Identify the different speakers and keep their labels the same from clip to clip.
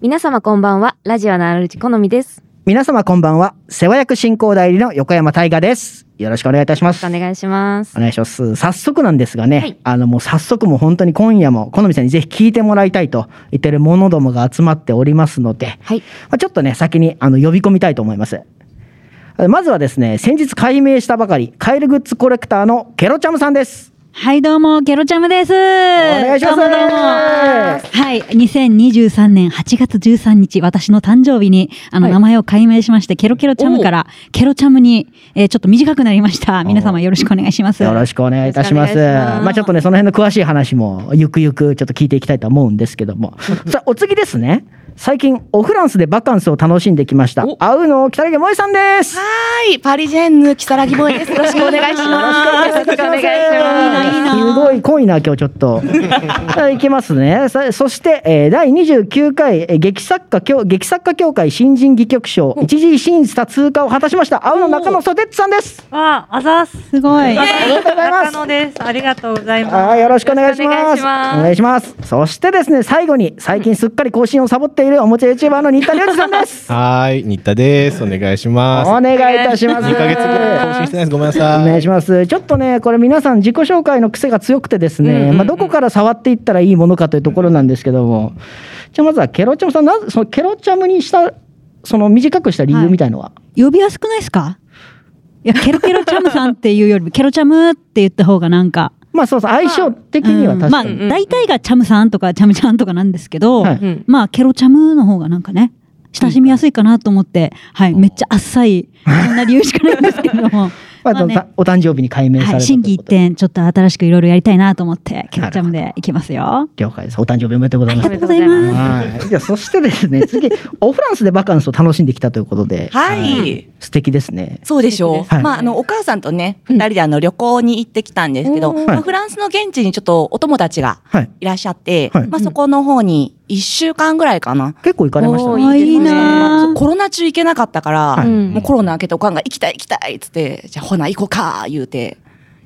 Speaker 1: 皆様こんばんは。ラジオのあるじ好みです。よ
Speaker 2: 皆様こんばんは。世話役進行代理の横山大河です。よろしくお願いいたしま
Speaker 1: ろしく
Speaker 2: す。
Speaker 1: お願いします
Speaker 2: お。願いします。早速なんですがね、
Speaker 1: はい
Speaker 2: あのもう早速もう本当に今夜も好みさんにぜひ聞いてもらいたいと言ってる者どもが集まっておりますので、
Speaker 1: はい。
Speaker 2: まあ、ちょっとね、先にあの呼び込みたいと思います。まずはですね、先日解明したばかり、カエルグッズコレクターのケロチャムさんです。
Speaker 3: はい、どうも、ケロチャムです。お願
Speaker 2: いします
Speaker 3: どうもどうもはい、2023年8月13日、私の誕生日に、あの、
Speaker 1: はい
Speaker 3: 名前を改名しまして、ケロケロチャムから、ケロチャムに、えーちょっと短くなりました。皆様よろしくお願いします。
Speaker 2: よろしくお願いいたします。
Speaker 1: よろしくお願いします
Speaker 2: まあちょっとね、その辺の詳しい話も、ゆくゆくちょっと聞いていきたいと思うんですけども。さあ、お次ですね。最近、オフランスでバカンスを楽しんできました。会うの、北竹萌さんです。よ
Speaker 4: はい、パリジェンヌ、キサラギ萌え です。よろしくお願いします。よろしくお願いし
Speaker 3: いいな
Speaker 4: ま
Speaker 3: いい
Speaker 2: す
Speaker 3: な
Speaker 2: ごい濃いな、今日ちょっと。さあいきますね。さそして、えー第29回、えー劇作家協、劇作家協会新人戯曲賞、一時審査通過を果たしました、会うの中野ソテッツさんです。
Speaker 5: わあ、あざーす。
Speaker 3: すごい。
Speaker 2: ありがとうございます
Speaker 5: 中。野です。ありがとうございます。
Speaker 2: あーよろしくお願いします。
Speaker 1: よろしくお願いします
Speaker 2: お願いします。そしてですね、最後に、最近すっかり更新をサボっているおもちゃ YouTuber の新田龍二さんです。
Speaker 6: はーい、新田です。お願いします。
Speaker 2: お願いいたします。
Speaker 6: 2ヶ月ぐらい更新してないです。ごめんなさい。
Speaker 2: お願いします。ちょっとね、これ皆さん自己紹介の癖が強くてですね、まあどこから触っていったらいいものかというところなんですけども、じゃあまずはケロチャムさん、なぜそのケロチャムにした、その短くした理由みたいのは、
Speaker 3: 呼びやすくないですかいや、ケロケロチャムさんっていうよりも、ケロチャムって言った方がなんか、
Speaker 2: まあそうそう、相性的には
Speaker 3: うん
Speaker 2: 確
Speaker 3: ま
Speaker 2: か
Speaker 3: あ、
Speaker 2: に。
Speaker 3: 大体がチャムさんとか、チャムちゃんとかなんですけど、
Speaker 2: はい
Speaker 1: うん
Speaker 3: まあ、ケロチャムの方がなんかね、親しみやすいかなと思って、はい、めっちゃあっさい、そんな理由しかないんですけども。
Speaker 2: まあ
Speaker 3: まあね
Speaker 2: お誕生日に改名さ
Speaker 3: は
Speaker 2: れ
Speaker 3: い、
Speaker 2: たという
Speaker 3: 新
Speaker 2: ことで
Speaker 3: 規一点、ちょっと新しくいろいろやりたいなと思って、ケロチャムでいきますよ。
Speaker 2: 了解です。お誕生日おめでとうござい
Speaker 3: あ
Speaker 2: ま
Speaker 3: り
Speaker 2: す
Speaker 3: が。とうございます。
Speaker 2: はい。じゃあ、そしてですね、次、オフランスでバカンスを楽しんできたということで、
Speaker 4: す。はい。
Speaker 2: 素敵ですね。
Speaker 4: そうでしょう。
Speaker 2: はい
Speaker 4: まあ、あの、お母さんとね、二人であの、旅行に行ってきたんですけど、
Speaker 2: ん
Speaker 4: まあフランスの現地にちょっとお友達が
Speaker 2: はい。
Speaker 4: いらっしゃって、
Speaker 2: はい
Speaker 4: まあ、そこの方に一週間ぐらいかな。
Speaker 2: 結構行かれました
Speaker 1: お
Speaker 2: ね。
Speaker 1: ーいいですね
Speaker 3: あいいな
Speaker 4: コロナ中行けなかったから、
Speaker 2: はい
Speaker 4: もうコロナ明けておかんが行きたい行きたいっつって、じゃあほな行こうか言うて、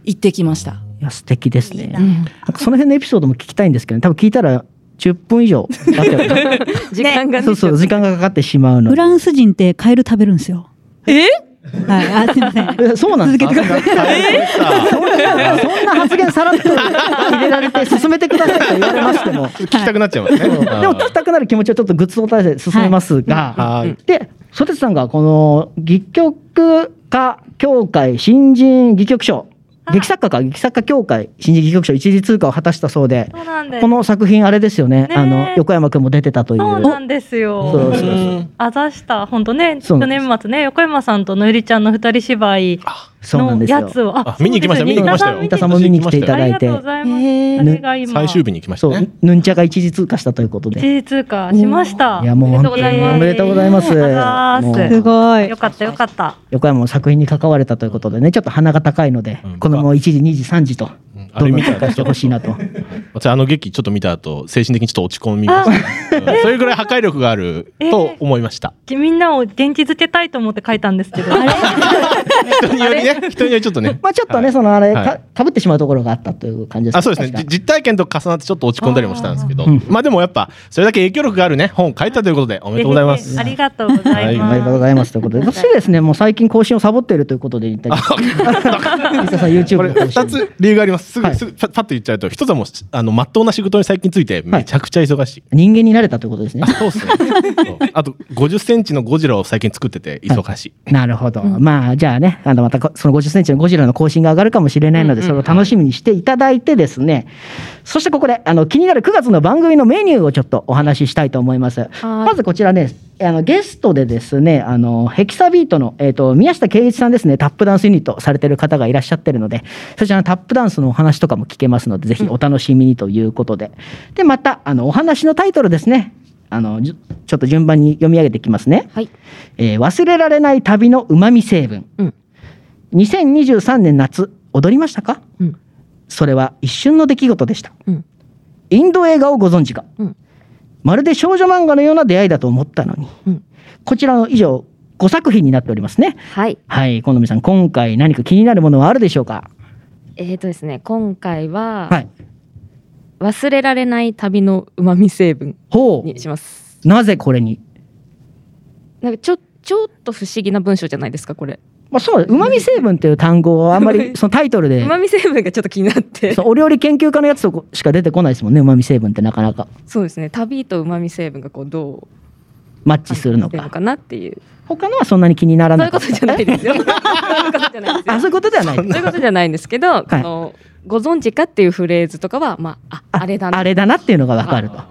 Speaker 4: 行ってきました。
Speaker 2: いや、素敵ですね。なんかその辺のエピソードも聞きたいんですけど、多分聞いたら10分以上なっちゃ
Speaker 1: 時間が
Speaker 2: う。そうそう、時間がかかってしまうので。
Speaker 3: フランス人ってカエル食べるんですよ。えはい、あ、すいません。
Speaker 2: え そうなんです
Speaker 3: 続けて
Speaker 2: か
Speaker 3: ください。
Speaker 2: そんなそんな発言さらっと入れられて進めてくださいと言われましても。
Speaker 6: 聞きたくなっちゃいますね。
Speaker 2: でも聞きたくなる気持ちをちょっとグッズを対して進めますが、
Speaker 6: はいはい
Speaker 2: で、ソテツさんがこの、戯曲家協会新人戯曲賞、劇作家か、劇作家協会新人戯曲賞一時通過を果たしたそうで、
Speaker 5: そうなんです
Speaker 2: こ。の作品あれですよね、
Speaker 5: ねえ
Speaker 2: あの、横山くんも出てたという。
Speaker 5: そうなんです
Speaker 2: そう
Speaker 5: よ。
Speaker 2: そうそう
Speaker 5: あざした、本当ね、
Speaker 2: そうな
Speaker 5: 去
Speaker 2: んです
Speaker 5: 年末ね、横山さんとのゆりちゃんの二人芝居
Speaker 2: そうなん
Speaker 5: の
Speaker 2: です
Speaker 5: や
Speaker 2: よ。
Speaker 5: つを、
Speaker 6: あ見に行きました
Speaker 5: そうです
Speaker 6: 見に行きましたよ
Speaker 2: 三田さんも見に来ていただい
Speaker 5: あり
Speaker 2: て
Speaker 5: がとうご、ざいます。
Speaker 4: へー
Speaker 5: あれが今、
Speaker 6: 最終日に行きました
Speaker 2: そ
Speaker 6: ね
Speaker 2: う。、ヌンチャが一時通過したということ
Speaker 5: 一
Speaker 2: で。
Speaker 5: 時通過しました。
Speaker 2: いや、もう本当におめでとうございます。
Speaker 5: ありがとうございます
Speaker 2: もう
Speaker 3: すごい
Speaker 5: よ。かったよかった。
Speaker 2: 横山も作品に関われたということでね、ちょっと鼻が高いので、
Speaker 6: うん
Speaker 2: このまま1時、2時、3時と、
Speaker 6: うんあ
Speaker 2: ど
Speaker 6: れ
Speaker 2: んどん
Speaker 6: 見た
Speaker 2: 通
Speaker 6: らちょ
Speaker 2: 過
Speaker 6: っと
Speaker 2: してほしいなと。
Speaker 6: 私、あの劇ちょっと見た後、精神的にちょっと落ち込みました。うんそれぐらい破壊力があると思いました。
Speaker 5: みんなを元気づけたいと思って書いたんですけど、
Speaker 6: 人によりね、人によりちょっとね。
Speaker 2: まあちょっとね、
Speaker 6: はい
Speaker 2: そのあれ、
Speaker 6: はい
Speaker 2: かかぶってしまうところがあったという感じですか
Speaker 6: あそうですね。
Speaker 2: 確
Speaker 6: じ
Speaker 2: か
Speaker 6: 実体験と重なってちょっと落ち込んだりもしたんですけど
Speaker 2: あー。
Speaker 6: まあでもやっぱ、それだけ影響力があるね、本を書いたということで、おめでとうございます
Speaker 5: あ。りがとうござい
Speaker 2: おめでとうご
Speaker 5: ま
Speaker 2: ざいますということで、そしてですね、もう最近更新をサボっているということで、一体、伊田さん、YouTube
Speaker 6: これ
Speaker 2: の更新
Speaker 6: 2つ理由があります。す
Speaker 2: は
Speaker 6: ぐ、
Speaker 2: い
Speaker 6: すぐ、パパッと言っちゃうと、1つはもう、あの、まっとうな仕事に最近ついて、めちゃくちゃ忙しい。
Speaker 2: 人間になれたということですね
Speaker 6: あ。そうっすね。そうあと、50センチのゴジラを最近作ってて、忙しい。
Speaker 2: なるほど。まあ、じゃあね、あの、またこ、その50センチのゴジラの更新が上がるかもしれないので、それを楽しみにしていただいてですね、そしてここで、あの、気になる9月の番組のメニューをちょっとお話ししたいと思います。まずこちらね、あの、ゲストでですね、あの、ヘキサビートの、えっ、と、宮下圭一さんですね、タップダンスユニットされてる方がいらっしゃってるので、そちらのタップダンスのお話とかも聞けますので、ぜひお楽しみにということで。で、また、あの、お話のタイトルですね、あの、じゅちょっと順番に読み上げていきますね。
Speaker 1: はい。
Speaker 2: えー忘れられない旅のうまみ成分、
Speaker 1: うん
Speaker 2: 2023年夏踊りましたか、
Speaker 1: うん
Speaker 2: それは一瞬の出来事でした、
Speaker 1: うん
Speaker 2: インド映画をご存知か、
Speaker 1: うん
Speaker 2: まるで少女漫画のような出会いだと思ったのに、
Speaker 1: うん
Speaker 2: こちらの以上5作品になっておりますね
Speaker 1: はい。
Speaker 2: はい好みさん今回何か気になるものはあるでしょうか
Speaker 1: えっ、ー、とですね、今回は、
Speaker 2: はい
Speaker 1: 忘れられない旅の旨味成分
Speaker 2: ほう
Speaker 1: にします。
Speaker 5: です。
Speaker 2: なぜこれに
Speaker 1: なんかちょちょっと不思議な文章じゃないですかこれ。
Speaker 2: まあそう、うまみ成分っていう単語はあんまりそのタイトルで
Speaker 1: う、まみ成分がちょっと気になって。そ
Speaker 2: そ
Speaker 1: う
Speaker 2: うお料理研究家のやつとこしか出てこないですもんね、うまみ成分ってなかなか
Speaker 1: ですね。旅とうまみ成分がこうどう
Speaker 2: マッチするの
Speaker 1: 関係して
Speaker 2: か。
Speaker 1: かなっていう。
Speaker 2: 他のはそんなに気になら
Speaker 1: そうい
Speaker 2: な
Speaker 1: う
Speaker 2: か
Speaker 1: こ
Speaker 2: っ
Speaker 1: と
Speaker 2: た
Speaker 1: じゃないですよ。 そういうことじゃないですよ
Speaker 2: あ、そういうことではない。
Speaker 1: そういうことじゃないんですけど、このご存知かっていうフレーズとかはまあああれだな
Speaker 2: あれだなっていうのがわかると。
Speaker 6: あ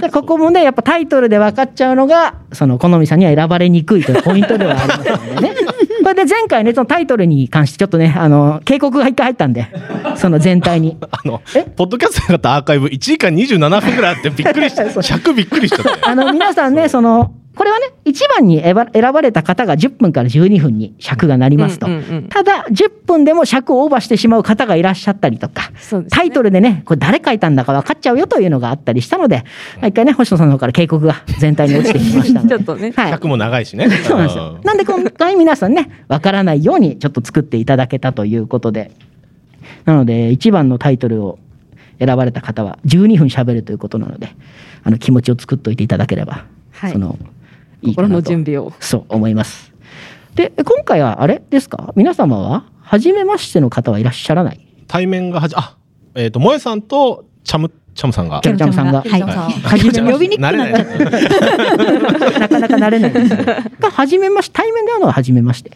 Speaker 2: でここもねやっぱタイトルで分かっちゃうのがその好みさんには選ばれにくいというポイントではありますの でねこれで前回ねそのタイトルに関してちょっとねあの警告が一回入ったんでその全体に
Speaker 6: あの
Speaker 2: え、
Speaker 6: ポッドキャストなかったアーカイブ1時間27分ぐらいあってびっくりし
Speaker 2: そう
Speaker 6: た。尺びっくりしちゃって。
Speaker 2: あの皆さんねそのこれはね一番に選ば選ばれた方が10分から12分に尺がなりますと、
Speaker 1: うんうんうん
Speaker 2: ただ10分でも尺をオーバーしてしまう方がいらっしゃったりとか
Speaker 1: そうですね
Speaker 2: タイトルでね、これ誰書いたんだか分かっちゃうよというのがあったりしたので、一回ね、星野さんの方から警告が全体に落ちてきましたの で。
Speaker 1: ちょっとね
Speaker 2: はい。
Speaker 6: 尺も長いしね。
Speaker 2: そうなんですよ。なんで今回皆さんね、わからないようにちょっと作っていただけたということで。なので、一番のタイトルを選ばれた方は12分喋るということなので、あの気持ちを作っておいていただければ、
Speaker 1: はい
Speaker 2: その、いいか
Speaker 1: 心
Speaker 2: なと
Speaker 1: の準備を。
Speaker 2: そう思います。で、今回はあれですか皆様は、初めましての方はいらっしゃらない
Speaker 6: 対面がはじ、あ、えっ、と、萌えさんとチャム、チャムさんが。
Speaker 2: キャムチャムさんが。
Speaker 3: はい
Speaker 2: はじめま
Speaker 3: 呼びにくくなっ
Speaker 6: 慣
Speaker 3: ち
Speaker 6: れ
Speaker 3: ゃう
Speaker 6: ないですね。
Speaker 2: なかなか慣れない ですね。が、初めまして、対面で会うのは初めまして。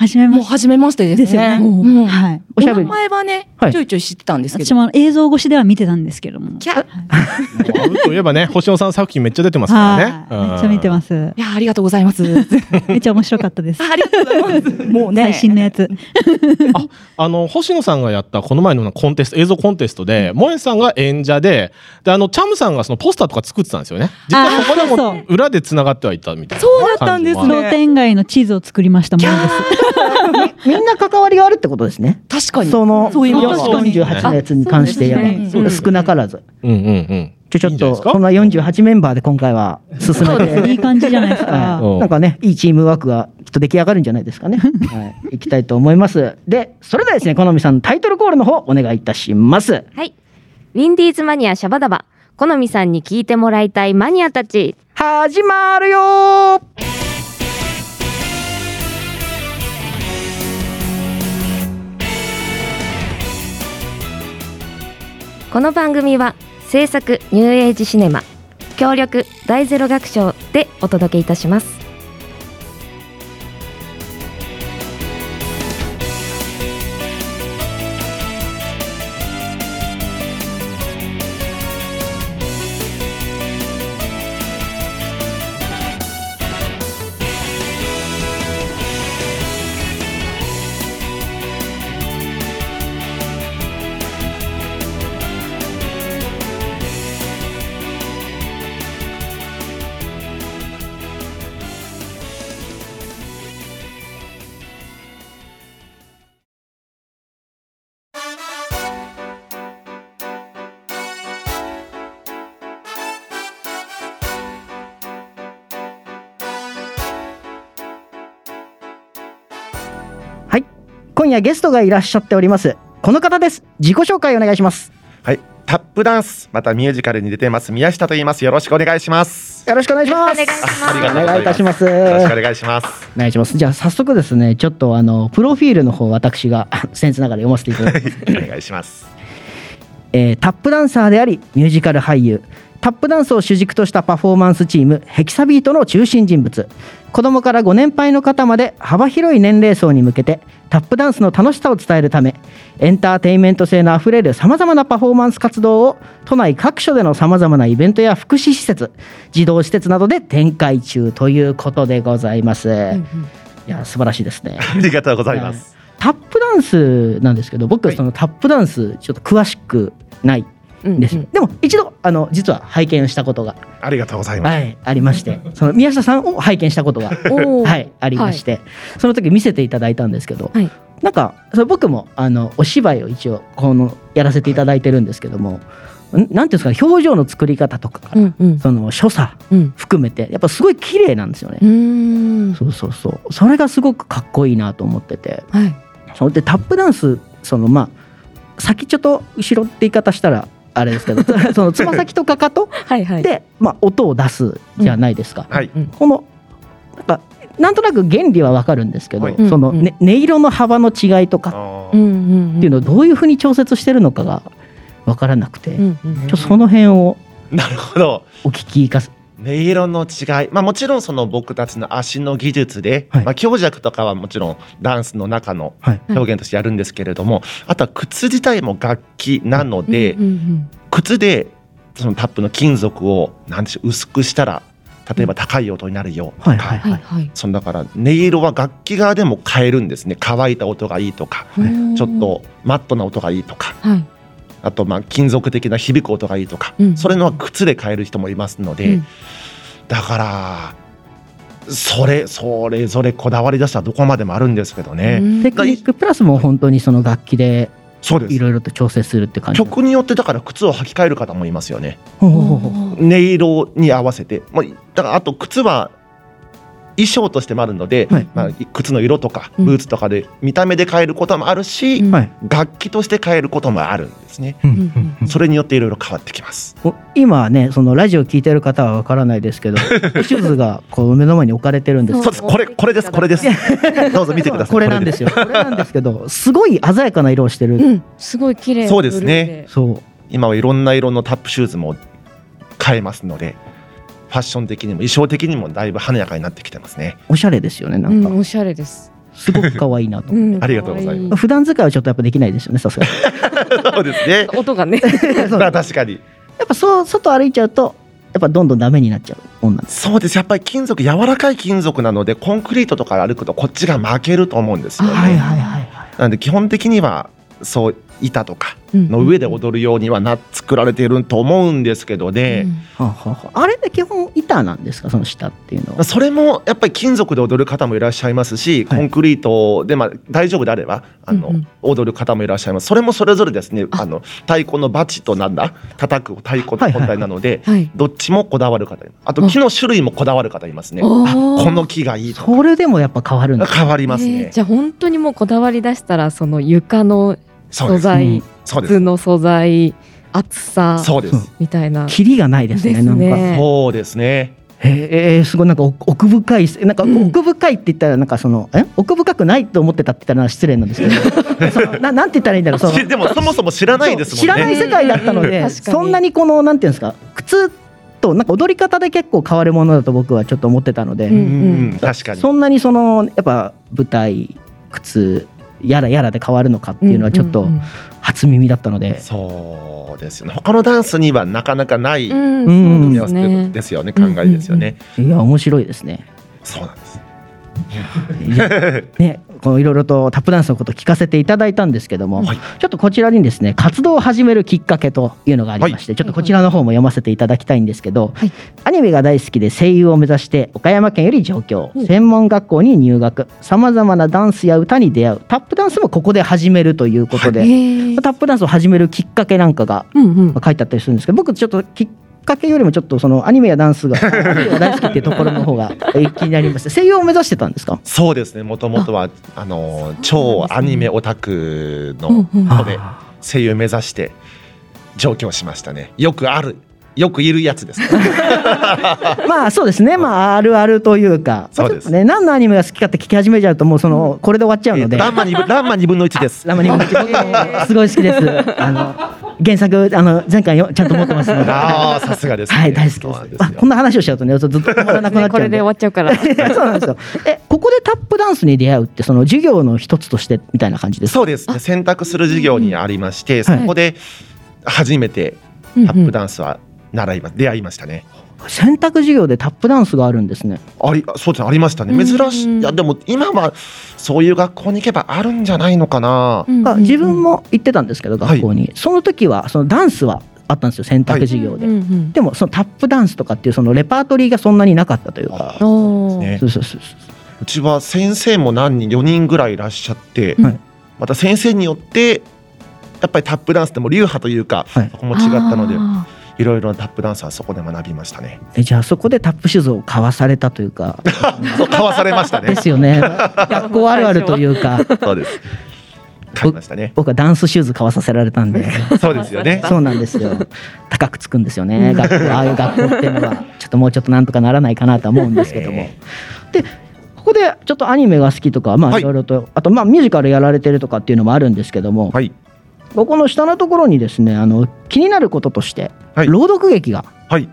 Speaker 3: はじめ
Speaker 4: も
Speaker 3: ま
Speaker 4: う
Speaker 3: し
Speaker 4: 初めましてです
Speaker 3: ですよね
Speaker 4: もううん
Speaker 3: はい。
Speaker 2: お
Speaker 4: お
Speaker 2: しゃ
Speaker 4: 名
Speaker 2: べり。
Speaker 4: 前はね、
Speaker 2: はい
Speaker 4: ちょいちょい知ってたんですけ
Speaker 3: 私
Speaker 4: ど。
Speaker 3: も映像越しでは見てたんですけども。
Speaker 4: キャ
Speaker 6: もう会うといえばね、星野さん作品めっちゃ出てますからね
Speaker 3: は。い。
Speaker 6: うん
Speaker 3: めっちゃ見てます。
Speaker 4: いや、ありがとうございます。
Speaker 3: めっちゃ面白かったです。
Speaker 4: ありがとうございます。もうね、
Speaker 3: 最新のやつ。
Speaker 6: あの、星野さんがやったこの前のコンテスト、映像コンテストで、萌えさんが演者で、で、あの、チャムさんがそのポスターとか作ってたんですよね。実はここで
Speaker 3: あーそう
Speaker 6: も裏で繋がってはいたみたいな。
Speaker 4: そうだったんですね
Speaker 6: 感じもある
Speaker 3: 商店街の地図を作りましたものです。
Speaker 2: みんな関わりがあるってことですね。
Speaker 4: 確かに。
Speaker 2: その
Speaker 4: そういうこと
Speaker 2: 48のやつに関してや
Speaker 1: あそうです
Speaker 4: ね
Speaker 2: そう少なからず。
Speaker 6: うんうんうん。
Speaker 2: ちょち
Speaker 6: いい
Speaker 2: ょっ
Speaker 6: んじゃ
Speaker 2: と、
Speaker 6: ないですか
Speaker 2: そんな48メンバーで今回は進めて、
Speaker 3: いい感じじゃないです か。
Speaker 6: うん
Speaker 2: なんかね、いいチームワークがきっと出来上がるんじゃないですかね。はい。いきたいと思います。で、それではですね、好みさんのタイトルコールの方、お願いいたします。
Speaker 1: はい。ウィンディーズマニアシャバダバ。好みさんに聞いてもらいたいマニアたち。
Speaker 2: 始まるよー
Speaker 1: この番組は制作ニューエイジシネマ協力大ゼロ学賞でお届けいたします
Speaker 2: はい。今夜ゲストがいらっしゃっております。この方です。自己紹介お願いします。
Speaker 7: はい、タップダンス、またミュージカルに出てます宮下と言います。よろしくお願いします。
Speaker 2: よろしくお願いします。
Speaker 1: お願いします
Speaker 7: ありがとう
Speaker 2: お
Speaker 7: ござ
Speaker 2: 願いいたします。
Speaker 7: よろしくお願いします。
Speaker 2: お願いします。じゃあ早速ですね、ちょっとあのプロフィールの方私が センスながら読ませていただきます。
Speaker 7: お願いします。
Speaker 2: えータップダンサーでありミュージカル俳優タップダンスを主軸としたパフォーマンスチームヘキサビートの中心人物子供からご年配の方まで幅広い年齢層に向けてタップダンスの楽しさを伝えるためエンターテインメント性のあふれるさまざまなパフォーマンス活動を都内各所でのさまざまなイベントや福祉施設児童施設などで展開中ということでございます。いや素晴らしいですね。
Speaker 7: ありがとうございます。
Speaker 2: タップダンスなんですけど僕
Speaker 7: はい
Speaker 2: そのタップダンスちょっと詳しくない
Speaker 1: うん
Speaker 2: です、
Speaker 1: うん
Speaker 2: でも一度あの実は拝見したことが、
Speaker 7: ありがとうございます。
Speaker 2: はい、ありましてその宮下さんを拝見したことが、
Speaker 1: おー
Speaker 2: はい、ありまして、その時見せていただいたんですけど、
Speaker 1: はい
Speaker 2: なんかそれ僕もあのお芝居を一応このやらせていただいてるんですけども、んなんていうんですかね表情の作り方とか、
Speaker 1: うんうん
Speaker 2: その所作
Speaker 1: うん
Speaker 2: 含めてやっぱすごい綺麗なんですよね。
Speaker 1: うーん
Speaker 2: そうそうそうそれがすごくかっこいいなと思ってて
Speaker 1: はい
Speaker 2: そうでタップダンスそのまあ先ちょっと後ろって言い方したらああれで すけどそのつま先とかかと
Speaker 1: はいはい。
Speaker 2: で、まあ、音を出すじゃないですか、
Speaker 7: はい。
Speaker 2: このなんかなんとなく原理はわかるんですけど、
Speaker 7: はい
Speaker 1: うん
Speaker 2: その、ね音色の幅の違いとか
Speaker 7: あ
Speaker 1: うん
Speaker 7: ー
Speaker 1: うんうん。
Speaker 2: っていうのをどういうふうに調節してるのかがわからなくて、
Speaker 1: う
Speaker 2: ちょ
Speaker 1: んうん
Speaker 2: っとその辺を
Speaker 7: なるほど。
Speaker 2: お聞きいかす
Speaker 7: 音色の違い、まあ、もちろんその僕たちの足の技術で、
Speaker 2: はい
Speaker 7: まあ、強弱とかはもちろんダンスの中の
Speaker 2: はい
Speaker 7: 表現としてやるんですけれども、あとは靴自体も楽器なので、
Speaker 1: うんうん
Speaker 7: 靴でそのタップの金属をなんでしょう薄くしたら例えば高い音になるよとか、
Speaker 2: はいはい
Speaker 1: うんはいはい。
Speaker 7: そのだから音色は楽器側でも変えるんですね乾いた音がいいとか、
Speaker 1: うん
Speaker 7: ちょっ。とマットな音がいいとか
Speaker 1: はい。
Speaker 7: あとまあ金属的な響く音がいいとか、
Speaker 1: うん
Speaker 7: それのは靴で変える人もいますので、
Speaker 1: うん
Speaker 7: だからそれそれぞれこだわり出したらどこまでもあるんですけどね、
Speaker 1: うん
Speaker 2: テクニックプラスもう本当にその楽器で
Speaker 7: そうで
Speaker 2: い
Speaker 7: す
Speaker 2: ろいろと調整するって感じ
Speaker 7: 曲によってだから靴を履き替える方もいますよね
Speaker 2: ほうほうほう
Speaker 1: は
Speaker 7: 音色に合わせて、まあ、だからあと靴は衣装としてもあるので、
Speaker 2: はい
Speaker 7: まあ、靴の色とか
Speaker 1: うん
Speaker 7: ブーツとかで見た目で変えることもあるし、
Speaker 1: うん
Speaker 2: はい
Speaker 7: 楽器として変えることもあるんですね
Speaker 2: うん
Speaker 1: んうんう
Speaker 7: それによっていろいろ変わってきます
Speaker 2: お今はねそのラジオ聞いてる方はわからないです けど地図がこう目の前に置かれてるんです
Speaker 7: そうですこれこれですこ れですどうぞ見てください
Speaker 2: これなんですよこれなんですけどすごい鮮やかな色をしてる、
Speaker 1: うん。すごい綺麗。
Speaker 7: そうですね
Speaker 1: ブルーで。
Speaker 2: そう
Speaker 7: 今はいろんな色のタップシューズも変えますのでファッション的にも衣装的にもだいぶ華やかになってきてますね
Speaker 2: おしゃれですよねな
Speaker 1: うん
Speaker 2: か、
Speaker 1: ん、おしゃれです。
Speaker 2: すごく可愛いなと、
Speaker 1: うん
Speaker 7: ありがとうございま
Speaker 1: ます
Speaker 2: 普段使いはちょっとやっぱできないですよねさすがに
Speaker 7: そうですね
Speaker 1: 音がね。
Speaker 7: まあ確かに
Speaker 2: やっぱそう外歩いちゃうとやっぱどんどんダメになっちゃうもんなんです
Speaker 7: そうですやっぱり金属柔らかい金属なのでコンクリートとか歩くとこっちが負けると思うんですよね、
Speaker 2: はいはいはいはい
Speaker 7: なので基本的にはそう板とかの上で踊るようにはな作られていると思うんですけどで、
Speaker 2: はあはあはああれって基本板なんですかその下っていうのは
Speaker 7: それもやっぱり金属で踊る方もいらっしゃいますし、
Speaker 2: はい
Speaker 7: コンクリートでまあ大丈夫であればあの、
Speaker 1: うんうん
Speaker 7: 踊る方もいらっしゃいますそれもそれぞれですね
Speaker 1: あ
Speaker 7: あの太鼓のバチとなんだ叩く太鼓の本体なので、
Speaker 1: はい。
Speaker 7: どっちもこだわる方あと
Speaker 1: あ
Speaker 7: 木の種類もこだわる方いますね
Speaker 1: おー
Speaker 7: あこの木がいいと
Speaker 2: それでもやっぱ変わる んだ
Speaker 7: 変わります
Speaker 1: えー
Speaker 7: ね、
Speaker 1: じゃあ本当にもうこだわり出したらその床の
Speaker 7: そう
Speaker 1: 素
Speaker 7: です
Speaker 1: 材、
Speaker 7: そうです
Speaker 1: 図の素材、厚さ
Speaker 7: そうです
Speaker 2: そう
Speaker 1: みたいな。
Speaker 2: キリがないですね
Speaker 1: ですね
Speaker 2: なんか
Speaker 7: そうですね
Speaker 2: へえすごいなんか奥奥深いっすなんか奥深いって言ったらなんかその、え奥深くないと思ってたって言ったら失礼なんですけどそのななんて言ったらいいんだろうその
Speaker 7: しでもそもそも知らないですもんね
Speaker 2: 知らない世界だったの
Speaker 1: うんうん
Speaker 2: で
Speaker 1: うん確かに
Speaker 2: そんなにこのなんていうんですか靴となんか踊り方で結構変わるものだと僕はちょっと思ってたので、
Speaker 1: う
Speaker 7: うんんうん確かに
Speaker 2: そんなにそのやっぱ舞台靴やらやらで変わるのかっていうのはちょっと
Speaker 1: うん
Speaker 2: 初耳だったので、
Speaker 7: そうですよね他のダンスにはなかなかない
Speaker 1: うん
Speaker 2: うん
Speaker 1: うん
Speaker 7: 組み
Speaker 1: そう
Speaker 7: 合
Speaker 1: です
Speaker 7: わせと
Speaker 1: ね。
Speaker 7: ですよね考えですよね、
Speaker 2: いや面白いですね。
Speaker 7: そうなんです
Speaker 2: ね、このいろいろとタップダンスのことを聞かせていただいたんですけども、
Speaker 7: はい
Speaker 2: ちょっとこちらにですね活動を始めるきっかけというのがありまして、ちょっとこちらの方も読ませていただきたいんですけど、
Speaker 1: はい
Speaker 2: アニメが大好きで声優を目指して岡山県より上京、
Speaker 1: うん
Speaker 2: 専門学校に入学さまざまなダンスや歌に出会うタップダンスもここで始めるということで、
Speaker 1: えー
Speaker 2: タップダンスを始めるきっかけなんかが
Speaker 1: うんうん
Speaker 2: まあ書いてあったりするんですけど僕ちょっときっかけよりもちょっとそのアニメやダンスがアニメが大好きっていうところの方がえ気になりました声優を目指してたんですか
Speaker 7: そうですねもともとはあの超アニメオタク
Speaker 1: うん
Speaker 7: の
Speaker 1: うん
Speaker 7: ので声優目指して上京しましたねよくあるよくいるやつです、ね、
Speaker 2: まあそうですね、まあ、あるあるというか、
Speaker 7: そうで
Speaker 2: まあ
Speaker 7: す
Speaker 2: ちょっとね、何のアニメが好きかって聞き始めちゃうと、もうその、これで終わっちゃう
Speaker 7: え
Speaker 2: の
Speaker 7: っ
Speaker 2: で。
Speaker 7: とランマ2分ランマ二分の1です
Speaker 2: ラムニング僕 もすごい好きです。あの原作あの前回よちゃんと持ってますので、は
Speaker 7: ああさすがです、ね、
Speaker 2: い大好き
Speaker 7: そうなん
Speaker 2: で
Speaker 7: です
Speaker 2: す。あ
Speaker 7: よ
Speaker 2: こんな話をしちゃうとね、ずっと止まらなくなっちゃ
Speaker 1: こ
Speaker 2: う
Speaker 1: れ
Speaker 2: ん
Speaker 1: で終
Speaker 2: で。
Speaker 1: わっちゃうから。
Speaker 2: そうなんですよ。えここでタップダンスに出会うってその授業の一つとしてみたいな感じですか。
Speaker 7: そうですね選択する授業にありまして、そこで初めて
Speaker 1: うんうん
Speaker 7: タップダンスは習いま、出会いましたね
Speaker 2: 選択授業でタップダンスがあるんですね。
Speaker 7: ありそうですねありましたね珍しい、
Speaker 1: うん
Speaker 7: いやでも今はそういう学校に行けばあるんじゃないのかな、
Speaker 1: うん
Speaker 2: あ自分も行ってたんですけど
Speaker 7: はい
Speaker 2: 学校に、その時はそのダンスはあったんですよ選択授業で。
Speaker 1: うんうん
Speaker 2: でもそのタップダンスとかっていうそのレパートリーがそんなになかったというか。
Speaker 7: あ
Speaker 1: おー
Speaker 7: ね
Speaker 2: そうそうそうそう
Speaker 7: うちは先生も何人4人ぐらいいらっしゃって、
Speaker 2: はい
Speaker 7: また先生によってやっぱりタップダンスでも流派というか、
Speaker 2: はい
Speaker 7: そこも違ったので
Speaker 1: あ
Speaker 7: いろいろなタップダンスはそこで学びまし たね。
Speaker 2: えじゃあそこでタップシューズを買わされたというか
Speaker 7: そうかわされました
Speaker 2: で
Speaker 7: ね。
Speaker 2: すよね学校あるあるというか
Speaker 7: そうです。買いましたね。
Speaker 2: 僕はダンスシューズ買わさせられたんで
Speaker 7: そうですよ ね。
Speaker 2: そうなんですよ高くつくんですよね学校ああいう学校っていうのはちょっともうちょっとなんとかならないかなとは思うんですけどもでここでちょっとアニメが好きとかまあ
Speaker 7: はい
Speaker 2: いろいろとあとまあミュージカルやられてるとかっていうのもあるんですけども
Speaker 7: はい。
Speaker 2: ここの下のところにですねあの気になることとして
Speaker 7: はい
Speaker 2: 朗読劇が
Speaker 7: はい。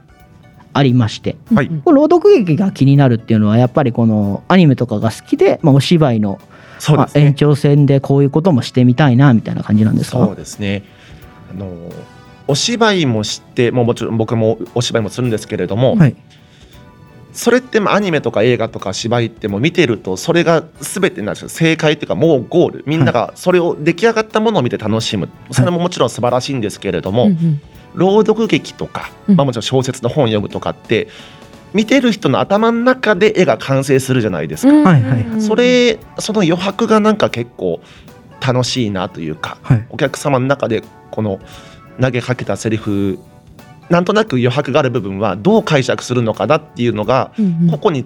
Speaker 2: ありまして
Speaker 7: はい。
Speaker 2: これ朗読劇が気になるっていうのはやっぱりこのアニメとかが好きで、まあ、お芝居の、
Speaker 7: そう
Speaker 2: ま
Speaker 7: で
Speaker 2: あ
Speaker 7: す
Speaker 2: 延
Speaker 7: ね。
Speaker 2: 長戦でこういうこともしてみたいなみたいな感じなんです
Speaker 7: そ
Speaker 2: か
Speaker 7: うですね。あの、お芝居もして、もうもちろん僕もお芝居もするんですけれども、
Speaker 2: はい
Speaker 7: それってまあアニメとか映画とか芝居ってもう見てるとそれが全てなんですよ正解っていうかもうゴールみんながそれを出来上がったものを見て楽しむそれももちろん素晴らしいんですけれども、朗読劇とか、
Speaker 4: うん
Speaker 7: まあ、もちろん小説の本を読むとかって見てる人の頭の中で絵が完成するじゃないですか、
Speaker 2: はいはい
Speaker 7: それその余白がなんか結構楽しいなというか
Speaker 2: はい
Speaker 7: お客様の中でこの投げかけたセリフなんとなく余白がある部分はどう解釈するのかなっていうのがここに違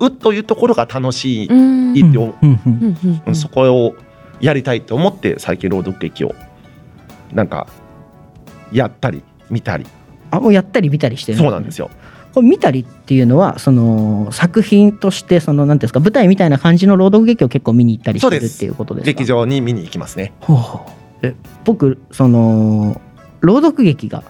Speaker 7: うというところが楽しい、
Speaker 4: うん
Speaker 7: いいって思う
Speaker 2: うんうんうん
Speaker 7: うんそこをやりたいと思って最近朗読劇をなんかやったり見たり
Speaker 2: あもうやったり見たりしてる
Speaker 7: そうなんですよ。
Speaker 2: これ見たりっていうのはその作品としてそのなんていうんですか舞台みたいな感じの朗読劇を結構見に行ったりして
Speaker 7: そう
Speaker 2: る
Speaker 7: で
Speaker 2: っ
Speaker 7: す
Speaker 2: ていうことですか
Speaker 7: 劇場に見に行きますね。
Speaker 2: ほうほうえ僕その朗読劇が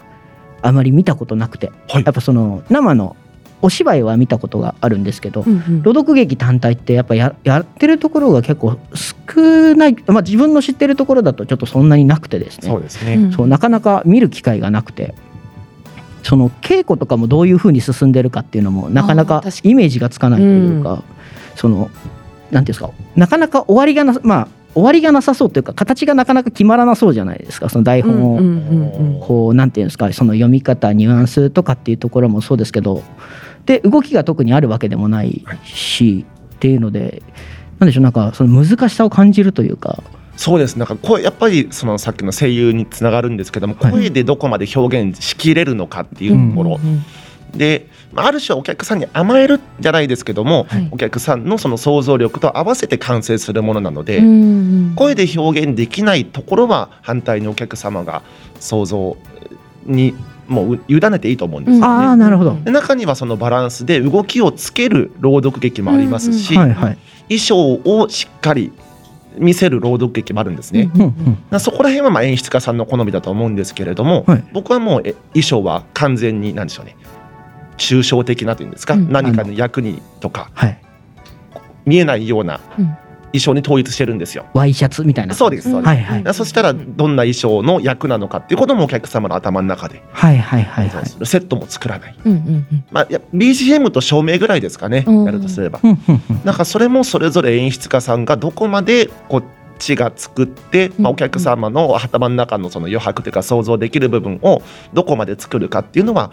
Speaker 2: あまり見たことなくて、
Speaker 7: はい
Speaker 2: やっぱその生のお芝居は見たことがあるんですけど、朗読劇単体ってやっぱややってるところが結構少ない、まあ、自分の知ってるところだとちょっとそんなになくてですね
Speaker 7: そうですね。
Speaker 2: そうなかなか見る機会がなくてその稽古とかもどういうふうに進んでるかっていうのもなかな
Speaker 4: あ
Speaker 2: か
Speaker 4: ー確か
Speaker 2: イメージがつかないというか、そのなんていうんですかなかなか終わりがなまあ終わりがなさそうというか形がなかなか決まらなそうじゃないですかその台本を。こうなんていうんですかその読み方ニュアンスとかっていうところもそうですけどで動きが特にあるわけでもないし、っていうのでなんでしょうなんかその難しさを感じるというか
Speaker 7: そうですなんか声やっぱりそのさっきの声優につながるんですけども
Speaker 2: はい
Speaker 7: 声でどこまで表現しきれるのかっていうところ、でまあある種お客さんに甘えるじゃないですけども、
Speaker 4: はい
Speaker 7: お客さんのその想像力と合わせて完成するものなので、声で表現できないところは反対にお客様が想像にもう委ねていいと思うんです
Speaker 2: あ
Speaker 7: よ
Speaker 2: あ
Speaker 7: ね。
Speaker 2: なるほど、
Speaker 7: で中にはそのバランスで動きをつける朗読劇もありますし、
Speaker 2: はいはい、
Speaker 7: 衣装をしっかり見せる朗読劇もあるんですね。
Speaker 2: うんうん
Speaker 7: なそこら辺はまあ演出家さんの好みだと思うんですけれども、
Speaker 2: はい
Speaker 7: 僕はもうえ衣装は完全に何でしょうね抽象的なというんですか、
Speaker 4: うん
Speaker 7: 何かの役にとか
Speaker 2: はい、
Speaker 7: 見えないような
Speaker 4: うん
Speaker 7: 衣装に統一してるんですよ。
Speaker 2: ワイシャツみたいな
Speaker 7: そうですそうです、
Speaker 2: はいはい
Speaker 7: なそしたらどんな衣装の役なのかっていうこともお客様の頭の中で、
Speaker 2: はいはいはいはい
Speaker 7: セットも作らない、まあ、いや BGM と照明ぐらいですかね
Speaker 4: うん
Speaker 7: やるとすれば
Speaker 2: うんうんうん
Speaker 7: なんかそれもそれぞれ演出家さんがどこまでこっちが作って、まあ、
Speaker 4: うん
Speaker 7: お客様の頭の中のその余白というか想像できる部分をどこまで作るかっていうのは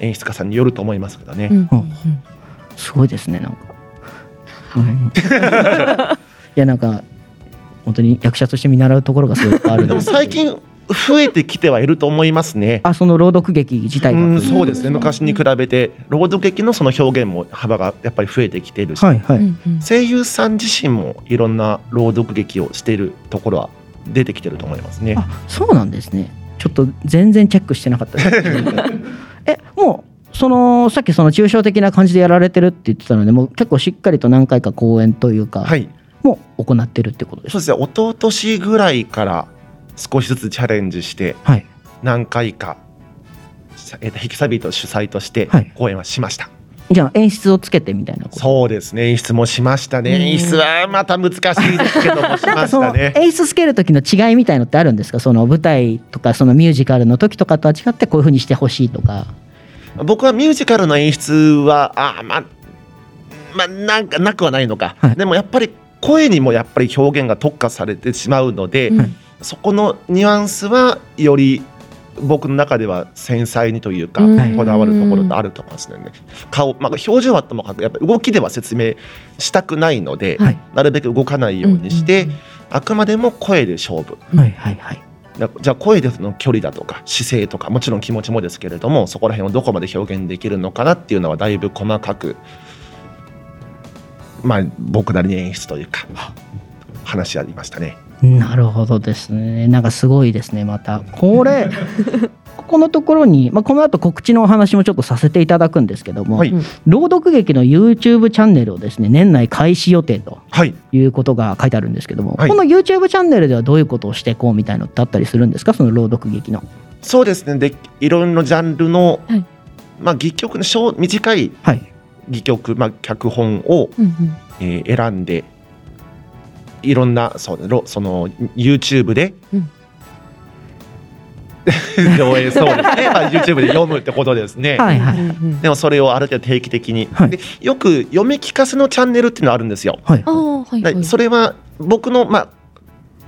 Speaker 7: 演出家さんによると思いますけどね。
Speaker 2: すごいですねなんか、うんい やなんか本当に役者として見習うところがすごくあるん
Speaker 7: でも
Speaker 2: です
Speaker 7: 最近増えてきてはいると思いますね。
Speaker 2: あその朗読劇自体
Speaker 7: う
Speaker 2: が
Speaker 7: ん、そうですね
Speaker 4: うん
Speaker 7: 昔に比べて朗読劇のその表現も幅がやっぱり増えてきているし、
Speaker 2: はいはい、
Speaker 7: 声優さん自身もいろんな朗読劇をしているところは出てきてると思いますね。
Speaker 2: あそうなんですねちょっと全然チェックしてなかったです えもうそのさっきその抽象的な感じでやられてるって言ってたのでもう結構しっかりと何回か公演というか、
Speaker 7: はい
Speaker 2: もう行ってるってことです
Speaker 7: そうですね一昨年ぐらいから少しずつチャレンジして
Speaker 2: はい
Speaker 7: 何回か、えっと、ヘキサビート主催として
Speaker 2: はい
Speaker 7: 公演はしました、
Speaker 2: じゃあ演出をつけてみたいなこと
Speaker 7: そうですね演出もしましたね、演出はまた難しいですけど もし
Speaker 2: なん
Speaker 7: ま
Speaker 2: か
Speaker 7: し
Speaker 2: そ
Speaker 7: た
Speaker 2: の
Speaker 7: ね
Speaker 2: 演出つける時の違いみたいのってあるんですかその舞台とかそのミュージカルの時とかとは違ってこういうふうにしてほしいとか
Speaker 7: 僕はミュージカルの演出はあーまあまあなんかなくはないのか、
Speaker 2: はい
Speaker 7: でもやっぱり声にもやっぱり表現が特化されてしまうので、
Speaker 4: うん
Speaker 7: そこのニュアンスはより僕の中では繊細にというか、
Speaker 4: うん
Speaker 7: こだわるところがあると思うんですよね。顔、まあ、表情はともかくやっぱり動きでは説明したくないので、
Speaker 2: はい
Speaker 7: なるべく動かないようにして、あくまでも声で勝負
Speaker 2: はいはいはい
Speaker 7: だじゃあ声でその距離だとか姿勢とかもちろん気持ちもですけれどもそこら辺をどこまで表現できるのかなっていうのはだいぶ細かくまあ僕なりに演出というか話し合いましたね。
Speaker 2: なるほどですね。なんかすごいですね。またこ れここのところに、まあ、この後告知のお話もちょっとさせていただくんですけども、
Speaker 7: はい
Speaker 2: 朗読劇の YouTube チャンネルをですね年内開始予定と
Speaker 7: はい
Speaker 2: いうことが書いてあるんですけども、
Speaker 7: はい
Speaker 2: この YouTube チャンネルではどういうことをしていこうみたいのってあったりするんですかその朗読劇の。
Speaker 7: そうですねでいろんなジャンルの、
Speaker 1: はい
Speaker 7: まあ戯曲の小短い
Speaker 2: はい、
Speaker 7: 戯曲、まあ、脚本を、
Speaker 1: うん
Speaker 7: えー選んでいろんなそうろその YouTube で、
Speaker 1: うん
Speaker 7: 上映そうですね、 まあ、YouTube で読むってことですね。
Speaker 2: はいは
Speaker 1: う
Speaker 2: い
Speaker 1: んうん
Speaker 7: でもそれをある程度定期的に、
Speaker 2: はい
Speaker 7: でよく読み聞かせのチャンネルっていうのあるんですよ。
Speaker 2: はい
Speaker 1: あーはいはい
Speaker 7: でそれは僕の、まあ、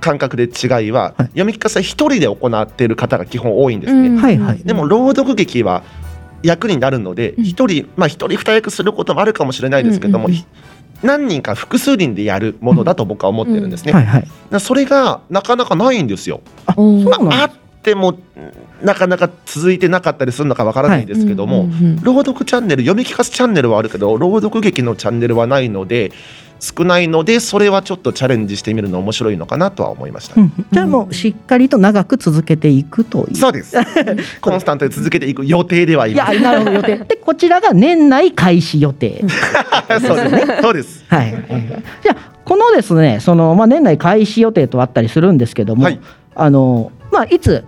Speaker 7: 感覚で違いは、
Speaker 2: はい
Speaker 7: 読み聞かせ一人で行っている方が基本多いんですね。
Speaker 1: うん
Speaker 2: はいはい
Speaker 7: でも朗読劇は役になるので
Speaker 1: うん
Speaker 7: 一人、まあ、一人二役することもあるかもしれないですけども、
Speaker 1: うんうんうん
Speaker 7: 何人か複数人でやるものだと僕は思ってるんですね。
Speaker 2: はいはい。
Speaker 7: だからそれがなかなかないんですよ。
Speaker 2: あ
Speaker 1: おー
Speaker 2: そう
Speaker 7: まあ、あ
Speaker 2: なん
Speaker 7: っ
Speaker 2: で
Speaker 7: てもうんなかなか続いてなかったりするのかわからないですけども、
Speaker 1: うんうんうん
Speaker 7: 朗読チャンネル読み聞かせチャンネルはあるけど朗読劇のチャンネルはないので少ないのでそれはちょっとチャレンジしてみるの面白いのかなとは思いました。
Speaker 2: すうんじゃあもうしっかりと長く続けていくという。
Speaker 7: そうですコンスタントに続けていく予定ではい
Speaker 2: い
Speaker 7: ま
Speaker 2: やなるほど予 定でこちらが年内開始予定。
Speaker 7: す。 そうですね。そうです。
Speaker 2: はい、じゃあこのですねその、まあ、年内開始予定とあったりするんですけども、
Speaker 7: はい
Speaker 2: あのまあ、いつ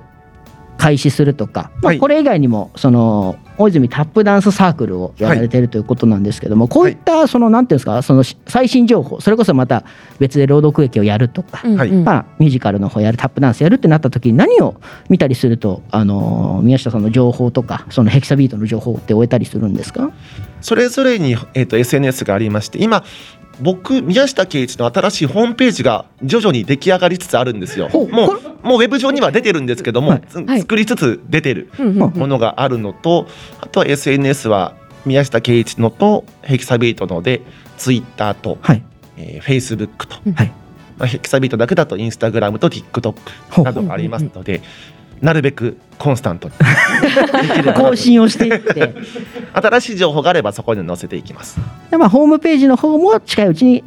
Speaker 2: 開始するとか、ま
Speaker 7: は
Speaker 2: あ、
Speaker 7: い
Speaker 2: これ以外にもその大泉タップダンスサークルをやられてるということなんですけども、こういったそのなんていうんですかその最新情報それこそまた別で朗読劇をやるとか、
Speaker 1: うんうん
Speaker 2: まあ、ミュージカルの方やるタップダンスやるってなった時に何を見たりするとあの宮下さんの情報とかそのヘキサビートの情報って終えたりするんですか
Speaker 7: それぞれに、えー、と SNS がありまして今僕宮下圭一の新しいホームページが徐々に出来上がりつつあるんですよ。
Speaker 2: ほ
Speaker 7: も
Speaker 2: う
Speaker 7: う
Speaker 2: こ
Speaker 7: もうウェブ上には出てるんですけども、
Speaker 2: はい
Speaker 7: つ
Speaker 1: はい
Speaker 7: 作りつつ出てる
Speaker 1: うんうん
Speaker 7: ものがあるのと、あとは SNS は宮下圭一のとヘキサビートので Twitter と、
Speaker 2: はい
Speaker 7: えー、Facebook と、
Speaker 1: うん
Speaker 2: はい
Speaker 7: まあ、ヘキサビートだけだと Instagram と TikTok などがありますので。なるべくコンスタ ントにできればなと
Speaker 2: 更新をしていって。
Speaker 7: 新しい情報があればそこに載せていきます。
Speaker 2: でまあ、ホームページの方も近いうちに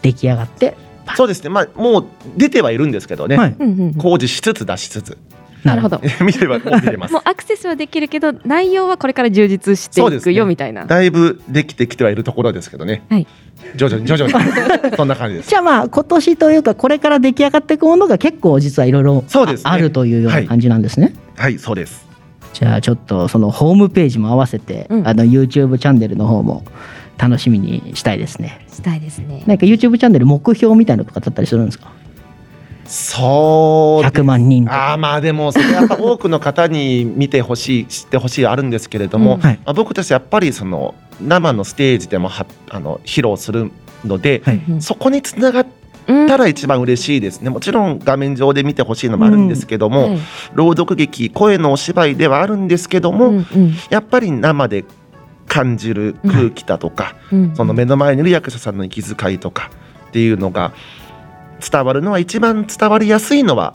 Speaker 2: 出来上がって、
Speaker 7: そうですね、まあ、もう出てはいるんですけどね、
Speaker 2: はい、
Speaker 1: うんうん
Speaker 7: 工事しつつ出しつ つ、
Speaker 1: なるほど
Speaker 7: 見ればもう出てます
Speaker 1: もう。アクセスはできるけど内容はこれから充実して
Speaker 7: そうで
Speaker 1: い
Speaker 7: す
Speaker 1: く
Speaker 7: ね
Speaker 1: よみたいな
Speaker 7: だいぶできてきてはいるところですけどね、
Speaker 1: はい
Speaker 7: 徐々に徐々に、 そんな感じです。
Speaker 2: じゃあまあ今年というかこれから出来上がっていくものが結構実はいろいろ
Speaker 7: そうですね
Speaker 2: ああるというような感じなんですね。
Speaker 7: はい、そうです。
Speaker 2: じゃあちょっとそのホームページも合わせて、
Speaker 1: うん
Speaker 2: あの YouTube チャンネルの方も楽しみにしたいですね。
Speaker 1: したいですね
Speaker 2: なんか YouTube チャンネル目標みたいなのとかだったりするんですか
Speaker 7: そう
Speaker 2: 100万人とか
Speaker 7: あーまあでもそれやっぱ多くの方に見てほしい知ってほしいあるんですけれども、
Speaker 1: うん
Speaker 2: はい
Speaker 7: まあ、僕たちやっぱりその生のステージでもはあの披露するので、
Speaker 2: はい
Speaker 1: うん
Speaker 7: そこにつながっ
Speaker 1: うん
Speaker 7: たら一番嬉しいですねもちろん画面上で見てほしいのもあるんですけども、
Speaker 1: はい
Speaker 7: 朗読劇声のお芝居ではあるんですけども、
Speaker 1: うんうん
Speaker 7: やっぱり生で感じる空気だとか、
Speaker 1: うん
Speaker 7: その目の前にいる役者さんの息遣いとかっていうのが伝わるのは一番伝わりやすいのは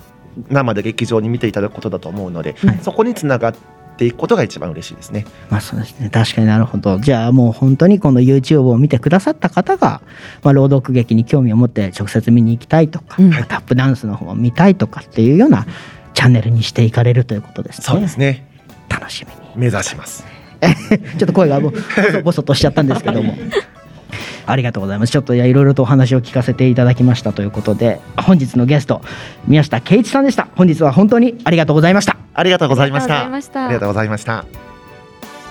Speaker 7: 生で劇場に見ていただくことだと思うので、
Speaker 2: はい
Speaker 7: そこにつながっていくことが一番嬉しいですね。
Speaker 2: まあそうですね確かになるほどじゃあもう本当にこの YouTube を見てくださった方が、まあ、朗読劇に興味を持って直接見に行きたいとか、
Speaker 1: うん
Speaker 2: まあタップダンスの方を見たいとかっていうようなチャンネルにしていかれるということですね。
Speaker 7: そうですね。
Speaker 2: 楽しみに
Speaker 7: 目指します。
Speaker 2: ちょっと声がもうボソボソとしちゃったんですけども。ありがとうございます。ちょっといやいろいろとお話を聞かせていただきましたということで、本日のゲスト宮下圭一さんでした。本日は本当にありがとうございました。
Speaker 7: ありがとうございまし
Speaker 1: あ
Speaker 7: た。
Speaker 1: りがとうございました
Speaker 7: ありがとうございました。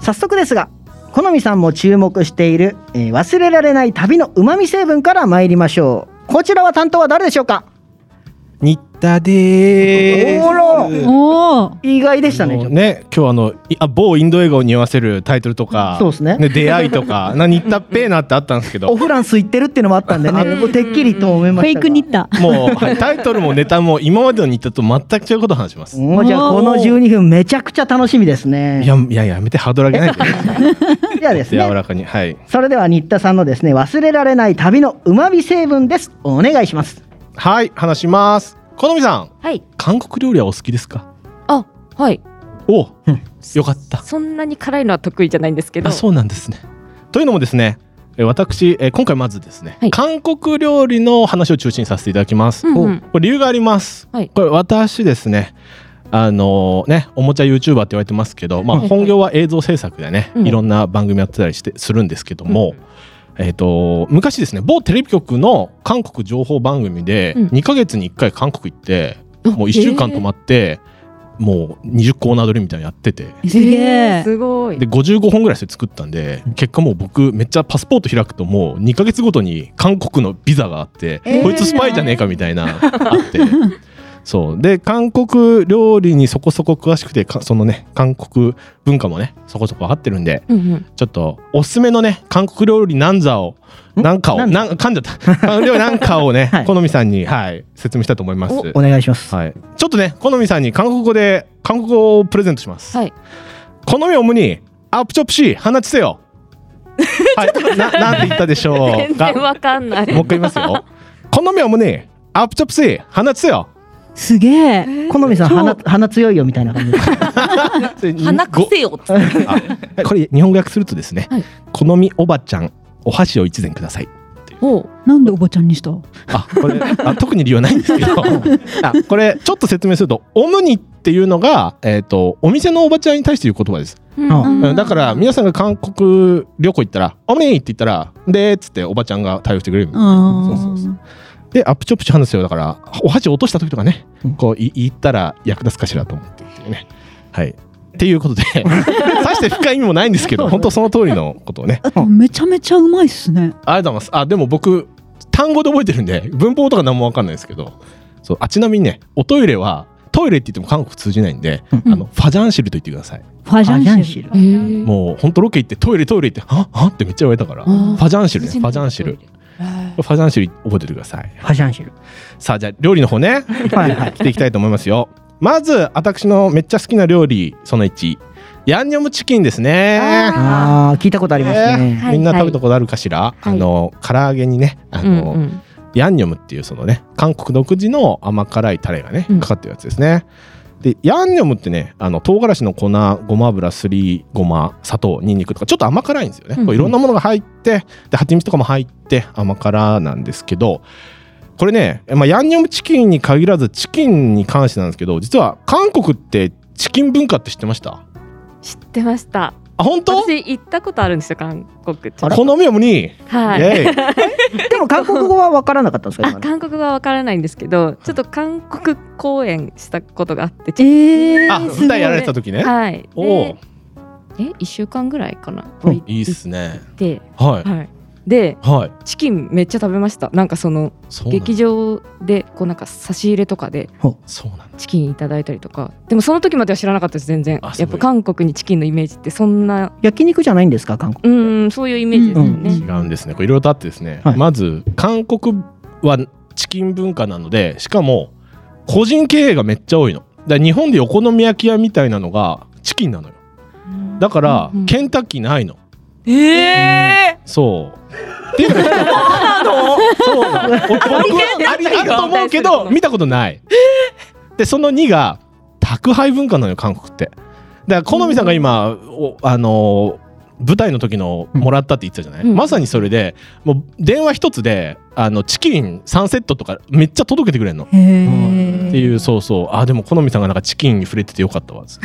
Speaker 2: 早速ですが好みさんも注目している、えー忘れられない旅のうまみ成分から参りましょうこちらは担当は誰でしょうか
Speaker 6: 日たでーす
Speaker 2: おら
Speaker 3: おお。
Speaker 2: 意外でしたね
Speaker 6: も
Speaker 2: ち
Speaker 6: う
Speaker 2: ょっ
Speaker 6: ね今日あのいあ某インド映画を匂わせるタイトルとか
Speaker 2: そうですね
Speaker 6: 出会いとか何言ったっぺーなってあったんですけ
Speaker 2: とお
Speaker 6: ど
Speaker 2: フランス行ってるっていうのもあったんでねもうてっきりと思い
Speaker 3: フ
Speaker 2: ま
Speaker 3: ェ
Speaker 2: し
Speaker 3: イ
Speaker 2: た
Speaker 3: ク
Speaker 2: が
Speaker 3: ニッタ。
Speaker 6: もう、はいタイトルもネタも今までの日程と全く違うことを話しますい
Speaker 2: もうじゃあこの12分めちゃくちゃ楽しみですね
Speaker 6: やいややめてハードル上げないで
Speaker 2: じゃあです
Speaker 6: 柔
Speaker 2: ね
Speaker 6: らかにはい
Speaker 2: それでは新田さんのですね忘れられない旅のうまみ成分ですお願いします
Speaker 6: はい話します好みさん
Speaker 1: はい
Speaker 6: 韓国料理はお好きですか
Speaker 1: あはい
Speaker 6: およかった
Speaker 1: そんなに辛いのは得意じゃないんですけど
Speaker 6: あそうなんですねというのもですねえー私えー今回まずですね、
Speaker 1: はい
Speaker 6: 韓国料理の話を中心にさせていただきます、
Speaker 1: うんうん
Speaker 6: これ理由があります、
Speaker 1: はい
Speaker 6: これ私ですねあのねおもちゃ YouTuber って言われてますけど、まあ、
Speaker 1: はい
Speaker 6: 本業は映像制作でね、
Speaker 1: うん
Speaker 6: いろんな番組やってたりしてするんですけども、えー、と昔ですね某テレビ局の韓国情報番組で
Speaker 1: うん
Speaker 6: 2ヶ月に1回韓国行って、
Speaker 1: あ
Speaker 6: もう1週間
Speaker 1: へー
Speaker 6: 泊まって、もう20コーナー撮りみたいなのやってて
Speaker 3: すげ
Speaker 1: へー
Speaker 3: え。
Speaker 1: すごい
Speaker 6: で55本ぐらいして作ったんで結果もう僕めっちゃパスポート開くともう2ヶ月ごとに韓国のビザがあって、
Speaker 2: えー
Speaker 6: こいつスパイじゃねえかみたい なあってそうで韓国料理にそこそこ詳しくてかそのね韓国文化もねそこそこ分かってるんで
Speaker 1: うんうん
Speaker 6: ちょっとおすすめのね韓国料理なんざを
Speaker 2: ん
Speaker 6: なんかを
Speaker 2: なん
Speaker 6: なん噛んじゃった 韓国料理なんかをね、
Speaker 2: はい
Speaker 6: 好みさんに、はい、説明したいと思います。
Speaker 2: お願いします
Speaker 6: はい、ちょっとね好みさんに韓国語で韓国語をプレゼントします。
Speaker 1: はい
Speaker 6: 好みをむにアップチョップし放ち せよ。はい、ななんて言ったでしょ
Speaker 1: 全
Speaker 6: うか。
Speaker 1: 然
Speaker 6: もう
Speaker 1: わかんない
Speaker 6: 一回言いますよ。好みをむにアップチョップし放ち せよ。
Speaker 3: すげえ。
Speaker 2: 好みさん鼻鼻強いよみたいな感じです
Speaker 4: 鼻くせ よって。
Speaker 6: ごこれ日本語訳するとですね。
Speaker 1: はい
Speaker 6: 好みおばちゃんお箸を一膳ください。
Speaker 1: おう
Speaker 3: なんでおばちゃんにした。
Speaker 6: あこれあ特に理由はないんです けどあこれちょっと説明するとオムニっていうのが、えー、とお店のおばちゃんに対して言う言葉です。
Speaker 2: あ
Speaker 6: うんだから皆さんが韓国旅行行ったら「オムニ!」って言ったら「で」っつっておばちゃんが対応してくれる
Speaker 3: あ
Speaker 6: そうそうそうでアップチョップチョ話すよだからお箸落とした時とかねこうい言ったら役立つかしらと思ってっていうねはいっていう ことでさして深い意味もないんですけ ど本当その通りのことをね
Speaker 3: あ。めちゃめちゃうまいっすね。
Speaker 6: ありがとうございますあでも僕単語で覚えてるんで文法とか何も分かんないですけどそうあちなみにねおトイレはトイレって言っても韓国通じないんで、
Speaker 3: うん
Speaker 6: あのファジャンシルと言ってください
Speaker 3: ファジャ
Speaker 2: アジャ
Speaker 3: ン
Speaker 2: ン
Speaker 3: シ
Speaker 2: シ
Speaker 3: ル
Speaker 2: ル。
Speaker 1: へー
Speaker 6: もうほんとロケ行ってトイレトイレって「ははってめっちゃ言われたからフ
Speaker 1: ー
Speaker 6: ァジャンシルね
Speaker 1: 初
Speaker 6: フ
Speaker 1: めて
Speaker 6: ァジャンシル
Speaker 1: トイ
Speaker 6: フ
Speaker 1: レ
Speaker 6: ァジャンシル覚えててください
Speaker 2: ファジャンシル
Speaker 6: さあじゃあ料理の方ね
Speaker 2: はいはい
Speaker 6: 来ていきたいと思いますよまず私のめっちゃ好きな料理その1ヤンニョムチキンです ね
Speaker 2: ああ聞いたことあります
Speaker 1: え
Speaker 2: ね、
Speaker 1: ー
Speaker 6: みんな食べたことあるかしら、あの唐揚げにねあの、
Speaker 1: うんうん
Speaker 6: ヤンニョムっていうそのね韓国独自の甘辛いタレがね
Speaker 1: うん
Speaker 6: かかってるやつですね、でヤンニョムってねあの唐辛子の粉ごま油すりごま砂糖にんにくとかちょっと甘辛いんですよね、
Speaker 1: うんうん
Speaker 6: こういろんなものが入ってで蜂蜜とかも入って甘辛なんですけどこれね、まあ、ヤンニョムチキンに限らずチキンに関してなんですけど実は韓国ってチキン文化って知ってました
Speaker 1: 知ってました
Speaker 6: あ本当
Speaker 1: 私行ったことあるんですよ韓国
Speaker 2: あら
Speaker 6: 好みよむに、
Speaker 1: はい
Speaker 6: イエイ
Speaker 2: でも韓国語は分からなかったんですか
Speaker 1: あ
Speaker 2: 今の
Speaker 1: 韓国語はわからないんですけどちょっと韓国公演したことがあってちょっ
Speaker 3: ええ
Speaker 6: あ
Speaker 3: ー。す
Speaker 6: 舞
Speaker 3: ごい
Speaker 6: 台やられてた時
Speaker 1: と
Speaker 6: ね、
Speaker 1: はいで
Speaker 6: おお
Speaker 1: え一週間ぐらいかな
Speaker 2: うん
Speaker 6: いいっすね
Speaker 1: 行って
Speaker 6: はい
Speaker 1: はいで
Speaker 6: はい
Speaker 1: チキンめっちゃ食べましたなんかその
Speaker 6: そうなんだ
Speaker 1: 劇場でこうなんか差し入れとかで
Speaker 6: そうなんだ
Speaker 1: チキンいただいたりとかでもその時までは知らなかったです全然
Speaker 6: あそう
Speaker 1: やっぱ韓国にチキンのイメージってそんな
Speaker 2: 焼肉じゃないんですか韓国
Speaker 1: うーんそういうイメージですよね、
Speaker 6: 違うんですね。これいろいろとあってですね、
Speaker 2: はい
Speaker 6: まず韓国はチキン文化なので、しかも個人経営がめっちゃ多いの。だから日本でお好み焼き屋みたいなのがチキンなのよ。だから、
Speaker 1: うんうん
Speaker 6: ケンタッキーないの。
Speaker 4: え
Speaker 6: そう。っていうのそうなの僕はありあると思うけど見たことない。でその2が宅配文化なのよ韓国って。だから好みさんが今、おあのー舞台の時のもらったって言ってたじゃない、
Speaker 1: うん
Speaker 6: まさにそれでもう電話一つであのチキン3セットとかめっちゃ届けてくれるの。
Speaker 3: へ
Speaker 6: っ
Speaker 3: え。
Speaker 6: ていうそうそうあでも好みさんがなんかチキンに触れててよかった わそ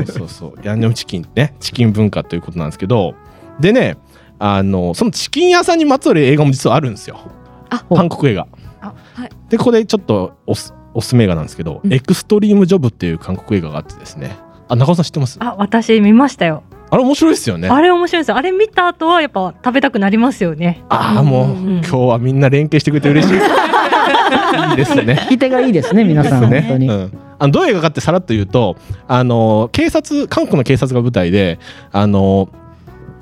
Speaker 6: うそうそうヤンニョムチキンねチキン文化ということなんですけどでねあのそのチキン屋さんにまつわる映画も実はあるんですよ
Speaker 1: あ
Speaker 6: 韓国映画
Speaker 1: あはい
Speaker 6: でここでちょっとおすおすすめ映画なんですけど、
Speaker 1: うん
Speaker 6: エクストリームジョブっていう韓国映画があってですねあ中尾さん知ってますあ
Speaker 5: あ、私見ましたよ。
Speaker 6: れ面白いですよね
Speaker 5: あれ面白いですよ。あれ見た後はやっぱ食べたくなりますよね。
Speaker 6: ああもう、
Speaker 1: うんうんうん
Speaker 6: 今日はみんな連携してくれて嬉しいいいですね。
Speaker 2: 聞き手がいい ですね、皆さん、
Speaker 6: ね
Speaker 2: 本当に。
Speaker 6: うん、あのどういう映画かってさらっと言うとあの警察韓国の警察が舞台であの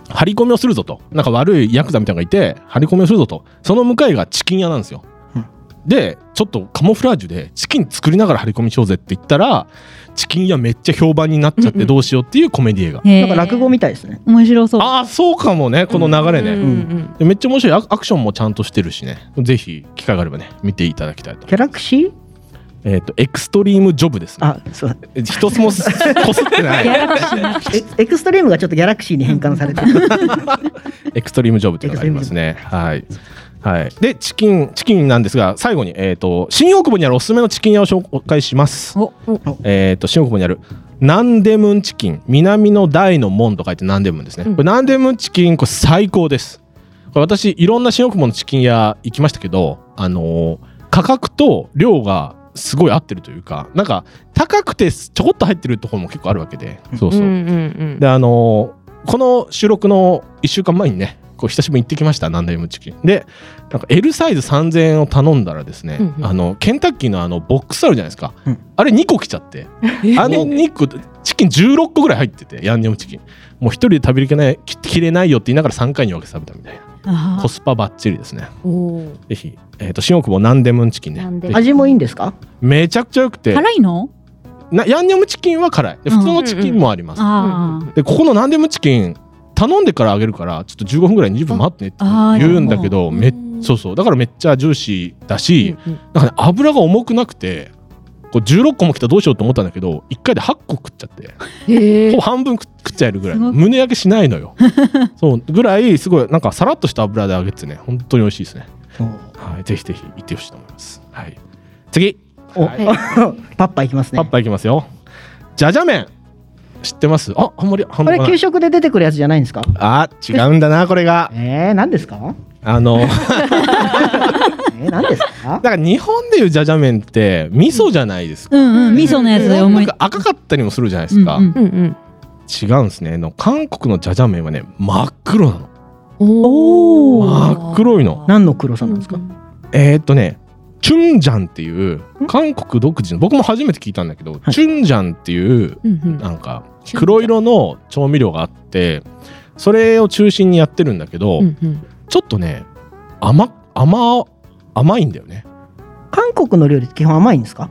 Speaker 6: 張り込みをするぞとなんか悪いヤクザみたいなのがいて張り込みをするぞとその向かいがチキン屋なんですよ。
Speaker 2: うん
Speaker 6: でちょっとカモフラージュでチキン作りながら張り込みしようぜって言ったらチキン屋めっちゃ評判になっちゃってどうしようっていうコメディ映画。
Speaker 3: へ
Speaker 2: な
Speaker 3: ー
Speaker 2: んか落語みたいですね。
Speaker 3: 面白そう。
Speaker 6: ああそうかもねこの流れね。
Speaker 2: ん
Speaker 6: でめっちゃ面白いアアクションもちゃんとしてるしねぜひ機会があればね見ていただきたいと
Speaker 2: キャラクシー
Speaker 6: えっ、とエクストリームジョブですね
Speaker 2: あ、そう。
Speaker 6: 一つもすこすってない
Speaker 2: エエクストリームがちょっとギャラクシーに変換されてる。
Speaker 6: エクストリームジョブっていうのがありますねはいはいでチキンチキンなんですが最後にえっ、と新大久保にあるおすすめのチキン屋を紹介します
Speaker 3: お
Speaker 6: えっ、と新大久保にあるナンデムンチキン南の大の門と書いてナンデムンですね、
Speaker 1: うん
Speaker 6: これナンデムンチキンこれ最高ですこれ私いろんな新大久保のチキン屋行きましたけどあのー価格と量がすごい合ってるというかなんか高くてちょこっと入ってるところも結構あるわけで、そうそう、であのーこの収録の1週間前にねこう久しぶりに行ってきましたナンダムチキンでなんか L サイズ3000円を頼んだらですね、
Speaker 1: うんうん
Speaker 6: あのケンタッキーのあのボックスあるじゃないですか、
Speaker 2: うん
Speaker 6: あれ2個来ちゃってあの2個チキン16個ぐらい入っててヤンニョムチキンもう1人で食べきれないききれないよって言いながら3回に分けて食べたみたい
Speaker 3: あ
Speaker 6: なコスパばっちりですね
Speaker 1: おー
Speaker 6: ぜひ、えー、と新大久保ナンデムンチキンね
Speaker 1: ナンデ
Speaker 6: ぜ
Speaker 1: ム
Speaker 6: ひ
Speaker 2: 味もいいんですか
Speaker 6: めちゃくちゃよくて
Speaker 3: 辛いの？
Speaker 6: なヤンニョムチキンは辛いで普通のチキンもあります、
Speaker 3: あ
Speaker 6: でここの何でもチキン頼んでからあげるからちょっと15分ぐらい20分待ってねって
Speaker 3: ああー
Speaker 6: 言うんだけど
Speaker 1: でも
Speaker 6: めっそうそうだからめっちゃジューシーだし、
Speaker 1: うんうん
Speaker 6: なんかね、油が重くなくてこう16個も来たらどうしようと思ったんだけど1回で8個食っちゃって
Speaker 1: へ
Speaker 6: ほ
Speaker 1: ー
Speaker 6: ぼ半分食食っちゃえるぐらい
Speaker 3: すごい
Speaker 6: 胸焼けしないのよそうぐらいすごいなんかさらっとした油で揚げててね本当に美味しいですね、はい、ぜひぜひ行ってほしいと思います、はい、次、
Speaker 2: お
Speaker 6: はい
Speaker 2: パッパいきますね
Speaker 6: パッ。パいきますよじゃじゃ麺知ってますああんまり
Speaker 2: こ
Speaker 6: 反応が
Speaker 2: れ
Speaker 6: ない
Speaker 2: 給食で出てくるやつじゃないんですか
Speaker 6: あ違うんだなこれが
Speaker 2: えー、何ですか
Speaker 6: あのだ
Speaker 2: えー、何です か
Speaker 6: から日本でいうじゃじゃ麺って味噌じゃないですか、
Speaker 3: あ、うんうん味噌のやつで思
Speaker 6: ないんか赤かったりもするじゃないですか、
Speaker 3: うんうん
Speaker 1: うんうん
Speaker 6: 違うんですねあの韓国のじゃじゃ麺はね真っ黒なの
Speaker 1: お
Speaker 6: ー真っ黒いの
Speaker 2: 何の黒さんなんですか、
Speaker 6: えーっとねチュンジャンっていう韓国独自の僕も初めて聞いたんだけど、
Speaker 2: い
Speaker 6: チュンジャンっていう
Speaker 1: うんうん
Speaker 6: なんか黒色の調味料があってそれを中心にやってるんだけど、
Speaker 1: うんうん
Speaker 6: ちょっとね甘甘甘いんだよね
Speaker 2: 韓国の料理って基本甘いんですか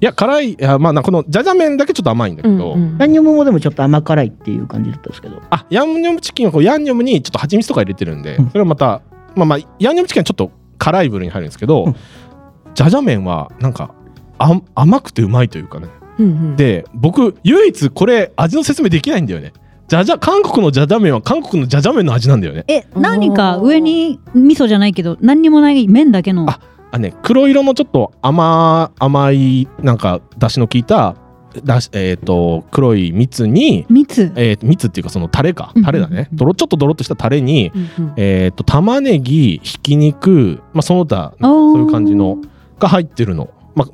Speaker 6: いや辛いいやまあなこのじゃじゃ麺だけちょっと甘いんだけ
Speaker 1: う
Speaker 6: ど、
Speaker 1: んうん
Speaker 2: ヤンニョムもでもちょっと甘辛いっていう感じだったんですけど
Speaker 6: あヤンニョムチキンはこうヤンニョムにちょっと蜂蜜とか入れてるんで、
Speaker 2: うん
Speaker 6: それはまたまあまあヤンニョムチキンはちょっと辛い部類に入るんですけど、
Speaker 2: うん
Speaker 6: じゃじゃ麺はなんかあ甘くてうまいというかね
Speaker 1: うんうん
Speaker 6: で僕唯一これ味の説明できないんだよねじゃじゃ韓国のじゃじゃ麺は韓国のじゃじゃ麺の味なんだよね
Speaker 3: え何か上に味噌じゃないけど何にもない麺だけの
Speaker 6: ああね黒色のちょっと甘甘いなんか出汁の効いただしえっ、と黒い蜜に、
Speaker 3: 蜜。
Speaker 6: えー蜜っていうかそのタレか
Speaker 3: うん
Speaker 6: タレだね、どろちょっとドロっとしたタレに
Speaker 1: うんうん
Speaker 6: えー、と玉ねぎひき肉、まあ、その他
Speaker 3: あー
Speaker 6: そういう感じのが入ってるの、ま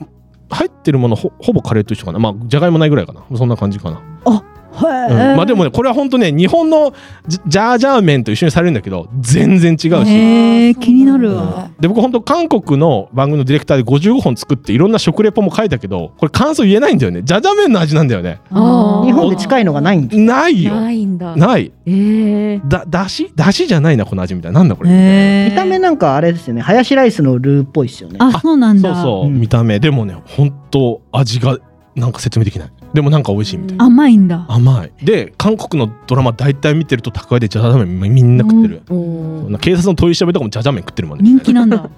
Speaker 6: あ、入ってるものほほぼカレーと一緒かなまあじゃがいもないぐらいかなそんな感じかな、
Speaker 3: へー
Speaker 6: うんまあでもねこれは本当ね日本のジジャージャー麺と一緒にされるんだけど全然違うし
Speaker 3: へー気になるわ。
Speaker 6: で僕本当韓国の番組のディレクターで55本作っていろんな食レポも書いたけどこれ感想言えないんだよねじゃじゃ麺の味なんだよね
Speaker 1: あー
Speaker 2: 日本で近いのがないんです
Speaker 6: ないよ
Speaker 1: ないんだ
Speaker 6: ない
Speaker 1: えー
Speaker 6: だだしだしじゃないなこの味みたいななんだこれ
Speaker 3: へー
Speaker 2: 見た目なんかあれですよねハヤシライスのルーっぽいですよね
Speaker 3: あそうなん
Speaker 6: そう
Speaker 3: だ。
Speaker 6: そう、
Speaker 2: うん
Speaker 6: 見た目でもね本当味がなんか説明できないでもなんか美味しいみたい、
Speaker 3: 甘いんだ。
Speaker 6: 甘いで韓国のドラマ大体見てると宅配でじゃじゃ麺みみんな食ってる、そんな警察の取り調べとかもじゃじゃ麺食ってるもんね
Speaker 3: 人気なん だ。
Speaker 6: だか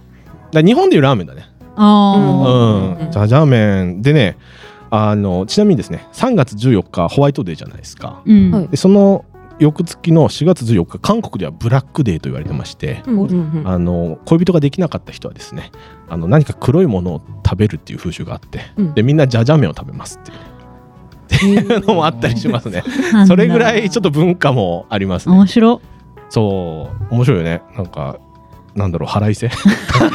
Speaker 6: ら日本でいうラーメンだね
Speaker 3: ああ。
Speaker 6: うんじゃじゃ麺でねあのちなみにですね3月14日ホワイトデーじゃないですか
Speaker 3: うん。
Speaker 1: はい
Speaker 6: でその翌月の4月14日韓国ではブラックデーと言われてまして、
Speaker 1: うんうん
Speaker 6: あの恋人ができなかった人はですねあの何か黒いものを食べるっていう風習があって、
Speaker 1: うん
Speaker 6: でみんなじゃじゃ麺を食べますっていうね、っていうのもあったりしますね
Speaker 3: なんだ
Speaker 6: それぐらいちょっと文化もありますね
Speaker 3: 面白。
Speaker 6: そう面白いよねなんかなんだろう腹いせ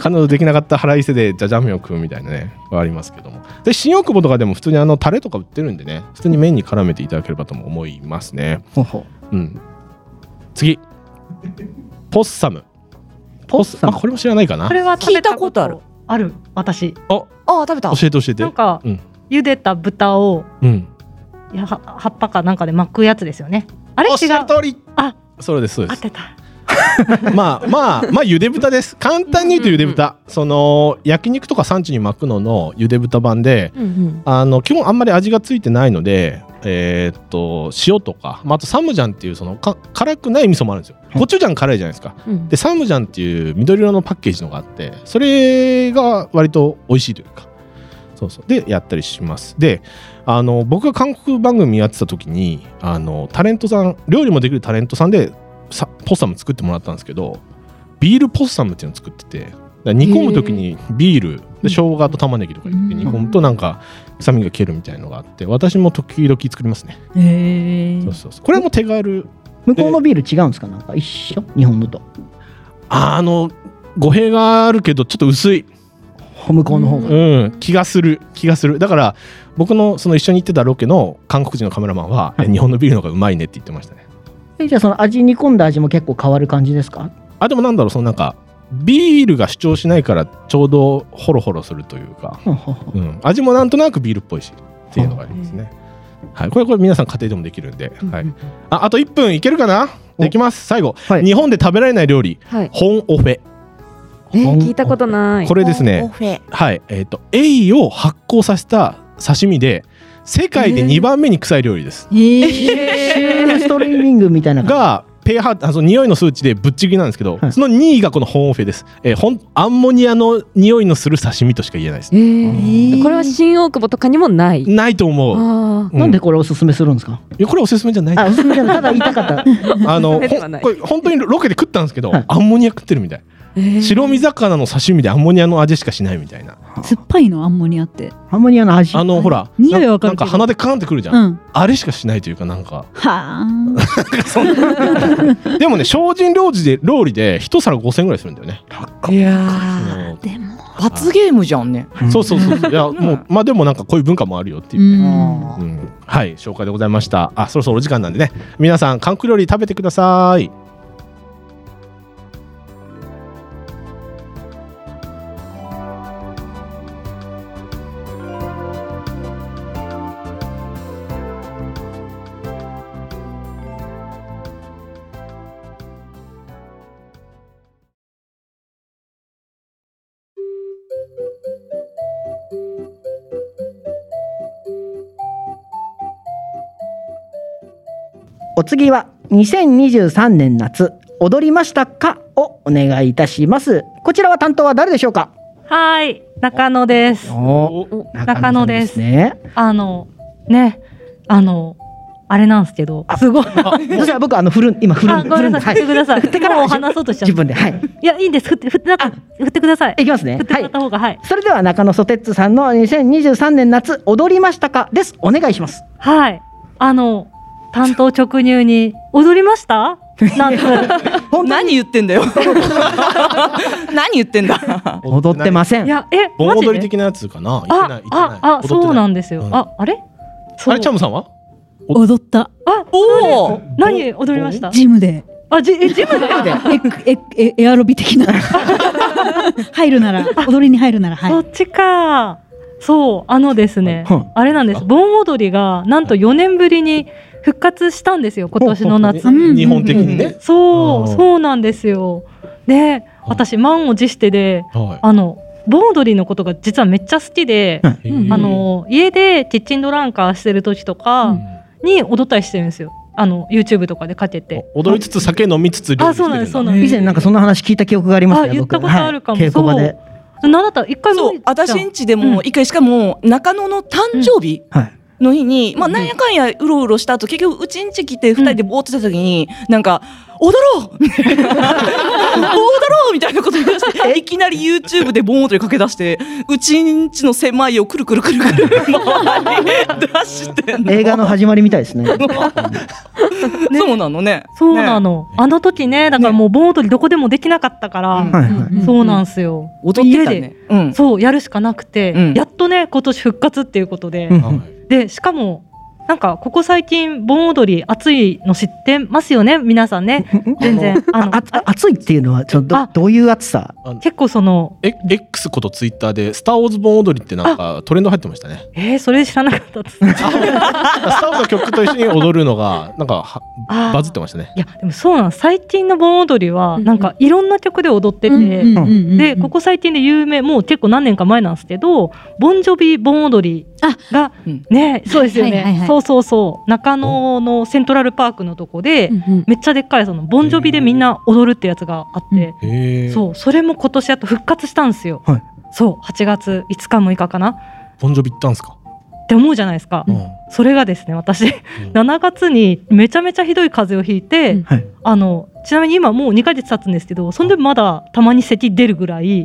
Speaker 6: 彼女できなかった腹いせでじゃじゃ麺を食うみたいなねはありますけどもで新大久保とかでも普通にあのタレとか売ってるんでね普通に麺に絡めていただければとも思いますね
Speaker 2: ほうほう
Speaker 6: うん次ポッサム
Speaker 2: ポッサ
Speaker 6: あ
Speaker 2: ム
Speaker 6: これも知らないかな
Speaker 5: これは食べたこと
Speaker 4: 聞
Speaker 5: あ
Speaker 4: いた
Speaker 5: る。ある、私。
Speaker 4: ああ食べた
Speaker 6: 教えて教えて
Speaker 5: なんか
Speaker 6: うん、
Speaker 5: 茹でた豚を、
Speaker 6: うん
Speaker 5: いやは葉っぱかなんかで巻くやつですよね。あれ
Speaker 6: おっ
Speaker 5: 違
Speaker 6: し
Speaker 5: う。
Speaker 6: ゃる通り
Speaker 5: あ
Speaker 6: それですそう
Speaker 5: 合
Speaker 6: で
Speaker 5: っ
Speaker 6: す
Speaker 5: てた。
Speaker 6: まあまあまあゆで豚です簡単に言うとゆで豚、その焼肉とか産地に巻くののゆで豚版で
Speaker 1: うんうん
Speaker 6: あの基本あんまり味がついてないので、えーっと塩とか、まあ、あとサムジャンっていうそのか辛くない味噌もあるんですよ。コチュジャン辛いじゃないですか。
Speaker 1: うん
Speaker 6: でサムジャンっていう緑色のパッケージのがあってそれが割と美味しいというかそうそうでやったりします。であの僕が韓国番組やってた時にあのタレントさん料理もできるタレントさんでさポッサム作ってもらったんですけどビールポッサムっていうのを作っててだから煮込む時にビールで生姜と玉ねぎとか入れて煮込むとなんか臭みが消えるみたいのがあって私も時々作りますね。
Speaker 3: へ
Speaker 6: そうそうそうこれも手軽
Speaker 2: 向こうのビール違うんですかなんか一緒日本のと
Speaker 6: あの語弊があるけどちょっと薄い
Speaker 2: 向こうの方が、
Speaker 6: うん、気がする気がするだから僕のその一緒に行ってたロケの韓国人のカメラマンは、え日本のビールの方がうまいねって言ってましたね
Speaker 2: えじゃあその味煮込んだ味も結構変わる感じですか
Speaker 6: あでもなんだろうそのなんかビールが主張しないからちょうどホロホロするというか、
Speaker 2: ほうほうほう
Speaker 6: うん、味もなんとなくビールっぽいしっていうのがありますね、はい、これこれ皆さん家庭でもできるんで、はい、ああと1分いけるかな
Speaker 2: お
Speaker 6: できます最後、
Speaker 2: はい
Speaker 6: 日本で食べられない料理
Speaker 1: はい
Speaker 6: ホンオフェ
Speaker 8: えー聞いたことない
Speaker 6: これですね
Speaker 4: オフェ
Speaker 6: はいえっ、とエイを発酵させた刺身で世界で2番目に臭い料理です
Speaker 2: ストリーミングみたいな感
Speaker 6: が pH あその匂いの数値でぶっちぎりなんですけど、
Speaker 2: はい
Speaker 6: その2位がこのホーンオフェです、えーほんアンモニアの匂いのする刺身としか言えないです、
Speaker 1: えー
Speaker 2: じ
Speaker 8: これは新大久保とかにもない
Speaker 6: ないと思う、う
Speaker 8: あ
Speaker 2: なんでこれおすすめするんですか
Speaker 6: いやこれおすすめじゃない
Speaker 2: あおすすめじゃないただ言いたかった
Speaker 6: あのほ
Speaker 8: ではなんい
Speaker 6: これ本当にロケで食ったんですけど、
Speaker 2: はい
Speaker 6: アンモニア食ってるみたい、
Speaker 8: ー
Speaker 6: 白身魚の刺身でアンモニアの味しかしないみたいな
Speaker 3: 酸っぱいのアンモニアって
Speaker 2: ハーモニアの味
Speaker 6: あのほら
Speaker 3: 匂いはわかる
Speaker 6: な
Speaker 3: け
Speaker 6: んか
Speaker 3: ど
Speaker 6: 鼻でカーンってくるじゃん、
Speaker 3: うん
Speaker 6: あれしかしないというかなんか
Speaker 3: は
Speaker 6: そんなでもね精進料理で料理で一皿5000円ぐらいするんだよね
Speaker 4: いや
Speaker 6: その
Speaker 3: あでも
Speaker 4: ー罰ゲームじゃんね
Speaker 6: そうそうそうそういやもうまあでもなんかこういう文化もあるよっていうね、
Speaker 3: うん
Speaker 6: うんはい紹介でございましたあそろそろお時間なんでね皆さん韓国料理食べてください
Speaker 2: お次は2023年夏踊りましたかをお願いいたしますこちらは担当は誰でしょうか
Speaker 5: はーい、中野です。中野です
Speaker 2: 中野さんね
Speaker 5: あの、ね、あの、あれなんですけど、すごい。
Speaker 2: そしたら僕あの振るん今振る
Speaker 5: あ、
Speaker 2: んで
Speaker 5: ご
Speaker 2: 振
Speaker 5: め
Speaker 2: る
Speaker 5: ん
Speaker 2: んで
Speaker 5: なさ、
Speaker 2: はい
Speaker 5: 振っ
Speaker 2: い
Speaker 5: てください。振って
Speaker 2: から
Speaker 5: もう話そうとしちゃ
Speaker 2: 自
Speaker 5: った。
Speaker 2: 分ではい
Speaker 5: いや、いいんです。振って、振って、なんか、振ってください。
Speaker 2: いきますね
Speaker 5: 振って
Speaker 2: は
Speaker 5: もらっ
Speaker 2: い
Speaker 5: た方が、はい。
Speaker 2: それでは中野ソテッツさんの2023年夏踊りましたかですお願いします
Speaker 5: はい。あの、担当直入に、踊りま したなんと。
Speaker 4: 何言ってんだよ何言ってんだ
Speaker 2: 踊ってませ
Speaker 5: い
Speaker 2: ん
Speaker 5: や、え、
Speaker 6: 盆
Speaker 5: マジ
Speaker 6: 踊り
Speaker 5: で
Speaker 6: 的なやつかな行ってない
Speaker 5: あ
Speaker 6: 行、ってない
Speaker 5: あ、あ、そうなん
Speaker 6: だ
Speaker 5: です
Speaker 6: う
Speaker 5: よ。
Speaker 6: ん
Speaker 5: あ、あれ
Speaker 6: あれチャムさんは
Speaker 3: 踊った
Speaker 5: あ、
Speaker 4: おお
Speaker 5: 何踊りました
Speaker 3: ジムで
Speaker 5: あ、じ、え、ジムで
Speaker 3: えええエアロビ的な入るな ら踊りに入るならは
Speaker 5: そ
Speaker 3: い
Speaker 5: っちか。そう、あのですね
Speaker 2: はい、
Speaker 5: あれなんです。盆踊りがなんと4年ぶりに復活したんですよ。今年の夏
Speaker 3: ほうほうほう
Speaker 5: に。
Speaker 6: 日本的にね、
Speaker 5: そ
Speaker 6: あ
Speaker 5: う、
Speaker 6: ー
Speaker 5: そうなんですよ。で、私満を持してで、
Speaker 6: は
Speaker 5: あの盆踊りのことが実はめっちゃ好きで、
Speaker 6: い、
Speaker 4: うん
Speaker 6: へー
Speaker 5: あ、の家でキッチンドランカーしてる時と
Speaker 6: う
Speaker 5: か
Speaker 6: ん
Speaker 5: に踊ったりしてるんですよ。あの YouTube とかでかけて。
Speaker 6: お踊りつつ酒飲みつつ料理
Speaker 5: あ、
Speaker 6: して
Speaker 5: そう
Speaker 6: る
Speaker 5: なんで
Speaker 6: んだ
Speaker 5: す、そうなんです。
Speaker 2: 以前なんかそんな話聞いた記憶がありますね
Speaker 5: あ言った
Speaker 2: 僕
Speaker 5: ことあるかも
Speaker 2: はい、稽古場で
Speaker 5: なんだったら一回も
Speaker 4: そう私んちで
Speaker 5: うん
Speaker 4: も一回しかも中野の誕生日
Speaker 2: はい
Speaker 4: の日に、まあなんやかんやうろうろした後結局うちんち来て二人でぼーっとした時に、なんか踊ろうみたいな踊ろうみたいなこと言い出していきなり YouTube で盆踊りかけ出してうちんちの狭いをくるくるくるくる回り出してん
Speaker 2: 映画の始まりみたいですね
Speaker 4: そうなのね
Speaker 5: そうなの。あの時ね、だからもう盆踊りどこでもできなかったから、
Speaker 4: うん
Speaker 2: はいはい
Speaker 5: そうなんですよ。
Speaker 4: 踊ってたねうん
Speaker 5: そうやるしかなくて、
Speaker 4: うん
Speaker 5: やっとね今年復活っていうことで、
Speaker 2: うん
Speaker 6: はい
Speaker 5: でしかもなんかここ最近盆踊り熱いの知ってますよね皆さんね全然あの
Speaker 2: ああ暑いっていうのはちょっと
Speaker 5: あ
Speaker 2: どどういう暑さ
Speaker 5: 結構その
Speaker 6: え X ことツイッターで「スター・ウォーズ盆踊り」ってなんかトレンド入ってましたね
Speaker 5: えー、それ知らなかったです
Speaker 6: スター・ウォーズの曲と一緒に踊るのがなんかは
Speaker 5: あー
Speaker 6: バズってましたね
Speaker 5: いやでもそうなん最近の盆踊りは
Speaker 8: うん
Speaker 5: なんかいろんな曲で踊ってて、でここ最近で有名もう結構何年か前なんですけどボンジョビ盆踊りが
Speaker 4: うん
Speaker 5: ねそうですよね、
Speaker 3: はいはいはい
Speaker 5: そうそうそう中野のセントラルパークのとこで、めっちゃでっかいそのボンジョビでみんな踊るってやつがあって、
Speaker 6: へえ
Speaker 5: そうそれも今年あと復活したんですよ、
Speaker 2: はい
Speaker 5: そう8月5日6日かなっ
Speaker 6: ボンジョビ行ったんすか、
Speaker 5: て思うじゃないですか、
Speaker 6: うん
Speaker 5: それがですね私
Speaker 6: うん
Speaker 5: 7月にめちゃめちゃひどい風邪をひいて、
Speaker 8: うん
Speaker 2: はい
Speaker 5: あのちなみに今もう2ヶ月経つんですけどそんでまだたまに咳出るぐらい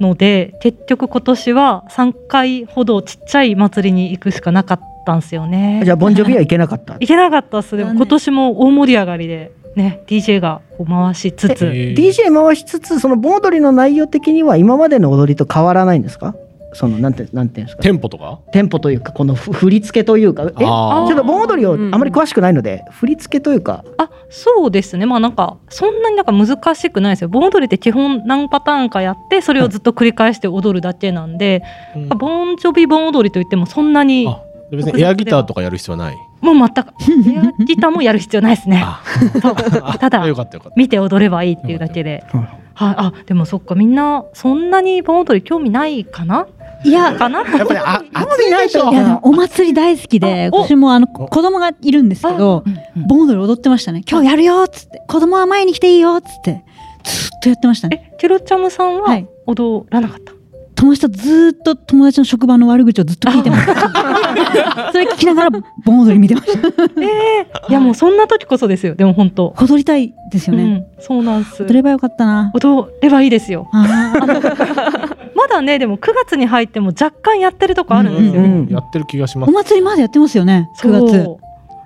Speaker 5: ので結局今年は3回ほどちっちゃい祭りに行くしかなかったんですよね
Speaker 2: じゃあボンジョビは行けなかった
Speaker 5: 行けなかったっすでも
Speaker 3: 残念
Speaker 5: 今年も大盛り上がりでね DJ がこう回しつ
Speaker 6: へ
Speaker 5: つ
Speaker 6: え
Speaker 2: DJ 回しつつその盆踊りの内容的には今までの踊りと変わらないんですかそのなんてなんていうんですか
Speaker 6: テンポとか
Speaker 2: テンポというかこのふ振り付けというかえちょ
Speaker 6: あ
Speaker 2: っと盆踊りを
Speaker 8: うん
Speaker 2: あまり詳しくないので振り付けというか
Speaker 5: あそうですねまあなんかそんなになんか難しくないですよ盆踊りって基本何パターンかやってそれをずっと繰り返して踊るだけなんで、
Speaker 6: ーうん
Speaker 5: ボンジョビ盆踊りといってもそんなに
Speaker 6: あ別にエアギターとかやる必要はない
Speaker 5: もう全くエアギターもやる必要ないですね
Speaker 6: あ
Speaker 5: そうただ
Speaker 6: よかったよかっ
Speaker 5: 見て踊ればいいっていうだけで、
Speaker 2: うん
Speaker 5: はい、あでもそっかみんなそんなに盆踊り興味ないかない
Speaker 3: や
Speaker 5: かな
Speaker 6: たやっぱりあ暑いでしょ
Speaker 3: いやでもお祭り大好きで
Speaker 5: あお
Speaker 3: 私もあの子供がいるんですけど盆踊り踊ってましたね今日やるよっつって子供は前に来ていいよっつってずっとやってましたね
Speaker 5: えケロちゃむさん
Speaker 3: は
Speaker 5: はい踊らなかった、
Speaker 3: 友達とずーっと友達の職場の悪口をずっと聞いてました それ聞きながら盆踊り見てました
Speaker 5: ええいやもうそんな時こそですよでも本当、
Speaker 3: 踊りたいですよね、
Speaker 5: うん、そうなんす
Speaker 3: 踊ればよかったな
Speaker 5: 踊ればいいですよ
Speaker 3: あー
Speaker 5: まだねでも9月に入っても若干やってるとこあるんですよ、
Speaker 6: う
Speaker 2: うん
Speaker 6: やってる気がしま
Speaker 3: お
Speaker 6: す
Speaker 3: 祭りまだやってますよね
Speaker 5: そう
Speaker 3: 9月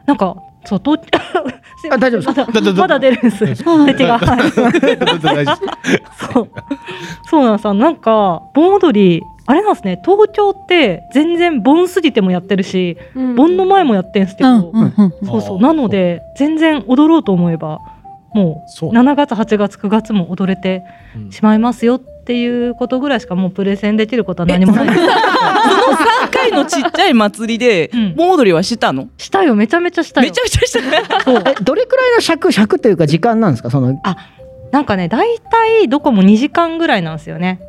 Speaker 5: なんかそう東 すいません
Speaker 2: あ大丈夫です
Speaker 5: まだ
Speaker 6: だだだ
Speaker 5: まだ出るんです
Speaker 3: あ
Speaker 5: 手がはい
Speaker 6: 大丈夫
Speaker 5: そう。そうなんですよなんか盆踊りあれなんですね。東京って全然盆過ぎてもやってるし、盆の前もやってんすけ
Speaker 3: うん
Speaker 5: ど、
Speaker 3: うんうん
Speaker 5: そうそ
Speaker 6: あ
Speaker 5: う。
Speaker 6: ー
Speaker 5: なので全然踊ろうと思えば、も
Speaker 6: そううなん
Speaker 5: 7月8月9月も踊れて
Speaker 6: うん
Speaker 5: しまいますよっていうことぐらいしかもうプレゼンできることは何も ない。
Speaker 4: 3回のちっちゃい祭りで
Speaker 5: うん
Speaker 4: 盆踊りはしたの
Speaker 5: したよめちゃめちゃしたよ。
Speaker 4: めちゃめちゃしたね
Speaker 5: そう
Speaker 2: えどれくらいの尺尺というか時間なんですかその
Speaker 5: なんかね大体どこも2時間ぐらいなんですよね。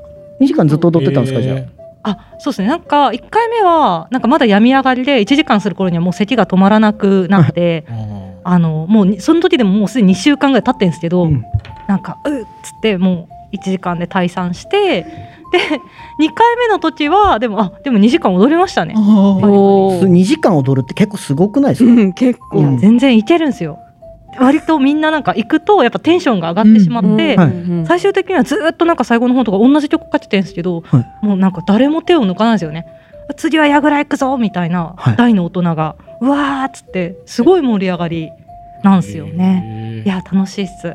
Speaker 2: 2時間ずっと踊ってたんですかじゃあ
Speaker 6: へ
Speaker 5: あそうですねなんか1回目はなんかまだ病み上がりで1時間する頃にはもう咳が止まらなくなって。
Speaker 6: ーうん
Speaker 5: あのもうにその時でももうすでに2週間ぐらい経ってんですけど、
Speaker 2: うん
Speaker 5: なんか「うっ」つってもう1時間で退散して で2回目の時はでもあでも2時間踊りましたね。
Speaker 3: あー
Speaker 8: おー
Speaker 2: 2時間踊るって結構すごくないです
Speaker 8: う
Speaker 2: か
Speaker 8: ん結構
Speaker 5: いや
Speaker 2: うん
Speaker 5: 全然いけるんですよ。割とみんななんか行くとやっぱテンションが上がってしまって、
Speaker 3: うん
Speaker 8: うん
Speaker 2: はい
Speaker 8: うん
Speaker 5: 最終的にはずーっとなんか最後の方とか同じ曲かけてるんですけど、
Speaker 2: は
Speaker 5: もうなんか誰も手を抜かないですよね次は矢倉行くぞみたいな
Speaker 2: はい
Speaker 5: 大の大人が、うわーっつってすごい盛り上がりなんですよね、
Speaker 6: へ
Speaker 5: い
Speaker 6: ー
Speaker 5: や楽しいっす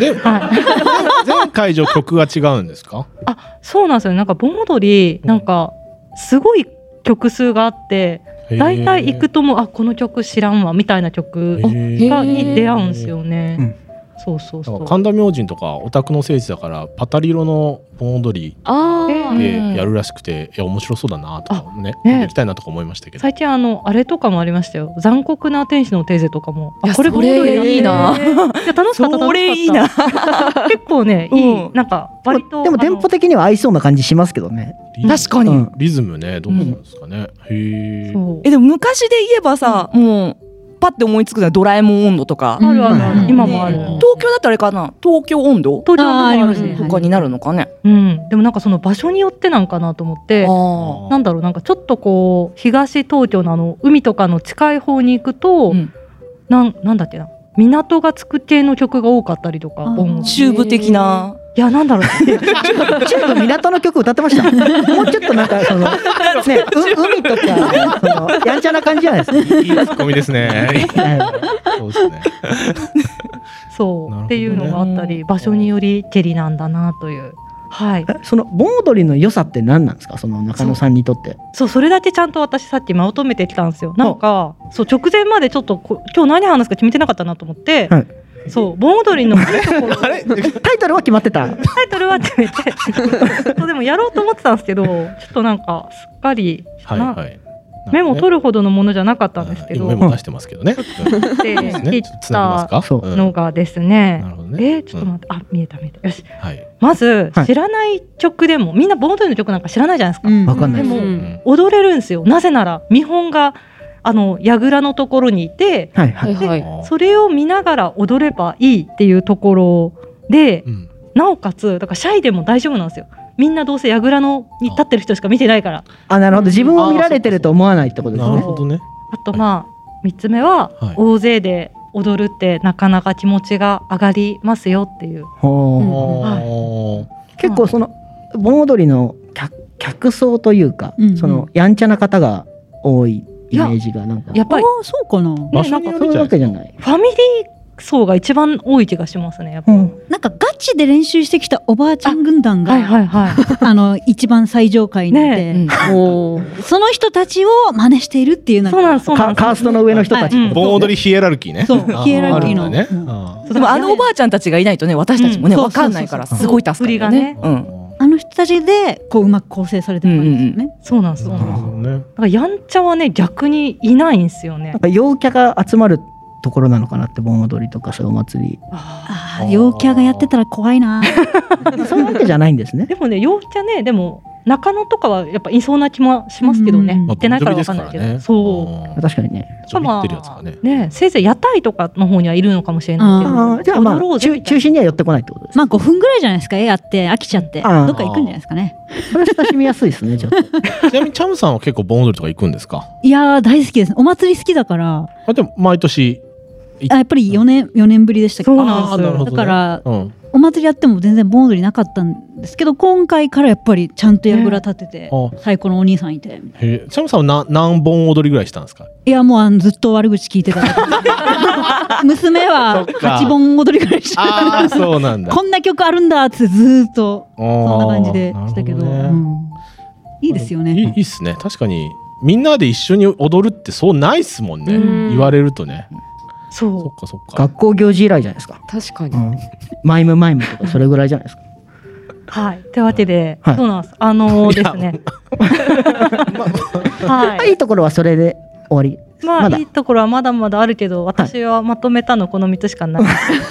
Speaker 6: で
Speaker 5: はい
Speaker 6: 全会場曲が違うんですか
Speaker 5: あそうなんですよねなんか盆踊り
Speaker 6: うん
Speaker 5: なんかすごい曲数があって大体行く
Speaker 6: と
Speaker 5: ともうあこの曲知らんわみたいな曲がに出会うんですよね、
Speaker 2: うん
Speaker 5: そうそうそう
Speaker 6: 神田明神とかオタクの聖地だからパタリロの盆踊り
Speaker 8: あー
Speaker 6: でやるらしくて、いや面白そうだなとかね
Speaker 5: ね
Speaker 6: 行きたいなとか思いましたけど
Speaker 5: 最近あのあれとかもありましたよ残酷な天使のテーゼとかもあこれ
Speaker 4: こ
Speaker 5: 盆踊りだ
Speaker 4: れいいな
Speaker 5: や楽しかった楽しかった
Speaker 4: それいいな
Speaker 5: 結構ねいい、
Speaker 4: うん
Speaker 5: なんか割と
Speaker 2: でも
Speaker 5: あ
Speaker 2: テ
Speaker 5: の
Speaker 2: ンポ的には合いそうな感じしますけどね。
Speaker 6: リ
Speaker 4: 確か
Speaker 2: う
Speaker 4: に
Speaker 2: ん、
Speaker 6: リズムねどうなんですかね、へえ
Speaker 5: そう
Speaker 4: えでも昔で言えばさもうパッて思いつくのはドラえもん温度とか
Speaker 5: あるあるある、
Speaker 3: うん
Speaker 5: 今もある、
Speaker 6: ね
Speaker 5: 東
Speaker 4: 東京だったらあれかな東京温度
Speaker 5: 京のもあ
Speaker 3: あーあり
Speaker 5: る
Speaker 3: ま
Speaker 5: し、
Speaker 3: すね
Speaker 4: とかになるのかね
Speaker 5: うん、でもなんかその場所によってなんかなと思って
Speaker 4: あ
Speaker 5: なんだろうなんかちょっとこう東東京のあの海とかの近い方に行くと、
Speaker 4: うん
Speaker 5: なんなんだっけな港がつく系の曲が多かったりとか
Speaker 3: あー
Speaker 5: 音楽
Speaker 4: チューブ的な
Speaker 5: いやなんだろう
Speaker 2: ちょっと港の曲歌ってました。 もうちょっとなんかそのねう海とかそのやんちゃな感じじゃないですか。
Speaker 6: いいツッコミですねそうですね
Speaker 5: そ
Speaker 6: なるほど
Speaker 5: う
Speaker 6: ね
Speaker 5: っていうのがあったり場所により蹴りなんだなというはい、
Speaker 2: えその盆踊りの良さって何なんですかその中野さんにとって
Speaker 5: そうそれだけちゃんと私さっきまとめてきたんですよなんかそう直前までちょっとこ今日何話すか決めてなかったなと思って、
Speaker 2: はい
Speaker 5: そう盆踊りのいいところ
Speaker 6: あれ
Speaker 2: タイトルは決まって たは
Speaker 5: タイトルは決めてそうでもやろうと思ってたんですけどちょっとなんかすっかり
Speaker 6: はいはい。
Speaker 5: メモ取
Speaker 6: る
Speaker 5: るほどのものじゃなかったんですけど、
Speaker 6: メモ出してますけどね。
Speaker 5: で
Speaker 6: う
Speaker 5: 切
Speaker 6: んね
Speaker 5: っ
Speaker 6: ちょっと繋ぎます
Speaker 5: た
Speaker 6: か
Speaker 2: そう
Speaker 6: うん
Speaker 5: のがですね
Speaker 6: なるほどね
Speaker 5: えーちょっと待って、あ見えた見えたよし
Speaker 6: はい。
Speaker 5: まず
Speaker 2: はい
Speaker 5: 知らない曲でも、みんな盆踊りの曲なんか知らないじゃないですか、
Speaker 3: うん
Speaker 2: わかんない
Speaker 8: で
Speaker 2: です
Speaker 8: も、
Speaker 5: う
Speaker 6: うん
Speaker 5: 踊れるんですよなぜなら見本があの櫓のところにいて
Speaker 2: いは
Speaker 8: はいいはい。
Speaker 5: それを見ながら踊ればいいっていうところで
Speaker 6: うん
Speaker 5: なおかつだからシャイでも大丈夫なんですよみんなどうせ櫓のに立ってる人しか見てないから
Speaker 2: あなるほど自分を見られてると思わないってことです
Speaker 6: なる
Speaker 2: ね
Speaker 6: ほどね。
Speaker 5: あとまあ3つ目は
Speaker 6: はい
Speaker 5: 大勢で踊るってなかなか気持ちが上がりますよっていう
Speaker 2: ほう
Speaker 8: うん
Speaker 6: お
Speaker 2: 結構その盆踊りの客客層というか、
Speaker 3: うん
Speaker 2: そのやんちゃな方が多いイメージがなんか
Speaker 5: やっぱり
Speaker 3: ああそうかな
Speaker 6: 場所によ
Speaker 2: そうい
Speaker 6: るじ
Speaker 2: う
Speaker 6: ゃ
Speaker 2: わ
Speaker 6: ないで
Speaker 2: け
Speaker 6: す
Speaker 2: じゃない。
Speaker 5: ファミリー層が一番多い気がしますねやっぱ、
Speaker 2: うん
Speaker 3: なんかガチで練習してきたおばあちゃん軍団が
Speaker 5: はいはいはい
Speaker 3: あの一番最上階にいて、
Speaker 5: ね
Speaker 8: おー
Speaker 3: その人たちを真似しているっていうなん
Speaker 5: そう
Speaker 3: か
Speaker 5: なんですそうな
Speaker 2: カ
Speaker 5: んです
Speaker 2: カーストの上の人たち
Speaker 5: は
Speaker 2: ってこ
Speaker 5: い
Speaker 6: 盆踊りヒエラルキーね。
Speaker 3: そう
Speaker 6: あ
Speaker 3: ヒエラルキーの
Speaker 6: あるんだね。
Speaker 3: うん
Speaker 6: あ
Speaker 5: そう
Speaker 4: でもあのおばあちゃんたちがいないとね私たちもね
Speaker 3: うん
Speaker 4: わかんないから
Speaker 3: そう
Speaker 6: そ
Speaker 4: す
Speaker 6: う
Speaker 4: ご
Speaker 6: そ
Speaker 4: い助かるよ
Speaker 5: う
Speaker 4: ね。う
Speaker 6: あ
Speaker 4: ん。
Speaker 3: あの人たちでこううまく構成されてる感じですよね、
Speaker 5: そうなんですそう
Speaker 6: な
Speaker 5: なん
Speaker 6: る
Speaker 5: です
Speaker 6: ほどね。
Speaker 5: だからやんちゃはね逆にいないんですよね
Speaker 2: なんか陽キャが集まるところなのかなって盆踊りとかそういうお祭り。
Speaker 5: あ
Speaker 3: ああ陽キャがやってたら怖いな
Speaker 2: そういうわけじゃないんですね
Speaker 5: ー。でもね陽キャねでも中野とかはやっぱいそうな気もしますけどね、
Speaker 3: うん
Speaker 5: 行ってないからわかんないけど、そう
Speaker 6: う
Speaker 2: 確かにね。
Speaker 6: ちょびってるやつがね。
Speaker 5: ねせいぜい屋台とかの方にはいるのかもしれ
Speaker 2: あ
Speaker 5: な
Speaker 2: あじ
Speaker 5: いけ
Speaker 2: ゃあ
Speaker 5: ど
Speaker 2: ま
Speaker 5: 踊ろ
Speaker 2: あ
Speaker 5: うぜ
Speaker 2: 中
Speaker 5: みたい
Speaker 2: 中心には寄ってこないってことです。
Speaker 3: まあ5分ぐらいじゃないですか絵やって飽きちゃって
Speaker 2: ああ
Speaker 3: どっか行くんじゃないですかね
Speaker 2: それは親しみやすいですね。ちょっと。
Speaker 6: ちなみにチャムさんは結構盆踊りとか行くんですか。
Speaker 3: いやー大好きですお祭り好きだから
Speaker 6: あでも毎年。
Speaker 3: あやっぱり4年四年ぶりでしたけ
Speaker 5: そう
Speaker 3: ど
Speaker 5: なんですよ
Speaker 6: あーなるほど
Speaker 3: だ
Speaker 6: ね
Speaker 3: から
Speaker 6: うん。
Speaker 3: お祭りやっても全然盆踊りなかったんですけど今回からやっぱりちゃんと櫓立てて
Speaker 6: あ
Speaker 3: 最高のお兄さんいて
Speaker 6: へえチャムさんはな何本踊りぐらいしたんですか。
Speaker 3: いやもうあのずっと悪口聞いてた娘は
Speaker 6: そっか
Speaker 3: 8本踊りぐらいして
Speaker 6: ああ そうなんだ。
Speaker 3: こんな曲あるんだってずーっとそんな感じで
Speaker 6: あー
Speaker 3: したけど
Speaker 6: なるほね
Speaker 3: うんいいですよ
Speaker 6: いいい
Speaker 3: ね
Speaker 6: いっすね確かにみんなで一緒に踊るってそうないっすもんね、
Speaker 8: うん
Speaker 6: 言われるとね
Speaker 5: なそう
Speaker 6: そっかそっか
Speaker 2: 学校行事以来じゃないですか。
Speaker 8: 確かに
Speaker 2: う。んマイムマイムとかそれぐらいじゃないですか。
Speaker 5: はい。というわけで、
Speaker 2: はい
Speaker 5: そうなんです。あのーですね。 は
Speaker 2: はい
Speaker 5: い。
Speaker 2: いところはそれで終わり。
Speaker 5: まあ、
Speaker 2: まだ
Speaker 5: いいところはまだまだあるけど、私はまとめたのこの3つしかない。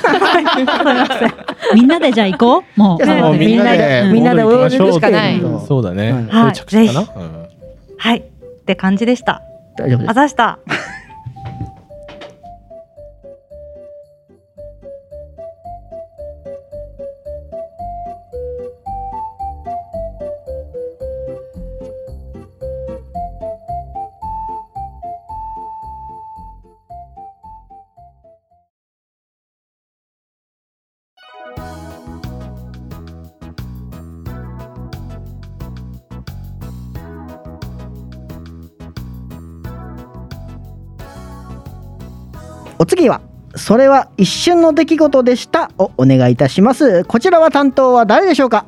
Speaker 3: みんなでじゃあ行こうもう
Speaker 2: じゃあ
Speaker 6: もう
Speaker 2: みんなで
Speaker 6: み
Speaker 2: み
Speaker 6: ん
Speaker 2: ん
Speaker 6: な
Speaker 2: な
Speaker 6: で
Speaker 2: で
Speaker 6: 踊り行き
Speaker 2: 踊り
Speaker 6: ましょう
Speaker 2: 行くしかない。
Speaker 8: うん
Speaker 6: そうだね、
Speaker 2: はい
Speaker 6: これ着地かな、うん
Speaker 5: はい。って感じでした。
Speaker 2: 大丈夫です
Speaker 5: あ。ざした。
Speaker 2: お次は「それは一瞬の出来事でした」をお願いいたしますこちらは担当は誰でしょうか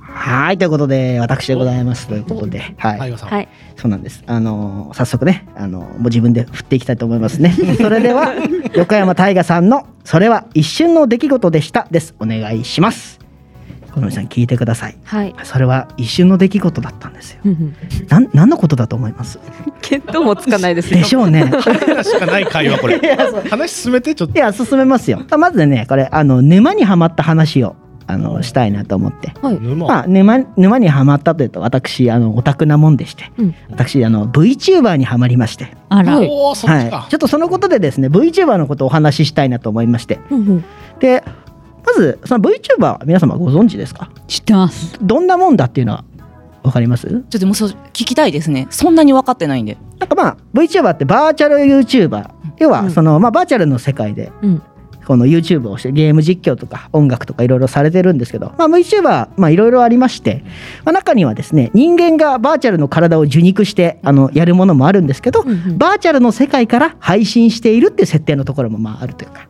Speaker 2: はいということで私でございますということではい、
Speaker 6: 大悟さん、
Speaker 8: はい
Speaker 2: そうなんですあのー早速ねあのーもう自分で振っていきたいと思いますね それでは横山大我さんの「それは一瞬の出来事でした」ですお願いします好みさん聞いてください
Speaker 8: はい。
Speaker 2: それは一瞬の出来事だったんですよ
Speaker 8: うんうん
Speaker 2: なん何のことだと思います
Speaker 8: 見当もつかないです
Speaker 2: でしょ うね
Speaker 6: 話しかない会話これ
Speaker 2: いやそう
Speaker 6: 話進めてちょっ
Speaker 2: いや進めますよまずねこれあの沼にはまった話をあのしたいなと思って。
Speaker 6: と沼、
Speaker 2: まあ、沼沼にはまったというと私あのオタクなもんでして、
Speaker 8: うん
Speaker 2: 私あの VTuber にはまりまして、
Speaker 3: あら
Speaker 8: はい
Speaker 6: おおそっちか、
Speaker 2: はい、ちょっとそのことでですね VTuber のことをお話ししたいなと思いまして
Speaker 8: うんうん
Speaker 2: でまずその VTuber は皆様ご存知ですか
Speaker 3: 知ってます
Speaker 2: どんなもんだっていうのは分かります
Speaker 4: ちょっともうそう聞きたいですね。そんなに分かってないんで。
Speaker 2: なんかまあ VTuber ってバーチャル YouTuber 要はその、まあ、バーチャルの世界で
Speaker 8: うん
Speaker 2: この YouTube をしてゲーム実況とか音楽とかいろいろされてるんですけど、まあ、VTuber まあいろいろありまして、まあ、中にはですね人間がバーチャルの体を受肉してあのやるものもあるんですけど、
Speaker 8: うんうん
Speaker 2: バーチャルの世界から配信しているっていう設定のところもまああるというか。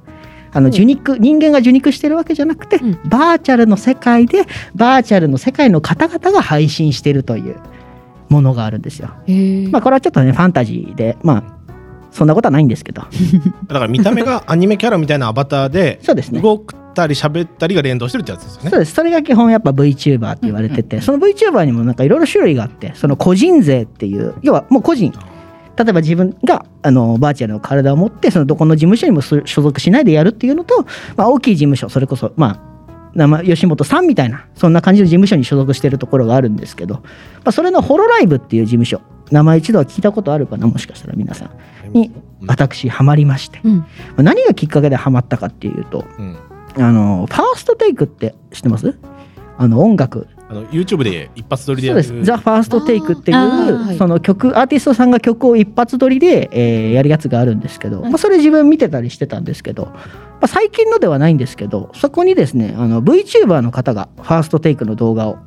Speaker 2: あの受肉人間が受肉してるわけじゃなくて、
Speaker 1: うん
Speaker 2: バーチャルの世界でバーチャルの世界の方々が配信してるというものがあるんですよ。まあこれはちょっとねファンタジーでまあそんなことはないんですけど
Speaker 6: だから見た目がアニメキャラみたいなアバターで
Speaker 2: そうですね。
Speaker 6: 動くたり喋ったりが連動してるってやつですよ
Speaker 2: そ
Speaker 6: ね
Speaker 2: うですそれが基本やっぱ VTuber って言われてて、その VTuber にもなんかいろいろ種類があってその個人税っていう要はもう個人例えば自分があのバーチャルの体を持ってそのどこの事務所にも所所属しないでやるっていうのと、まあ、大きい事務所それこそまあ名前吉本さんみたいなそんな感じの事務所に所属してるところがあるんですけど、まあ、それのホロライブっていう事務所名前一度は聞いたことあるかなもしかしたら皆さんに
Speaker 6: うん
Speaker 2: 私ハマりまして、
Speaker 1: うん
Speaker 2: まあ何がきっかけでハマったかっていうと
Speaker 6: うん
Speaker 2: あのファーストテイクって知ってますあの音楽
Speaker 6: あの YouTube で一発撮り
Speaker 2: そ
Speaker 6: でや
Speaker 2: う
Speaker 6: る
Speaker 2: です「ザ・ファーストテイクってい
Speaker 1: あーあーは
Speaker 2: う
Speaker 1: い
Speaker 2: その曲アーティストさんが曲を一発撮りで、えーやるやつがあるんですけど、まあ、それ自分見てたりしてたんですけど、まあ、最近のではないんですけどそこにですねあの VTuber の方がファーストテイクの動画を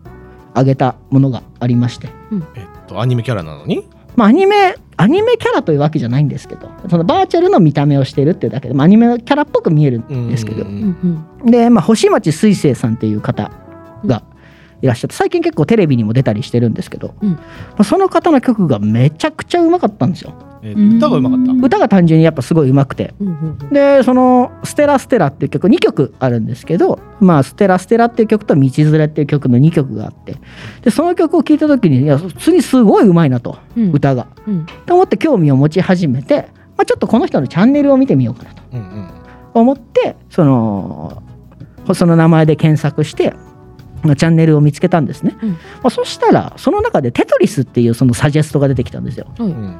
Speaker 2: 上げたものがありまして、
Speaker 6: えっとアニメキャラなのに
Speaker 2: まあ、アニメアニメキャラというわけじゃないんですけどそのバーチャルの見た目をしてるっていうだけで、まあ、アニメキャラっぽく見えるんですけど
Speaker 6: う
Speaker 1: うんん
Speaker 2: で、まあ、星町水星さんっていう方がいらっしゃって最近結構テレビにも出たりしてるんですけど、
Speaker 1: うん
Speaker 2: まあ、その方の曲がめちゃくちゃうまかったんですよ
Speaker 6: えー歌がうまかった
Speaker 2: 歌が単純にやっぱすごいうまくて
Speaker 1: うんうん
Speaker 2: でその「ステラステラ」っていう曲2曲あるんですけど「まあ、ステラステラ」っていう曲と「道連れ」っていう曲の2曲があってでその曲を聴いた時にいや普通にすごいうまいなと
Speaker 1: うん
Speaker 2: 歌が、
Speaker 1: うん
Speaker 2: と思って興味を持ち始めて、まあ、ちょっとこの人のチャンネルを見てみようかなと。
Speaker 6: うんうん
Speaker 2: 思ってそのその名前で検索してまあチャンネルを見つけたんですね、
Speaker 1: うん
Speaker 2: まあ、そしたらその中で「テトリス」っていうそのサジェストが出てきたんですよ
Speaker 6: うん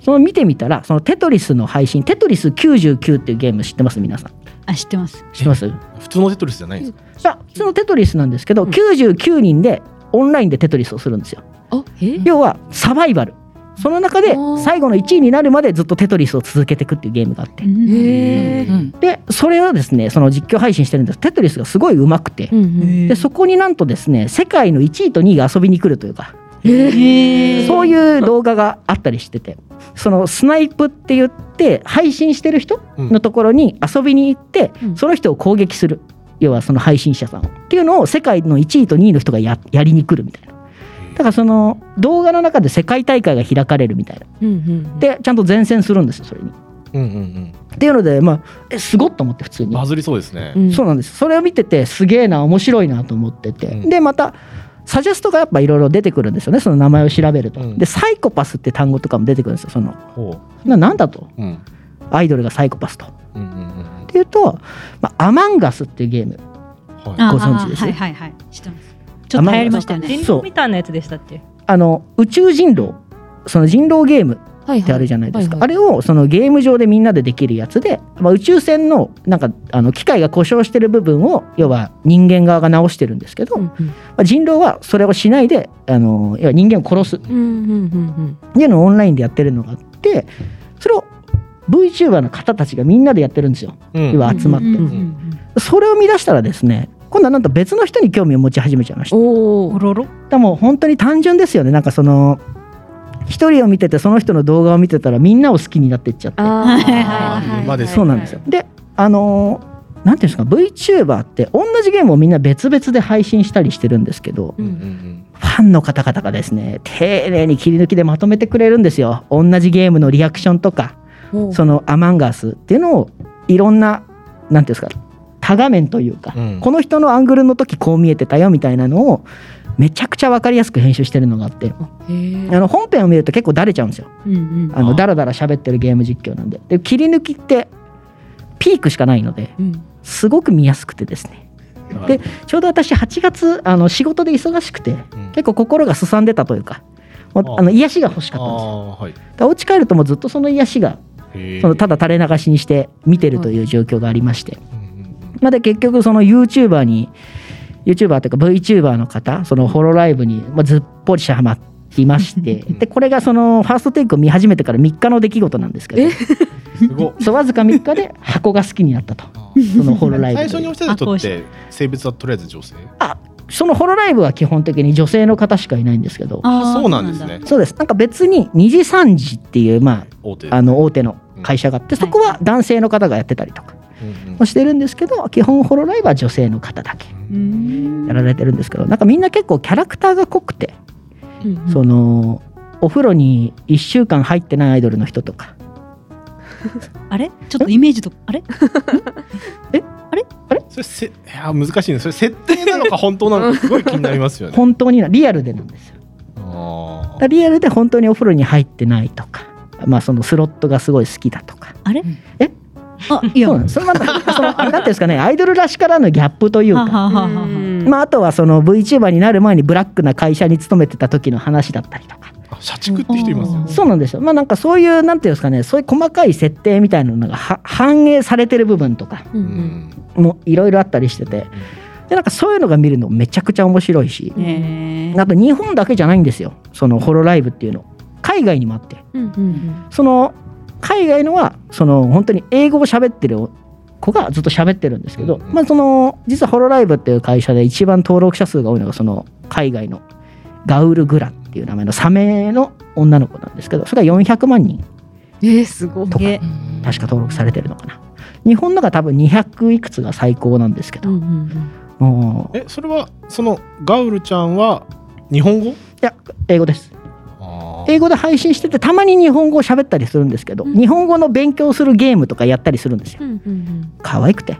Speaker 2: その見てみたらそのテトリスの配信「テトリス99」っていうゲーム知ってます皆さん
Speaker 3: あ知ってます
Speaker 2: 知ってますい
Speaker 6: 普通のテトリスじゃないんですか
Speaker 2: やそのテトリスなんですけど、99人でオンラインでテトリスをするんですよ
Speaker 1: あえ
Speaker 2: 要はサバイバルその中で最後の1位になるまでずっとテトリスを続けていくっていうゲームがあって
Speaker 1: へー
Speaker 2: でそれをですねその実況配信してるんですテトリスがすごい上手くて、
Speaker 1: うんうん
Speaker 2: でそこになんとですね世界の1位と2位が遊びに来るというか
Speaker 3: へ
Speaker 2: そういう動画があったりしててそのスナイプって言って配信してる人
Speaker 6: うん
Speaker 2: のところに遊びに行って、
Speaker 1: うん
Speaker 2: その人を攻撃する要はその配信者さんをっていうのを世界の1位と2位の人がややりに来るみたいな。だからその動画の中で世界大会が開かれるみたいな
Speaker 1: うんうん
Speaker 2: でちゃんと前線するんですよそれに。
Speaker 6: うんうん
Speaker 2: っていうのでまあえすごっと思って普通
Speaker 6: うん
Speaker 2: に
Speaker 6: バズりそうですね
Speaker 1: うん
Speaker 2: そうなんですそれを見ててすげえな面白いなと思ってて、
Speaker 6: うん
Speaker 2: でまたサジェストがやっぱいろいろ出てくるんですよねその名前を調べると、
Speaker 6: うん
Speaker 2: でサイコパスって単語とかも出てくるんですよその
Speaker 6: ほ
Speaker 2: ななんだと
Speaker 6: ううん
Speaker 2: アイドルがサイコパスとっ
Speaker 6: うんうん
Speaker 2: ていうと、まあ、アマンガスっていうゲーム
Speaker 6: うんはい
Speaker 3: あ
Speaker 2: ご存知です
Speaker 3: あはいはいはい知ってますちょっと流行りましたよね
Speaker 5: 人狼みたいなやつでしたっけ
Speaker 2: あの宇宙人狼その人狼ゲーム
Speaker 1: はい
Speaker 2: ってあるじゃないですか、
Speaker 1: はいはい
Speaker 2: あれをそのゲーム上でみんなでできるやつで、まあ、宇宙船のなんかあの機械が故障してる部分を要は人間側が直してるんですけど、
Speaker 1: うん
Speaker 2: まあ、人狼はそれをしないであの要は人間を殺す
Speaker 1: うんうんうん
Speaker 2: でのをオンラインでやってるのがあってそれを VTuber の方たちがみんなでやってるんですよ
Speaker 6: うん
Speaker 2: 今集まって、
Speaker 3: うんうんうん
Speaker 2: それを見出したらですね今度はなんと別の人に興味を持ち始めちゃいました
Speaker 1: お
Speaker 5: お
Speaker 1: お
Speaker 5: ろろ
Speaker 2: でも本当に単純ですよねなんかその一人を見ててその人の動画を見てたらみんなを好きになっていっちゃって
Speaker 1: あ
Speaker 6: はいまあで
Speaker 1: あ
Speaker 6: す
Speaker 2: そうなんですよであのーなんていうんですか VTuber って同じゲームをみんな別々で配信したりしてるんですけど
Speaker 6: うんうん
Speaker 2: ファンの方々がですね丁寧に切り抜きでまとめてくれるんですよ同じゲームのリアクションとかそのアマンガースっていうのをいろんな何ていうんですか多画面というか、
Speaker 6: うん
Speaker 2: この人のアングルの時こう見えてたよみたいなのをめちゃくちゃ分かりやすく編集してるのがあってあの本編を見ると結構だれちゃうんですよ
Speaker 3: うんうん
Speaker 2: あのだらだら喋ってるゲーム実況なんでで切り抜きってピークしかないので
Speaker 1: うん
Speaker 2: すごく見やすくてですね
Speaker 6: うん
Speaker 2: でちょうど私8月あの仕事で忙しくて
Speaker 6: うん
Speaker 2: 結構心がすさんでたというかもう
Speaker 6: あ
Speaker 2: あの癒しが欲し
Speaker 6: あ
Speaker 2: かったんですよ
Speaker 6: あーはい
Speaker 2: だからお家帰るともうずっとその癒しが
Speaker 6: へー
Speaker 2: そのただ垂れ流しにして見てるという状況がありまして、
Speaker 6: うんうん
Speaker 2: まあで結局その YouTuber に YouTuber というか VTuber の方そのホロライブにまあずっぽりしはまっていまして でこれがそのファーストテイクを見始めてから3日の出来事なんですけど
Speaker 6: うんすご っ
Speaker 2: そうわずか3日で箱が好きになったと
Speaker 6: あー
Speaker 2: そのホロライブ
Speaker 6: 最
Speaker 2: で
Speaker 6: 初におっしゃった人って性別はとりあえず女性
Speaker 2: そのホロライブは基本的に女性の方しかいないんですけど
Speaker 3: あー
Speaker 6: そうなんですね
Speaker 2: そうですなんか別に2時3時っていうま
Speaker 6: 大手
Speaker 2: ああの大手の会社があってそこは男性なんだ男性の方がやってたりとかをしてるんですけど基本ホロライブは女性の方だけやられてるんですけどなんかみんな結構キャラクターが濃くて、そのお風呂に1週間入ってないアイドルの人とか
Speaker 3: あれちょっとイメージとあれ
Speaker 6: それせいや難しいねそれ設定なのか本当なのかすごい気になりますよね
Speaker 2: 本当になリアルでなんですよ。
Speaker 6: あ
Speaker 2: だからリアルで 本当にお風呂に入ってないとか、まあ、そのスロットがすごい好きだとか。
Speaker 3: あれ
Speaker 2: え
Speaker 3: あいや
Speaker 2: そうなんですそれまたそのあれなんていうんですかねアイドルらしからぬギャップという
Speaker 3: はあは
Speaker 2: か。
Speaker 3: あはあはあ
Speaker 2: まあ、あとはその VTuber になる前にブラックな会社に勤めてた時の話だったりとか
Speaker 6: ーあ社畜って人いますよ
Speaker 2: そうなんですよまあなんかそういうなんていうんですかねそういう細かい設定みたいなのがは反映されてる部分とか
Speaker 8: う
Speaker 6: うんん
Speaker 2: もいろいろあったりしててでなんかそういうのが見るのめちゃくちゃ面白いし
Speaker 3: へ
Speaker 2: あと日本だけじゃないんですよそのホロライブっていうの海外にもあって
Speaker 8: うんうん
Speaker 2: その海外のはその本当に英語を喋ってる子がずっと喋ってるんですけど、
Speaker 6: うん
Speaker 2: まあ、その実はホロライブっていう会社で一番登録者数が多いのがその海外のガウル・グラっていう名前のサメの女の子なんですけどそれが400万人
Speaker 8: えー、すごい。
Speaker 2: とか
Speaker 3: え
Speaker 2: 確か登録されてるのかな日本のが多分200いくつが最高なんですけど、もうい
Speaker 6: えそれはそのガウルちゃんは日本語
Speaker 2: や英語です
Speaker 6: あー
Speaker 2: 英語で配信しててたまに日本語を喋ったりするんですけど、日本語の勉強するゲームとかやったりするんですよ可愛く て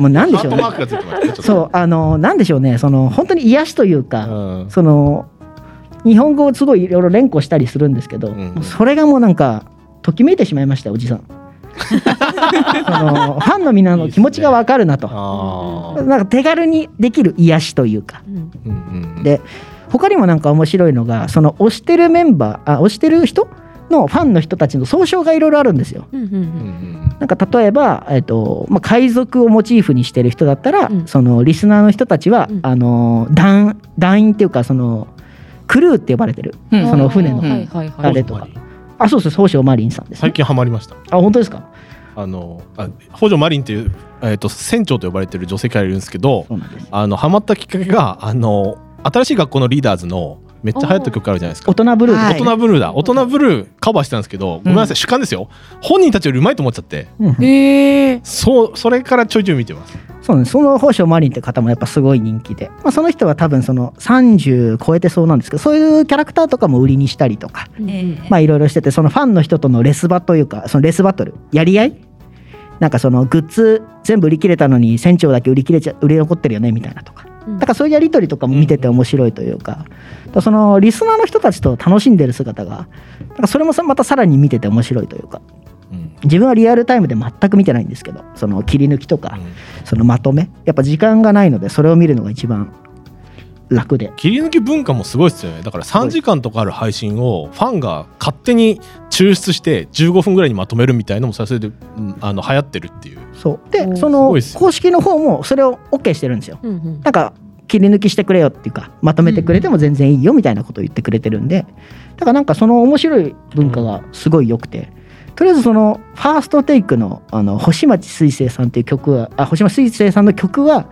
Speaker 2: もうなんで
Speaker 6: ハ
Speaker 2: しょ
Speaker 6: ー
Speaker 2: う
Speaker 6: ト
Speaker 2: ね
Speaker 6: マークがついてますねちょっと
Speaker 2: そうあのなんでしょうねその本当に癒しというか、
Speaker 6: うん
Speaker 2: その日本語をすごいいろいろ連呼したりするんですけど、
Speaker 6: ん
Speaker 2: もうそれがもうなんかときめいてしまいましたおじさ んそのファンのみんなの気持ちがわかるなと
Speaker 6: あー
Speaker 2: なんか手軽にできる癒しというか
Speaker 6: うんうんうん
Speaker 2: で他にもなんか面白いのがその推してるメンバーあ推してる人のファンの人たちの総称がいろいろあるんですよ
Speaker 6: うんうん
Speaker 2: なんか例えば、えっとまあ、海賊をモチーフにしてる人だったら、
Speaker 8: うん
Speaker 2: そのリスナーの人たちは、
Speaker 8: うん
Speaker 2: あの団団員っていうかそのクルーって呼ばれてる、
Speaker 4: うん
Speaker 2: その船の、
Speaker 8: はいはい
Speaker 2: あ
Speaker 8: はい。
Speaker 2: れとかあそうそうそうマリンさんです、ね
Speaker 6: 最、近ハマりました
Speaker 2: あ本当ですか
Speaker 6: あのあ北条マリンっていう、えー、と船長と呼ばれてる女性がいるんですけど
Speaker 2: そうなんです
Speaker 6: あのハマったきっかけがあの新しい学校のリーダーズのめっちゃ流行った曲あるじゃないですか
Speaker 2: 大人ブルーです、
Speaker 6: 大人ブルーだ大人ブルーカバーしてたんですけどごめんなさい主観ですよ本人たちよりうまいと思っちゃって
Speaker 2: うん
Speaker 6: そうそれからちょいちょい見てます
Speaker 2: そうなんですその宝生マリンって方もやっぱすごい人気で、まあ、その人は多分その30超えてそうなんですけどそういうキャラクターとかも売りにしたりとか、まあいろいろしててそのファンの人とのレスバというかそのレスバトルやり合いなんかそのグッズ全部売り切れたのに船長だけ売り切れちゃ売れ残ってるよねみたいなとかだからそういうやり取りとかも見てて面白いというかだからそのリスナーの人たちと楽しんでる姿がなんかそれもさまたさらに見てて面白いというか
Speaker 6: うん
Speaker 2: 自分はリアルタイムで全く見てないんですけどその切り抜きとか
Speaker 6: うん
Speaker 2: そのまとめやっぱ時間がないのでそれを見るのが一番楽で
Speaker 6: 切り抜き文化もすごいですよねだから3時間とかある配信をファンが勝手に抽出して15分ぐらいにまとめるみたいのもさそれで、うんあの流行ってるっていう
Speaker 2: そうで
Speaker 8: おー
Speaker 2: そ
Speaker 6: す
Speaker 2: の
Speaker 6: ごいっすよ
Speaker 2: 公式の方もそれを OK してるんですよなんか切り抜きしてくれよっていうかまとめてくれても全然いいよみたいなことを言ってくれてるんでだからなんかその面白い文化がすごい良くて。とりあえずそのファーストテイクのあの星町水星さんっていう曲はあ星町水星さんの曲は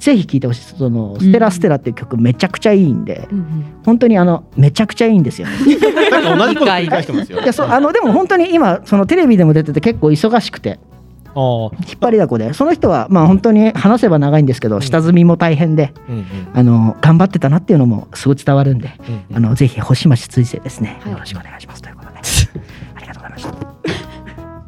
Speaker 2: ぜひ聴いてほしいですその「ステラステラ」っていう曲めちゃくちゃいいんで、本当にあのめちゃくちゃいいんですよ
Speaker 6: なんか同じこと繰り返してますよ
Speaker 2: いやそうあのでも本当に今そのテレビでも出てて結構忙しくて
Speaker 6: あー
Speaker 2: 引っ張りだこでその人はまあ本当に話せば長いんですけど下積みも大変で
Speaker 6: うんうん
Speaker 2: あの頑張ってたなっていうのもすごい伝わるんで
Speaker 6: うんうん
Speaker 2: あのぜひ星町追星ですね
Speaker 8: はい
Speaker 2: よろしくお願いしますということでありがとうございました。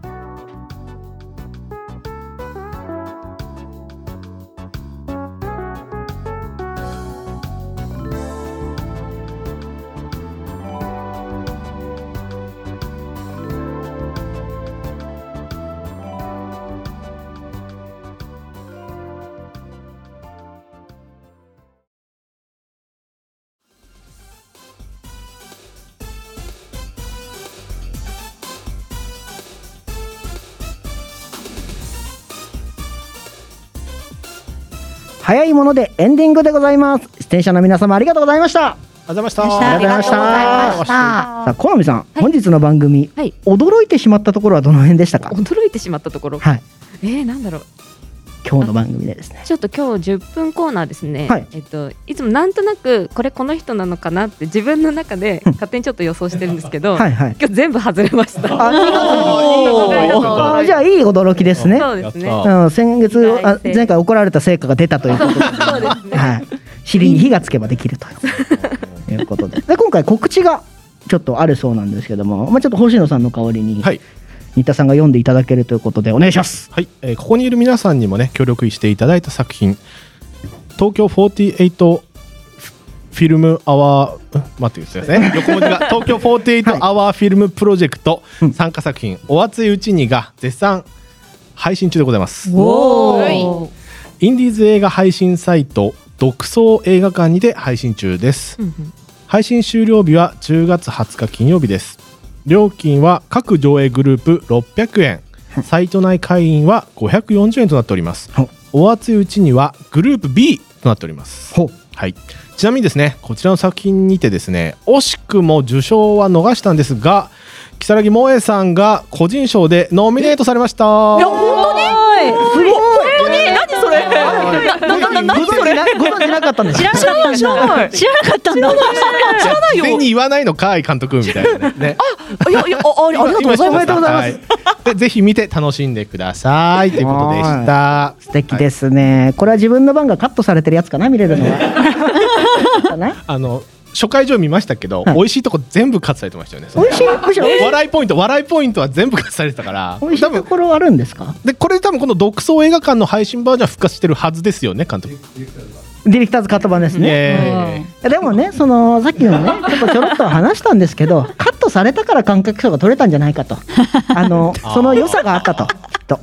Speaker 2: 早いものでエンディングでございます。出演者の皆様ありがとうございました。
Speaker 6: ありがとうございま
Speaker 3: あり
Speaker 6: した
Speaker 3: がとうございました
Speaker 2: ありがとうございま
Speaker 8: した
Speaker 2: さあ、好みさん、本日の番組、
Speaker 8: はい
Speaker 2: 驚いてしまったところはどの辺でしたか。
Speaker 8: 驚いてしまったところ。
Speaker 2: はい。
Speaker 8: えー、なんだろう。
Speaker 2: 今日の番組でですね
Speaker 8: ちょっと今日10分コーナーですね、
Speaker 2: はい
Speaker 8: えっと、いつもなんとなくこれこの人なのかなって自分の中で勝手にちょっと予想してるんですけど、
Speaker 2: はいはい
Speaker 8: 今日全部外れました。
Speaker 2: あ
Speaker 8: おーいいことだ
Speaker 2: あーじゃあいい驚きですね
Speaker 8: そうですね。
Speaker 2: うん先月
Speaker 8: 意
Speaker 2: あ
Speaker 8: 外性
Speaker 2: 前回怒られた成果が出たということで
Speaker 8: そうですね。
Speaker 2: はい、尻に火がつけばできるといういうことでで今回告知がちょっとあるそうなんですけども、まあ、ちょっと星野さんの代わりに
Speaker 6: はい
Speaker 2: 新田さんが読んでいただけるということでお願いし ます。
Speaker 6: はい、えーここにいる皆さんにもね協力していただいた作品東京48フィルムアワーん待ってくださいね横 文字が東京48アワーフィルムプロジェクト
Speaker 2: うん
Speaker 6: 参加作品、お熱いうちにが絶賛配信中でございます
Speaker 8: おお。
Speaker 6: インディーズ映画配信サイト独創映画館にて配信中です配信終了日は10月20日金曜日です料金は各上映グループ600円サイト内会員は540円となっております
Speaker 2: ほう
Speaker 6: お熱いうちにはグループ B となっております
Speaker 2: ほう
Speaker 6: はい、ちなみにですねこちらの作品にてですね惜しくも受賞は逃したんですが如月萌衣さんが個人賞でノミネートされました
Speaker 4: いや本当に本当に何それなななな何
Speaker 2: ご
Speaker 4: それ
Speaker 2: 存知なご存知なかったんです
Speaker 3: 知らなかったんだ
Speaker 4: 知らない
Speaker 3: 知らなかったんだ
Speaker 4: 知らないよ
Speaker 6: 全に言わないのかい監督みたいなね
Speaker 4: いやいやあありありがとうございます
Speaker 2: とうございます
Speaker 6: はいで ぜひ見て楽しんでくださいということでした
Speaker 2: 素敵ですね、これは自分の番がカットされてるやつかな見れるのは。かな
Speaker 6: あの初回上見ましたけど、
Speaker 2: はい
Speaker 6: 美味しいとこ全部カットされてましたよね
Speaker 2: 美味しいむしろ
Speaker 6: 笑いポイント笑いポイントは全部カットされてたから
Speaker 2: 美味しい
Speaker 6: 多
Speaker 2: と
Speaker 6: 分
Speaker 2: ころあるんですか
Speaker 6: でこれ多分この独創映画館の配信バージョンは復活してるはずですよね監督
Speaker 2: ディレクターズカット版ですね。
Speaker 6: ね
Speaker 2: でもね、そのさっきのね、ちょっとちょろっと話したんですけど、カットされたから感覚賞が取れたんじゃないかと、あの
Speaker 6: あー
Speaker 2: その良さがあったと、きっと。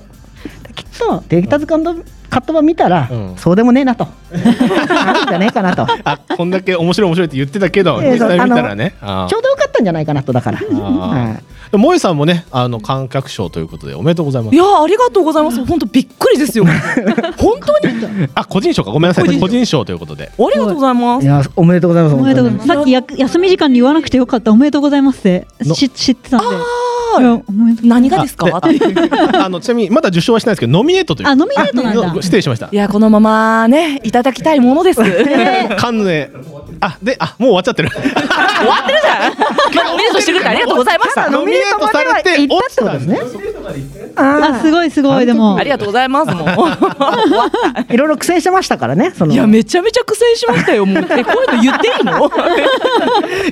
Speaker 2: きっと、ディレクターズカットカット版見たら、
Speaker 6: うん
Speaker 2: そうでもねえなと、あるんじゃねえかなと、ち
Speaker 6: あこんだけ面白い面白いって言ってたけど
Speaker 2: ええ
Speaker 6: 実際見たらね
Speaker 2: ょ
Speaker 6: あ
Speaker 2: うどよかったんじゃないかなと、だから。は
Speaker 6: あー萌えさんもねあの感覚賞ということでおめでとうございま
Speaker 4: い
Speaker 6: す
Speaker 4: やありがとうございます本当びっくり ですよ本当にありが
Speaker 6: あ個人賞かごめんなさい
Speaker 4: 個人賞
Speaker 6: 個人賞ということで
Speaker 4: とうございま
Speaker 2: い、い
Speaker 4: す
Speaker 2: や、おめでとうございます。
Speaker 3: おめでとうございます。
Speaker 4: 本
Speaker 3: さ
Speaker 4: 当
Speaker 3: っ
Speaker 4: に
Speaker 3: きや休み時間に言わなくてよかったおめでとうございますって
Speaker 6: の
Speaker 3: し知ってたんで。
Speaker 4: ー
Speaker 3: いやおめでとう
Speaker 4: 何がですか
Speaker 6: あで ああのちなみにまだ受賞はしてないですけどノミネートという
Speaker 3: あノミネートなんだ
Speaker 6: あ失礼しました
Speaker 4: いやこのままねいただきたいもの です終わってる
Speaker 6: カンヌへあであもう終わっちゃってる
Speaker 4: じゃんまだノミネートしてくれてありがとうございました
Speaker 2: ノミネートされて落ちたんですね。
Speaker 3: あすごいすごいでも
Speaker 4: ありがとうござい ますもう
Speaker 2: いろいろ苦戦してましたからね、その。
Speaker 4: いやめちゃめちゃ苦戦しましたよもうえこういうの言っていいの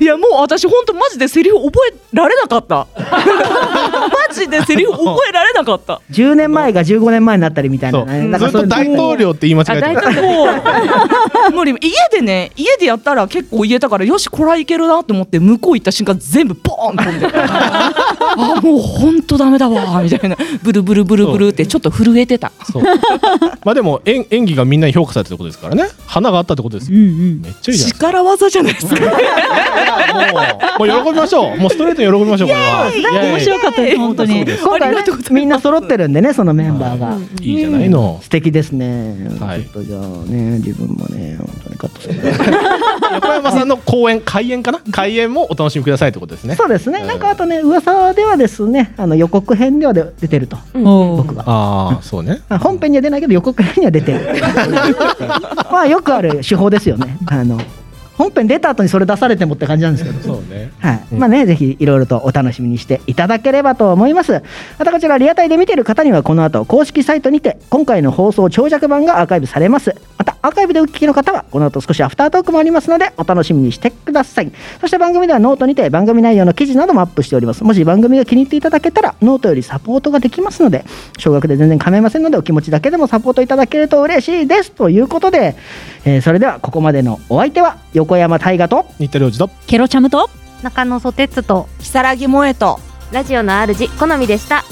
Speaker 4: いやもう私本当マジでセリフ覚えられなかった マジでセリフ覚えられなかった
Speaker 2: 10年前が15年前になったりみたい
Speaker 6: そ
Speaker 2: な
Speaker 6: う
Speaker 2: ね、なんか
Speaker 6: ずっ
Speaker 2: そういう
Speaker 6: と大統領って言い間違
Speaker 4: あ
Speaker 6: えて
Speaker 4: 大
Speaker 6: る
Speaker 4: 体もう 無理家でね家でやったら結構言えたからよしこれはいけるなと思って向こう行った瞬間全部ボーン飛んであもうほんとダメだわみたいなブルブルブルブルってちょっと震えてた
Speaker 6: そう まあでも演演技がみんなに評価されたってことですからね花があったってことです
Speaker 3: うん
Speaker 6: よ
Speaker 3: うん。
Speaker 6: めっちゃいいじゃないですか
Speaker 4: 力技じゃないですか
Speaker 6: もう喜びましょう。もうストレートに喜びましょう。これは。
Speaker 3: 面白かったです本当に。
Speaker 2: 今回ねみんな揃ってるんでね、そのメンバーが。
Speaker 6: いいじゃないの。
Speaker 2: 素敵ですね。
Speaker 6: はい
Speaker 2: ちょっとじゃあね、自分もね、本当にカットして
Speaker 6: 横山さんの公演開演かな？開演もお楽しみくださいってことですね。
Speaker 2: そうですね、
Speaker 6: うん
Speaker 2: なんかあとね、噂ではですね、あの予告編ではで出てると、
Speaker 3: お
Speaker 2: 僕
Speaker 3: ー
Speaker 2: が。
Speaker 6: ああ、そうね。
Speaker 2: あ本編には出ないけど、予告編には出 てる。まあ、よくある手法ですよね。あの本編出た後にそれ出されてもって感じなんですけど。
Speaker 6: そうね。
Speaker 2: はい、まあね、ぜひいろいろとお楽しみにしていただければと思います。またこちらリアタイで見ている方にはこの後公式サイトにて今回の放送長尺版がアーカイブされます。またアーカイブでお聞きの方はこの後少しアフタートークもありますのでお楽しみにしてください。そして番組ではノートにて番組内容の記事などもアップしております。もし番組が気に入っていただけたらノートよりサポートができますので少額で全然構いませんのでお気持ちだけでもサポートいただけると嬉しいです。ということで、えーそれではここまでのお相手は横山大河と
Speaker 6: 日テレ王子と。
Speaker 3: ケロチャムと
Speaker 5: 中野ソテツと
Speaker 4: 如月萌えと
Speaker 1: ラジオの主好みでした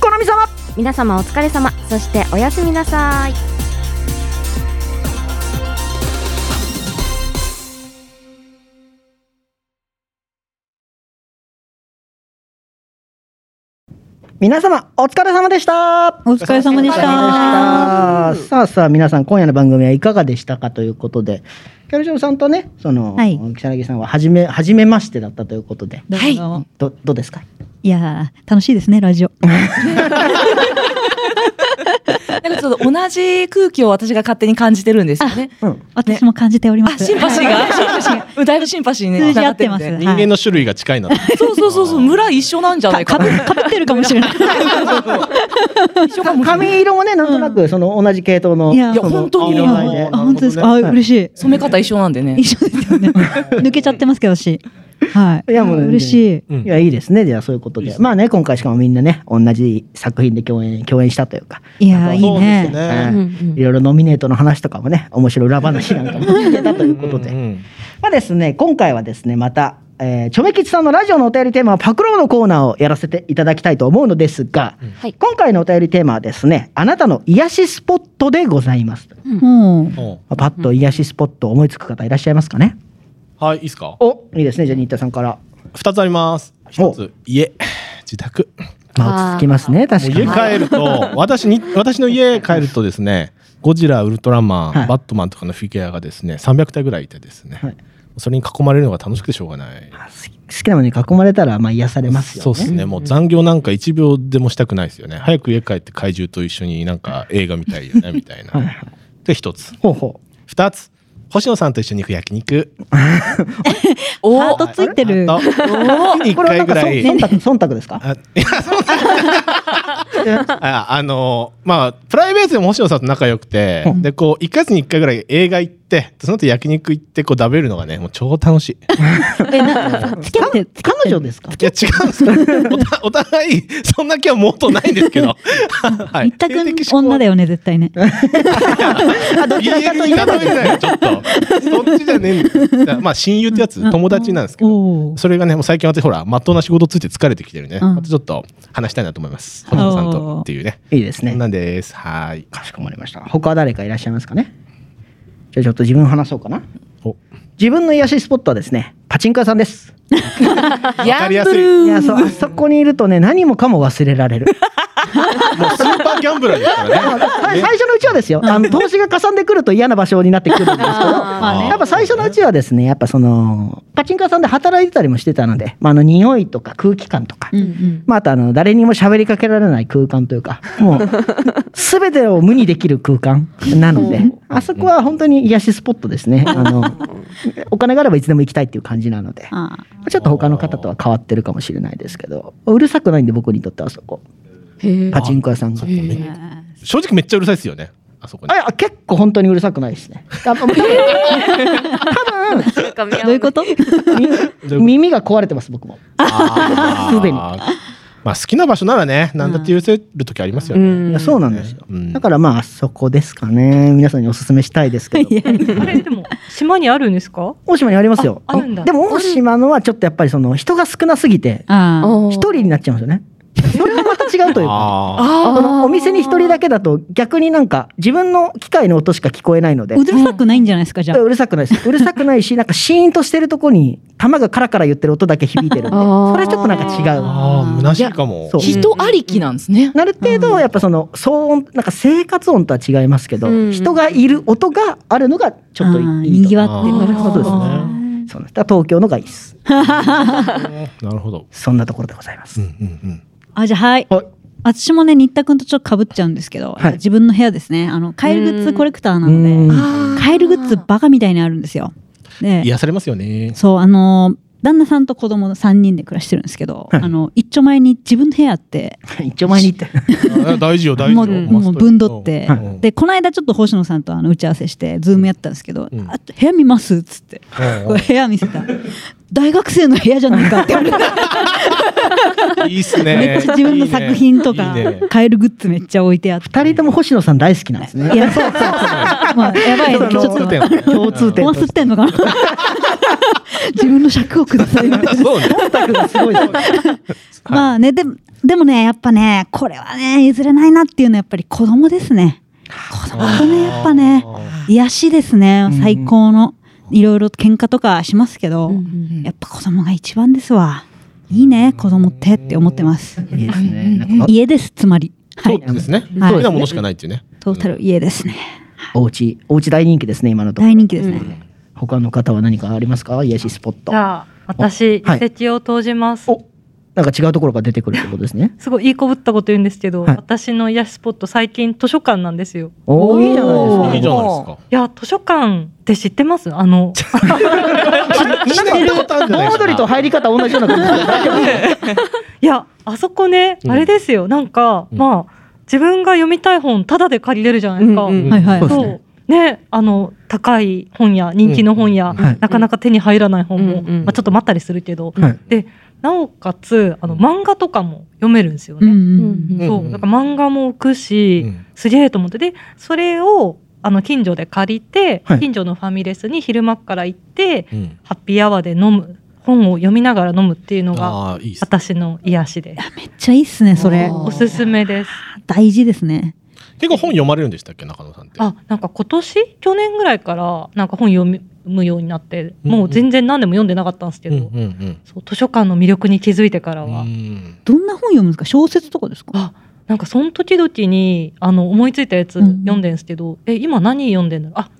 Speaker 2: 好み様
Speaker 1: 皆様お疲れ様そしておやすみなさい
Speaker 2: 皆様お疲れ様でした
Speaker 3: お疲れ様でした。
Speaker 2: さあさあ皆さん今夜の番組はいかがでしたかということでキャルショムさんとねその、
Speaker 3: はい
Speaker 2: 木更木さんは初め初めましてだったということで
Speaker 3: どうもどうも
Speaker 2: どどうですか
Speaker 3: いやー楽しいですねラジオ。
Speaker 4: なんかちょっと同じ空気を私が勝手に感じてるんですよね。
Speaker 3: 私も感じておりま
Speaker 4: あ、
Speaker 3: す。
Speaker 4: シンパシーが、シンパシーが、 だいぶシンパシーね。
Speaker 3: 通じ合ってます。
Speaker 4: 繋がるんで
Speaker 6: 人間の種類が近い な。
Speaker 4: そうそうそうそう、村一緒なんじゃな
Speaker 3: はいい
Speaker 4: か
Speaker 3: か
Speaker 4: な
Speaker 3: ぶ。かぶってるかもし れない。
Speaker 4: 一緒かもしれない
Speaker 2: 髪色もね、なんとなく、その同じ系統の。
Speaker 3: いや
Speaker 2: その
Speaker 4: 本当に
Speaker 2: 色合いで
Speaker 3: あ、本当ですか。あ、
Speaker 2: はい
Speaker 3: 嬉しい。
Speaker 4: 染め方一緒なんでね。
Speaker 3: 一緒ですよ ね。抜けちゃってますけど、私。はい。
Speaker 2: いやもう
Speaker 3: 嬉しい。
Speaker 6: うん
Speaker 2: いや、いいですね。じゃあ、そういうことで。まあね、今回しかもみんなね、同じ作品で共演、共演したというか。
Speaker 3: いやー、いい
Speaker 6: そうです
Speaker 3: ね。
Speaker 6: ね。
Speaker 2: いろいろノミネートの話とかもね、面白い裏話なんかも聞けたということで。
Speaker 6: うんうん
Speaker 2: まあですね、今回はですね、また、えー、ちょめきちさんのラジオのお便りテーマはパクローのコーナーをやらせていただきたいと思うのですが、
Speaker 8: はい
Speaker 2: 今回のお便りテーマはですね、あなたの癒しスポットでございます。ま
Speaker 3: うん。
Speaker 6: うん
Speaker 2: あパッと癒しスポット思いつく方いらっしゃいますかね
Speaker 6: はい、いいですか。
Speaker 2: お、いいですね、じゃあ新田さんから。
Speaker 6: 二つあります。一つ、家、自宅。
Speaker 2: まあ、落ち着きますね、確
Speaker 6: もう
Speaker 2: かに。
Speaker 6: 家帰ると、私に、私の家帰るとですね、ゴジラ、ウルトラマン、
Speaker 2: はい
Speaker 6: バットマンとかのフィギュアがですね、300体ぐらいいてですね、
Speaker 2: はい
Speaker 6: それに囲まれるのが楽しくてしょうがない。
Speaker 2: 好き好きなものに囲まれたら、まあ癒されますよね。
Speaker 6: そうですね、もう残業なんか1秒でもしたくないですよね。早く家帰って怪獣と一緒になんか映画見たいよね、みたい
Speaker 2: はいは
Speaker 6: な。
Speaker 2: い。
Speaker 6: で、一つ。
Speaker 2: ほうほう。
Speaker 6: 二つ。星野さんと一緒に行く焼肉。
Speaker 4: お
Speaker 3: ハートついてる。
Speaker 6: あと月に一
Speaker 2: これはな
Speaker 6: 回
Speaker 2: んか
Speaker 6: ぐ
Speaker 2: そ
Speaker 6: らい。
Speaker 2: 忖度、忖度ですか
Speaker 6: あ、いや、そうあ、あのまあ、プライベートでも星野さんと仲良くて、
Speaker 2: うん
Speaker 6: で、こう、1ヶ月に1回ぐらい映画行って、その後焼肉行って、こう、食べるのがね、もう超楽しい。い
Speaker 3: え、な、付き合って、付き合っ
Speaker 2: 彼
Speaker 3: て
Speaker 2: 女ですか
Speaker 6: や、違うんですよ。おたお互い、そんな気はもっとないんですけど。は
Speaker 3: 一択女だ
Speaker 6: よ。
Speaker 3: よね、絶対ね。
Speaker 6: どちらかと言えないちょっと。そっちじゃねえんだだ。まあ、親友ってやつ、友達なんですけど。
Speaker 3: おー
Speaker 6: それがね、もう最近私、ほら、まっとうな仕事ついて疲れてきてるね。
Speaker 3: うん
Speaker 6: またちょっと話したいなと思います。星野さんとっていうね。
Speaker 2: いいです
Speaker 6: そ
Speaker 2: ね
Speaker 6: ん。なんです。はーい。
Speaker 2: かしこまりました。他は誰かいらっしゃいますかねじゃあちょっと自分話そうかな。
Speaker 6: お
Speaker 2: 自分の癒しスポットはですね、パチンコ屋さんです。
Speaker 6: わかりやすい。
Speaker 2: いや、そう、あそこにいるとね、何もかも忘れられる。
Speaker 6: もうスーパーギャンブラーですからね。
Speaker 2: 最初のうちはですよ、あの投資がかさんでくると嫌な場所になってくるんですけど、
Speaker 6: まあね
Speaker 2: やっぱ最初のうちはですね、やっぱその、パチンコ屋さんで働いてたりもしてたので、まあ、あの、匂いとか空気感とか、
Speaker 3: うん
Speaker 2: まあ、あとあの、誰にも喋りかけられない空間というか、もう、すべてを無にできる空間なので、あそこは本当に癒しスポットですね。あの、お金があればいつでも行きたいっていう感じなので、
Speaker 3: あ
Speaker 2: ちょっと他の方とは変わってるかもしれないですけど、うるさくないんで僕にとってはあそこ、
Speaker 8: へえ
Speaker 2: パチンコ屋さんが。
Speaker 6: め
Speaker 3: ーあ
Speaker 6: 正直めっちゃうるさいですよね。あそこね
Speaker 2: あいや結構本当にうるさくないですね。あ多 分
Speaker 8: なんか見合
Speaker 3: ー。どういうこと
Speaker 2: み耳が壊れてます僕も。
Speaker 6: あー
Speaker 2: すでに
Speaker 6: まあ好きな場所ならね、何だって許せる時ありますよ
Speaker 8: う
Speaker 6: ね。
Speaker 2: い
Speaker 8: ん
Speaker 2: やそうなんですよ。
Speaker 6: うん
Speaker 2: だからまああそこですかね。皆さんにお勧めしたいですけど。
Speaker 5: あれでも島にあるんですか？
Speaker 2: 大島にありますよ。
Speaker 5: ああるんだ
Speaker 2: でも大島のはちょっとやっぱりその人が少なすぎて
Speaker 3: あー。
Speaker 2: 一人になっちゃうんですよね。それはまた違うというか。
Speaker 6: あ
Speaker 2: このお店に一人だけだと逆になんか自分の機械の音しか聞こえないので。
Speaker 3: うるさくないんじゃないですか、じゃあ。
Speaker 2: うるさくないです。うるさくないし、なんかシーンとしてるとこに、玉がカラカラ言ってる音だけ響いてるんで、
Speaker 8: あー
Speaker 2: それはちょっとなんか違う
Speaker 6: ー。あー、虚しいかも
Speaker 2: そう。
Speaker 4: 人ありきなんですね。
Speaker 2: なる程度やっぱその騒音なんか生活音とは違いますけど、
Speaker 8: うん
Speaker 2: 人がいる音があるのがちょっといい
Speaker 3: あー
Speaker 2: いいと
Speaker 3: 賑わって
Speaker 6: あー
Speaker 2: なるほどですねそうなんですだから東京のがいいです
Speaker 6: なるほど。
Speaker 2: そんなところでございます、
Speaker 6: うんうんうん。
Speaker 3: あ、じゃあ、はい。
Speaker 2: はい
Speaker 3: 私もね、新田くんとちょっと被っちゃうんですけど、
Speaker 2: はい
Speaker 3: 自分の部屋ですね。あの、カエルグッズコレクターな
Speaker 2: う
Speaker 3: の
Speaker 2: ん
Speaker 3: で、カエルグッズバカみたいにあるんですよ。で、
Speaker 6: 癒されますよね。
Speaker 3: そう、あのー、旦那さんと子供の3人で暮らしてるんですけど、
Speaker 2: はい
Speaker 3: あの、一丁前に自分の部屋あって、
Speaker 2: 一応前に行って
Speaker 6: あ大事よ、大事
Speaker 3: も
Speaker 6: よ。
Speaker 3: う、もうぶんどって
Speaker 6: う、ん
Speaker 3: で、この間ちょっと星野さんとあの打ち合わせして、ズームやったんですけど、
Speaker 6: うん
Speaker 3: あ部屋見ますっつって、これ部屋見せた。大学生の部屋じゃないかって言われて
Speaker 6: いいっすね。
Speaker 3: めっちゃ自分の作品とか
Speaker 6: いいねいいね
Speaker 3: カエルグッズめっちゃ置いてあって。
Speaker 2: 二人とも星野さん大好きなんですね
Speaker 3: いや、そうそうそう。まあ、やばいね。ちょっ
Speaker 6: 共
Speaker 3: と
Speaker 6: 通、点ね
Speaker 2: 共通点
Speaker 3: お忘ってんのかな自分の尺をくださいみたいな。
Speaker 6: そうね。
Speaker 2: すごいですね
Speaker 3: まあね、でも、でもね、やっぱね、これはね、譲れないなっていうのはやっぱり子供ですね。子供とね、やっぱね、癒しですね、最高の。いろいろ喧嘩とかしますけど、やっぱ子供が一番ですわ。いいね、子供ってって思ってます。
Speaker 2: いいですねなんか
Speaker 3: 家です、つまり。は
Speaker 6: そ。
Speaker 3: いう
Speaker 6: ですね。
Speaker 3: はい
Speaker 6: 好きなものしかないっていうね。
Speaker 3: トータル家ですね。
Speaker 2: おうちおうち大人気ですね今のところ
Speaker 3: 大人気ですね。
Speaker 2: 他の方は何かありますか癒しスポット
Speaker 5: じゃあ私
Speaker 2: はい
Speaker 5: 遺跡を投じます。
Speaker 2: おなんか違うところが出てくるってことですね。
Speaker 5: すごいいいこぶったこと言うんですけど、
Speaker 2: はい
Speaker 5: 私の癒しスポット最近図書館なんですよ
Speaker 2: おおいいじゃないです
Speaker 6: いいじゃない
Speaker 5: いや図書館って知ってますあの
Speaker 6: ですか。なんか見たことある
Speaker 2: か。盆
Speaker 6: んじゃないですか。
Speaker 2: 踊りと入り方同じような感じで。
Speaker 5: いやあそこね
Speaker 6: うん
Speaker 5: あれですよ、なんか、
Speaker 6: うん
Speaker 5: まあ自分が読みたい本タダで借りれるじゃないですか、
Speaker 8: うんうん
Speaker 3: はいはい
Speaker 2: そうです
Speaker 5: そ
Speaker 2: ね
Speaker 5: うねあの高い本や人気の本や、
Speaker 2: んはい
Speaker 5: なかなか手に入らない本も、
Speaker 8: うんうん
Speaker 5: まあ、ちょっと待ったりするけど、
Speaker 2: はい
Speaker 5: でなおかつあの漫画とかも読めるんですよ
Speaker 3: うんう
Speaker 5: ね、
Speaker 3: ん
Speaker 5: そう
Speaker 6: うん
Speaker 5: だから漫画も置くし、
Speaker 6: うん
Speaker 5: すげえと思ってでそれをあの近所で借りて、
Speaker 2: はい
Speaker 5: 近所のファミレスに昼間っから行って
Speaker 6: うん
Speaker 5: ハッピーアワーで飲む本を読みながら飲むっていうのが
Speaker 6: ああいいっすね。
Speaker 5: 私の癒しで
Speaker 3: めっちゃいいっすねそれ
Speaker 8: あー
Speaker 5: おすすめです
Speaker 3: 大事ですね
Speaker 6: 結構本読まれるんでしたっけ中野さんって。
Speaker 5: あなんか今年去年ぐらいからなんか本読むようになって
Speaker 6: うん
Speaker 5: もう全然何でも読んでなかったんですけ
Speaker 6: うん
Speaker 5: ど、
Speaker 6: うんうん。
Speaker 5: そう図書館の魅力に気づいてからは、
Speaker 6: うん
Speaker 3: どんな本読むんですか小説とかですか
Speaker 5: あなんかその時々にあの思いついたやつ
Speaker 3: うんうん
Speaker 5: 読んでんすけど、え今何読んでんだろうあ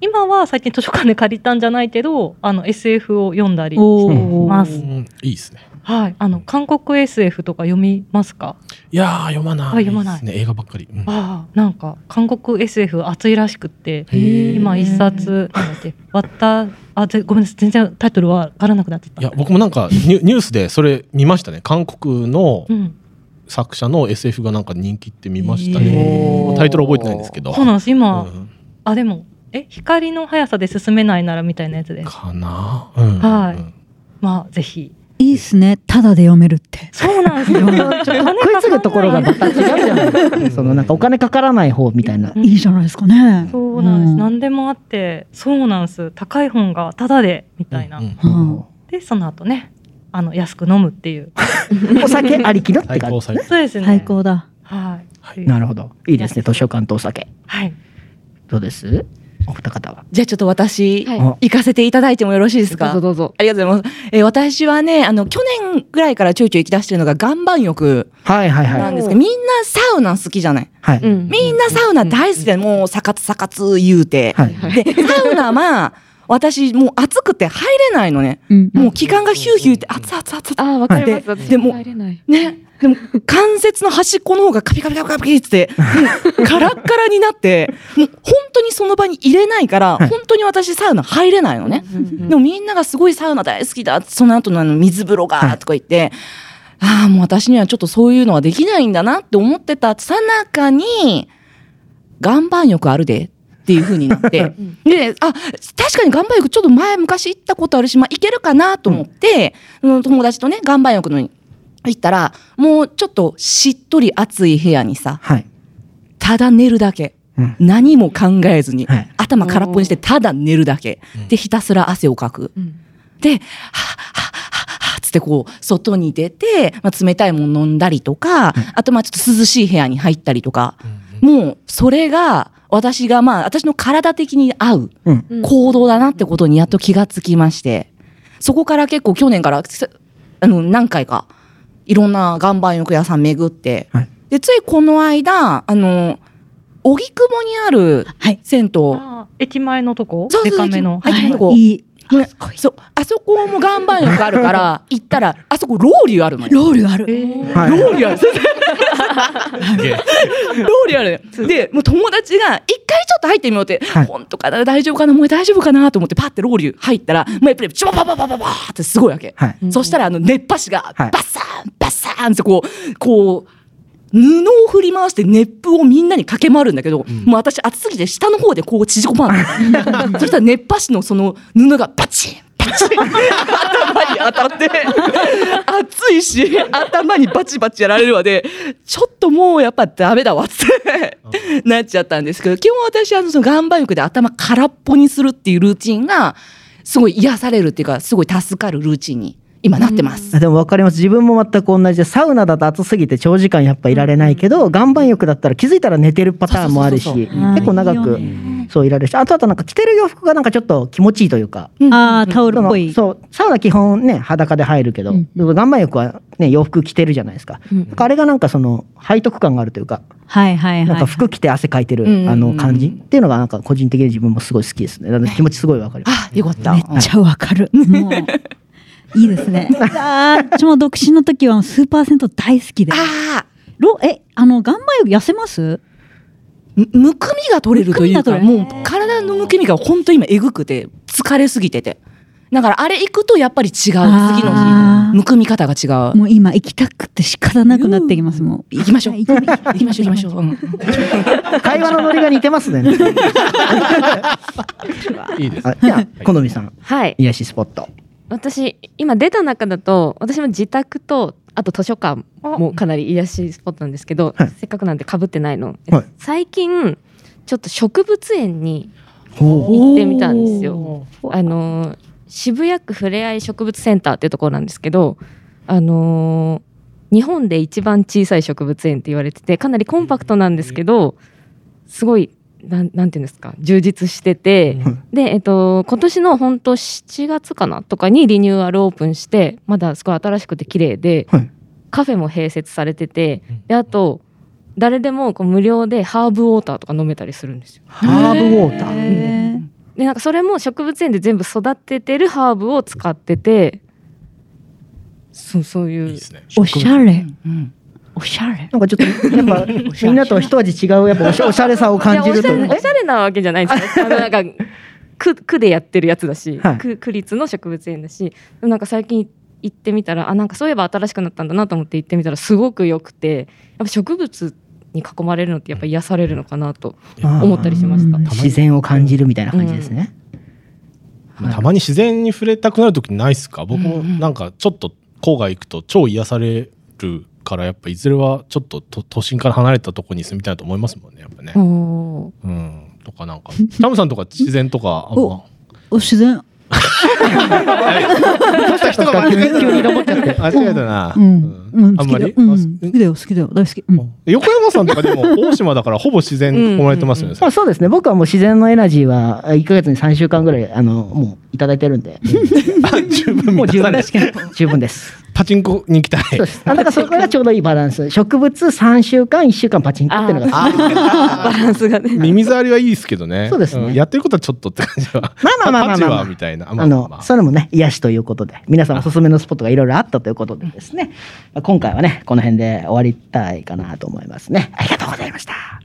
Speaker 5: 今は最近図書館で借りたんじゃないけどあの SF を読んだり
Speaker 3: お
Speaker 5: して
Speaker 3: ー
Speaker 5: ま
Speaker 6: う
Speaker 5: す、
Speaker 6: んいいですね。
Speaker 5: はい、あの韓国 SF とか読みますか
Speaker 6: いやー読まない。
Speaker 5: あ読まない
Speaker 6: っすね映画ばっかり。うん
Speaker 5: あーなんか韓国 SF 熱いらしくって
Speaker 6: へー
Speaker 5: 今一冊なんだっけわったあぜごめんなさい全然タイトルは分からなくなってた
Speaker 6: いや僕もなんかニュニュースでそれ見ましたね韓国の
Speaker 5: うん、
Speaker 6: 作者の SF がなんか人気って見ました
Speaker 2: へ
Speaker 6: ね
Speaker 2: ー
Speaker 6: タイトル覚えてないんですけど
Speaker 5: そうなんです今、
Speaker 6: うん
Speaker 5: あでもえ光の速さで進めないならみたいなやつです
Speaker 6: かな、うん
Speaker 5: はい
Speaker 6: うん
Speaker 5: まあぜひ
Speaker 3: いいっすねただで読めるって
Speaker 5: そうなんですよ。
Speaker 2: ちょっと食いつぐところがまた違うじゃないですか。そのなんかお金かからない方みたいな。
Speaker 5: うん
Speaker 3: いいじゃないですかね
Speaker 5: そうなんです。
Speaker 3: うん
Speaker 5: 何でもあって、そうなんです。高い本がタダでみたいな。
Speaker 6: うんうん
Speaker 3: うん
Speaker 5: でその後ね、あの安く飲むっていう。
Speaker 2: お酒ありきのって
Speaker 6: 最
Speaker 2: 感
Speaker 6: 高
Speaker 2: じ。
Speaker 6: 最高
Speaker 5: そうですね。
Speaker 3: 最高だ
Speaker 5: はい。はい。
Speaker 2: なるほど。いいですね。図書館とお酒。
Speaker 5: はい。
Speaker 2: どうですお二方は。
Speaker 4: じゃあちょっと私、
Speaker 8: はい
Speaker 2: あ
Speaker 4: 行かせていただいてもよろしいです
Speaker 8: どう
Speaker 4: か
Speaker 8: ぞどうぞ。
Speaker 4: ありがとうございます。えー私はね、あの、去年ぐらいからちょいちょい行き出してるのが岩盤浴
Speaker 2: はいはいは。
Speaker 4: ないんですけど、みんなサウナ好きじゃない
Speaker 2: はい。
Speaker 8: うん
Speaker 4: みんなサウナ大好きで、もうサカツサカツ言うて。
Speaker 2: はい。
Speaker 8: はい
Speaker 4: で、サウナは、私もう暑くて入れないのね。
Speaker 3: うん
Speaker 4: もう気管がヒューヒューって熱々熱々。
Speaker 8: ああわかります。
Speaker 4: ででも
Speaker 8: 入れない。
Speaker 4: ね。でも、関節の端っこの方がカピカピカピカピって、もうカラッカラになって、もう本当にその場に入れないから、
Speaker 2: はい
Speaker 4: 本当に私サウナ入れないのね。でもみんながすごいサウナ大好きだ、その後のあの水風呂
Speaker 2: はい
Speaker 4: が、とか言って、ああ、もう私にはちょっとそういうのはできないんだなって思ってたさなかに、岩盤浴あるでっていう風に なって、で、あ、確かに岩盤浴ちょっと前昔行ったことあるし、まあ行けるかなと思って、うん友達とね、岩盤浴のに行ったら、もうちょっとしっとり暑い部屋にさ、
Speaker 2: はい。
Speaker 4: ただ寝るだけ。
Speaker 2: うん
Speaker 4: 何も考えずに、
Speaker 2: はい
Speaker 4: 頭空っぽにしてただ寝るだけ。で、ひたすら汗をかく。
Speaker 8: うん
Speaker 4: で、はっはっはっはっつってこう、外に出て、まあ、冷たいもの飲んだりとか、あとまあちょっと涼しい部屋に入ったりとか、もうそれが私がまあ私の体的に合う
Speaker 2: うん
Speaker 8: うん
Speaker 4: 行動だなってことにやっと気がつきまして、そこから結構去年から、せあの、何回か、いろんな岩盤浴屋さん巡って、
Speaker 2: はい
Speaker 4: で、ついこの間、あの、荻窪にある
Speaker 3: はい
Speaker 4: 銭湯、
Speaker 5: あー駅前のとこ
Speaker 4: そうそう
Speaker 5: デカめの。
Speaker 4: 駅前駅前
Speaker 5: はい
Speaker 4: のとこ
Speaker 3: いい
Speaker 4: ねそう、あそこも岩盤浴ある から、行ったら、あそこロウリュあるのよ。
Speaker 3: ロールある
Speaker 5: えー
Speaker 2: はい。
Speaker 4: ロウリュある。ロウリュあるのよ。で、もう友達が、一回ちょっと入ってみようって、
Speaker 2: はい
Speaker 4: 本当かな大丈夫かなもう大丈夫かなと思って、パってロウリュ入ったら、もうやっぱり、ジョババババババーってすごいわけ。
Speaker 2: はい。
Speaker 4: そしたら、あの、熱波師が、
Speaker 2: は
Speaker 4: バ
Speaker 2: い
Speaker 4: ッサーン、バッサーンってこう、こう、布を振り回して熱風をみんなにかけ回るんだけど、もう私暑すぎて下の方でこう縮こまる のそしたら熱波師のその布がパチンパチン頭に当たって暑いし頭にバチバチやられるわでちょっともうやっぱダメだわってなっちゃったんですけど基本私はその岩盤浴で頭空っぽにするっていうルーチンがすごい癒されるっていうかすごい助かるルーチンに今なってます。
Speaker 2: あでも分かります自分も全く同じでサウナだと暑すぎて長時間やっぱいられないけど、岩盤浴だったら気づいたら寝てるパターンもあるし
Speaker 4: そうそう
Speaker 3: そうそう
Speaker 2: 結構長
Speaker 3: あーいいよ
Speaker 2: くそういられるしあとあとなんか着てる洋服がなんかちょっと気持ちいいというか。
Speaker 3: ああタオル
Speaker 2: そ
Speaker 3: っ
Speaker 2: の
Speaker 3: ぽい
Speaker 2: そうサウナ基本ね裸で入るけど、
Speaker 3: うん
Speaker 2: でも岩盤浴はね洋服着てるじゃないですか,、
Speaker 8: うん
Speaker 2: あれがなんかその背徳感があるというか、
Speaker 3: はいはいはい
Speaker 2: なんか服着て汗かいてる、
Speaker 4: うん
Speaker 2: あの感じっていうのがなんか個人的に自分もすごい好きですねだから気持ちすごいわかります
Speaker 4: あよかった。
Speaker 3: めっちゃわかる。もういいです ね。あーうちも独身の時はスーパー銭湯大好きで。
Speaker 4: ああ
Speaker 3: ロえ、あの、岩盤浴痩せます
Speaker 4: むむくみが取れるというか
Speaker 3: むくみが取れ
Speaker 4: も
Speaker 3: る
Speaker 4: う体のむくみが本当今えぐくて疲れすぎててだからあれ行くとやっぱり違う次の
Speaker 3: あ
Speaker 4: 日
Speaker 3: ー
Speaker 4: むくみ方が違う
Speaker 3: もう今行きたくて仕方なくなってきます、もう。
Speaker 4: 行きましょう
Speaker 3: 行き
Speaker 4: 行きましょう行きましょう、うん
Speaker 2: 会話のノリが似てますね。
Speaker 6: いいです。
Speaker 2: あじゃあ、好みさん、
Speaker 1: はい
Speaker 2: 癒しスポット。
Speaker 8: 私今出た中だと私も自宅とあと図書館もかなり癒しスポットなんですけど、
Speaker 2: はい
Speaker 8: せっかくなんでかぶってないの、
Speaker 2: はい
Speaker 8: 最近ちょっと植物園に
Speaker 2: ほ
Speaker 8: 行ってみたんですよ。あのー渋谷区ふれあい植物センターっていうところなんですけど、あのー日本で一番小さい植物園って言われててかなりコンパクトなんですけどすごいなんなんていうんですか充実してて、で、えっと、今年の本当7月かなとかにリニューアルオープンしてまだすごい新しくて綺麗で、
Speaker 2: はい
Speaker 8: カフェも併設されててであと誰でもこう無料でハーブウォーターとか飲めたりするんですよ
Speaker 2: ハーブウォーター。
Speaker 3: へ
Speaker 8: でなんかそれも植物園で全部育ててるハーブを使っててそうそう
Speaker 6: いい
Speaker 8: いう
Speaker 6: ですね。
Speaker 3: おしゃれ。
Speaker 4: うんおしゃれ
Speaker 2: なんかちょっと、やっぱ、みんなと一味違う、やっぱおしゃおしゃれさを感じると
Speaker 8: い
Speaker 2: いう
Speaker 8: やおしゃれおしゃれなわけじゃないんですよ あのなんか区区でやってるやつだし、
Speaker 2: はい
Speaker 8: 区区立の植物園だしでもなんか最近行ってみたらあなんかそういえば新しくなったんだなと思って行ってみたらすごく良くてやっぱ植物に囲まれるのってやっぱ癒されるのかなと思ったりしました
Speaker 2: うん自然を感じるみたいな感じですね。はい
Speaker 6: たまに自然に触れたくなる時ないっすか僕もなんかちょっと郊外行くと超癒されるからやっぱいずれはちょっと都都心から離れたとこに住みたいと思いますもんねやっぱね。
Speaker 8: おー
Speaker 6: うん、とかなんかタムさんとか自然とかあんま
Speaker 3: おお、自然。
Speaker 6: 人が
Speaker 2: 急に急にロボっちゃ って。
Speaker 6: 間違えたな。
Speaker 3: うん。
Speaker 6: う
Speaker 3: うんん、好
Speaker 6: あん
Speaker 3: き
Speaker 6: ま
Speaker 3: だ
Speaker 6: り
Speaker 3: よ。うん。好きだよ、好きだよ。大好き。うん
Speaker 6: 横山さんとかでも大島だからほぼ自然に囲まれてますよね。
Speaker 2: まあそうですね。僕はもう自然のエナジーは、1ヶ月に3週間ぐらい、あの、もういただいてるんで。
Speaker 6: 十分
Speaker 2: もう
Speaker 6: 満
Speaker 2: 十
Speaker 6: たさ
Speaker 2: 分
Speaker 6: れ
Speaker 2: で
Speaker 6: る
Speaker 2: す。十分です。
Speaker 6: パチンコに行きたい。
Speaker 2: そうです。あ、だからそこがちょうどいいバランス。植物3週間、1週間パチンコっていうのが。
Speaker 8: バランスがね
Speaker 6: 耳障りはいいですけどね。
Speaker 2: そうですね
Speaker 6: んやってることはちょっとって感じは。
Speaker 2: まあまあまあまあまあ
Speaker 6: パチはみたいな。ま
Speaker 2: あ
Speaker 6: あまあ
Speaker 2: の
Speaker 6: ま、あ
Speaker 2: それもね、癒しということで、皆さんおすすめのスポットがいろいろあったということでですね、まあ今回はね、この辺で終わりたいかなと思いますね。ありがとうございました。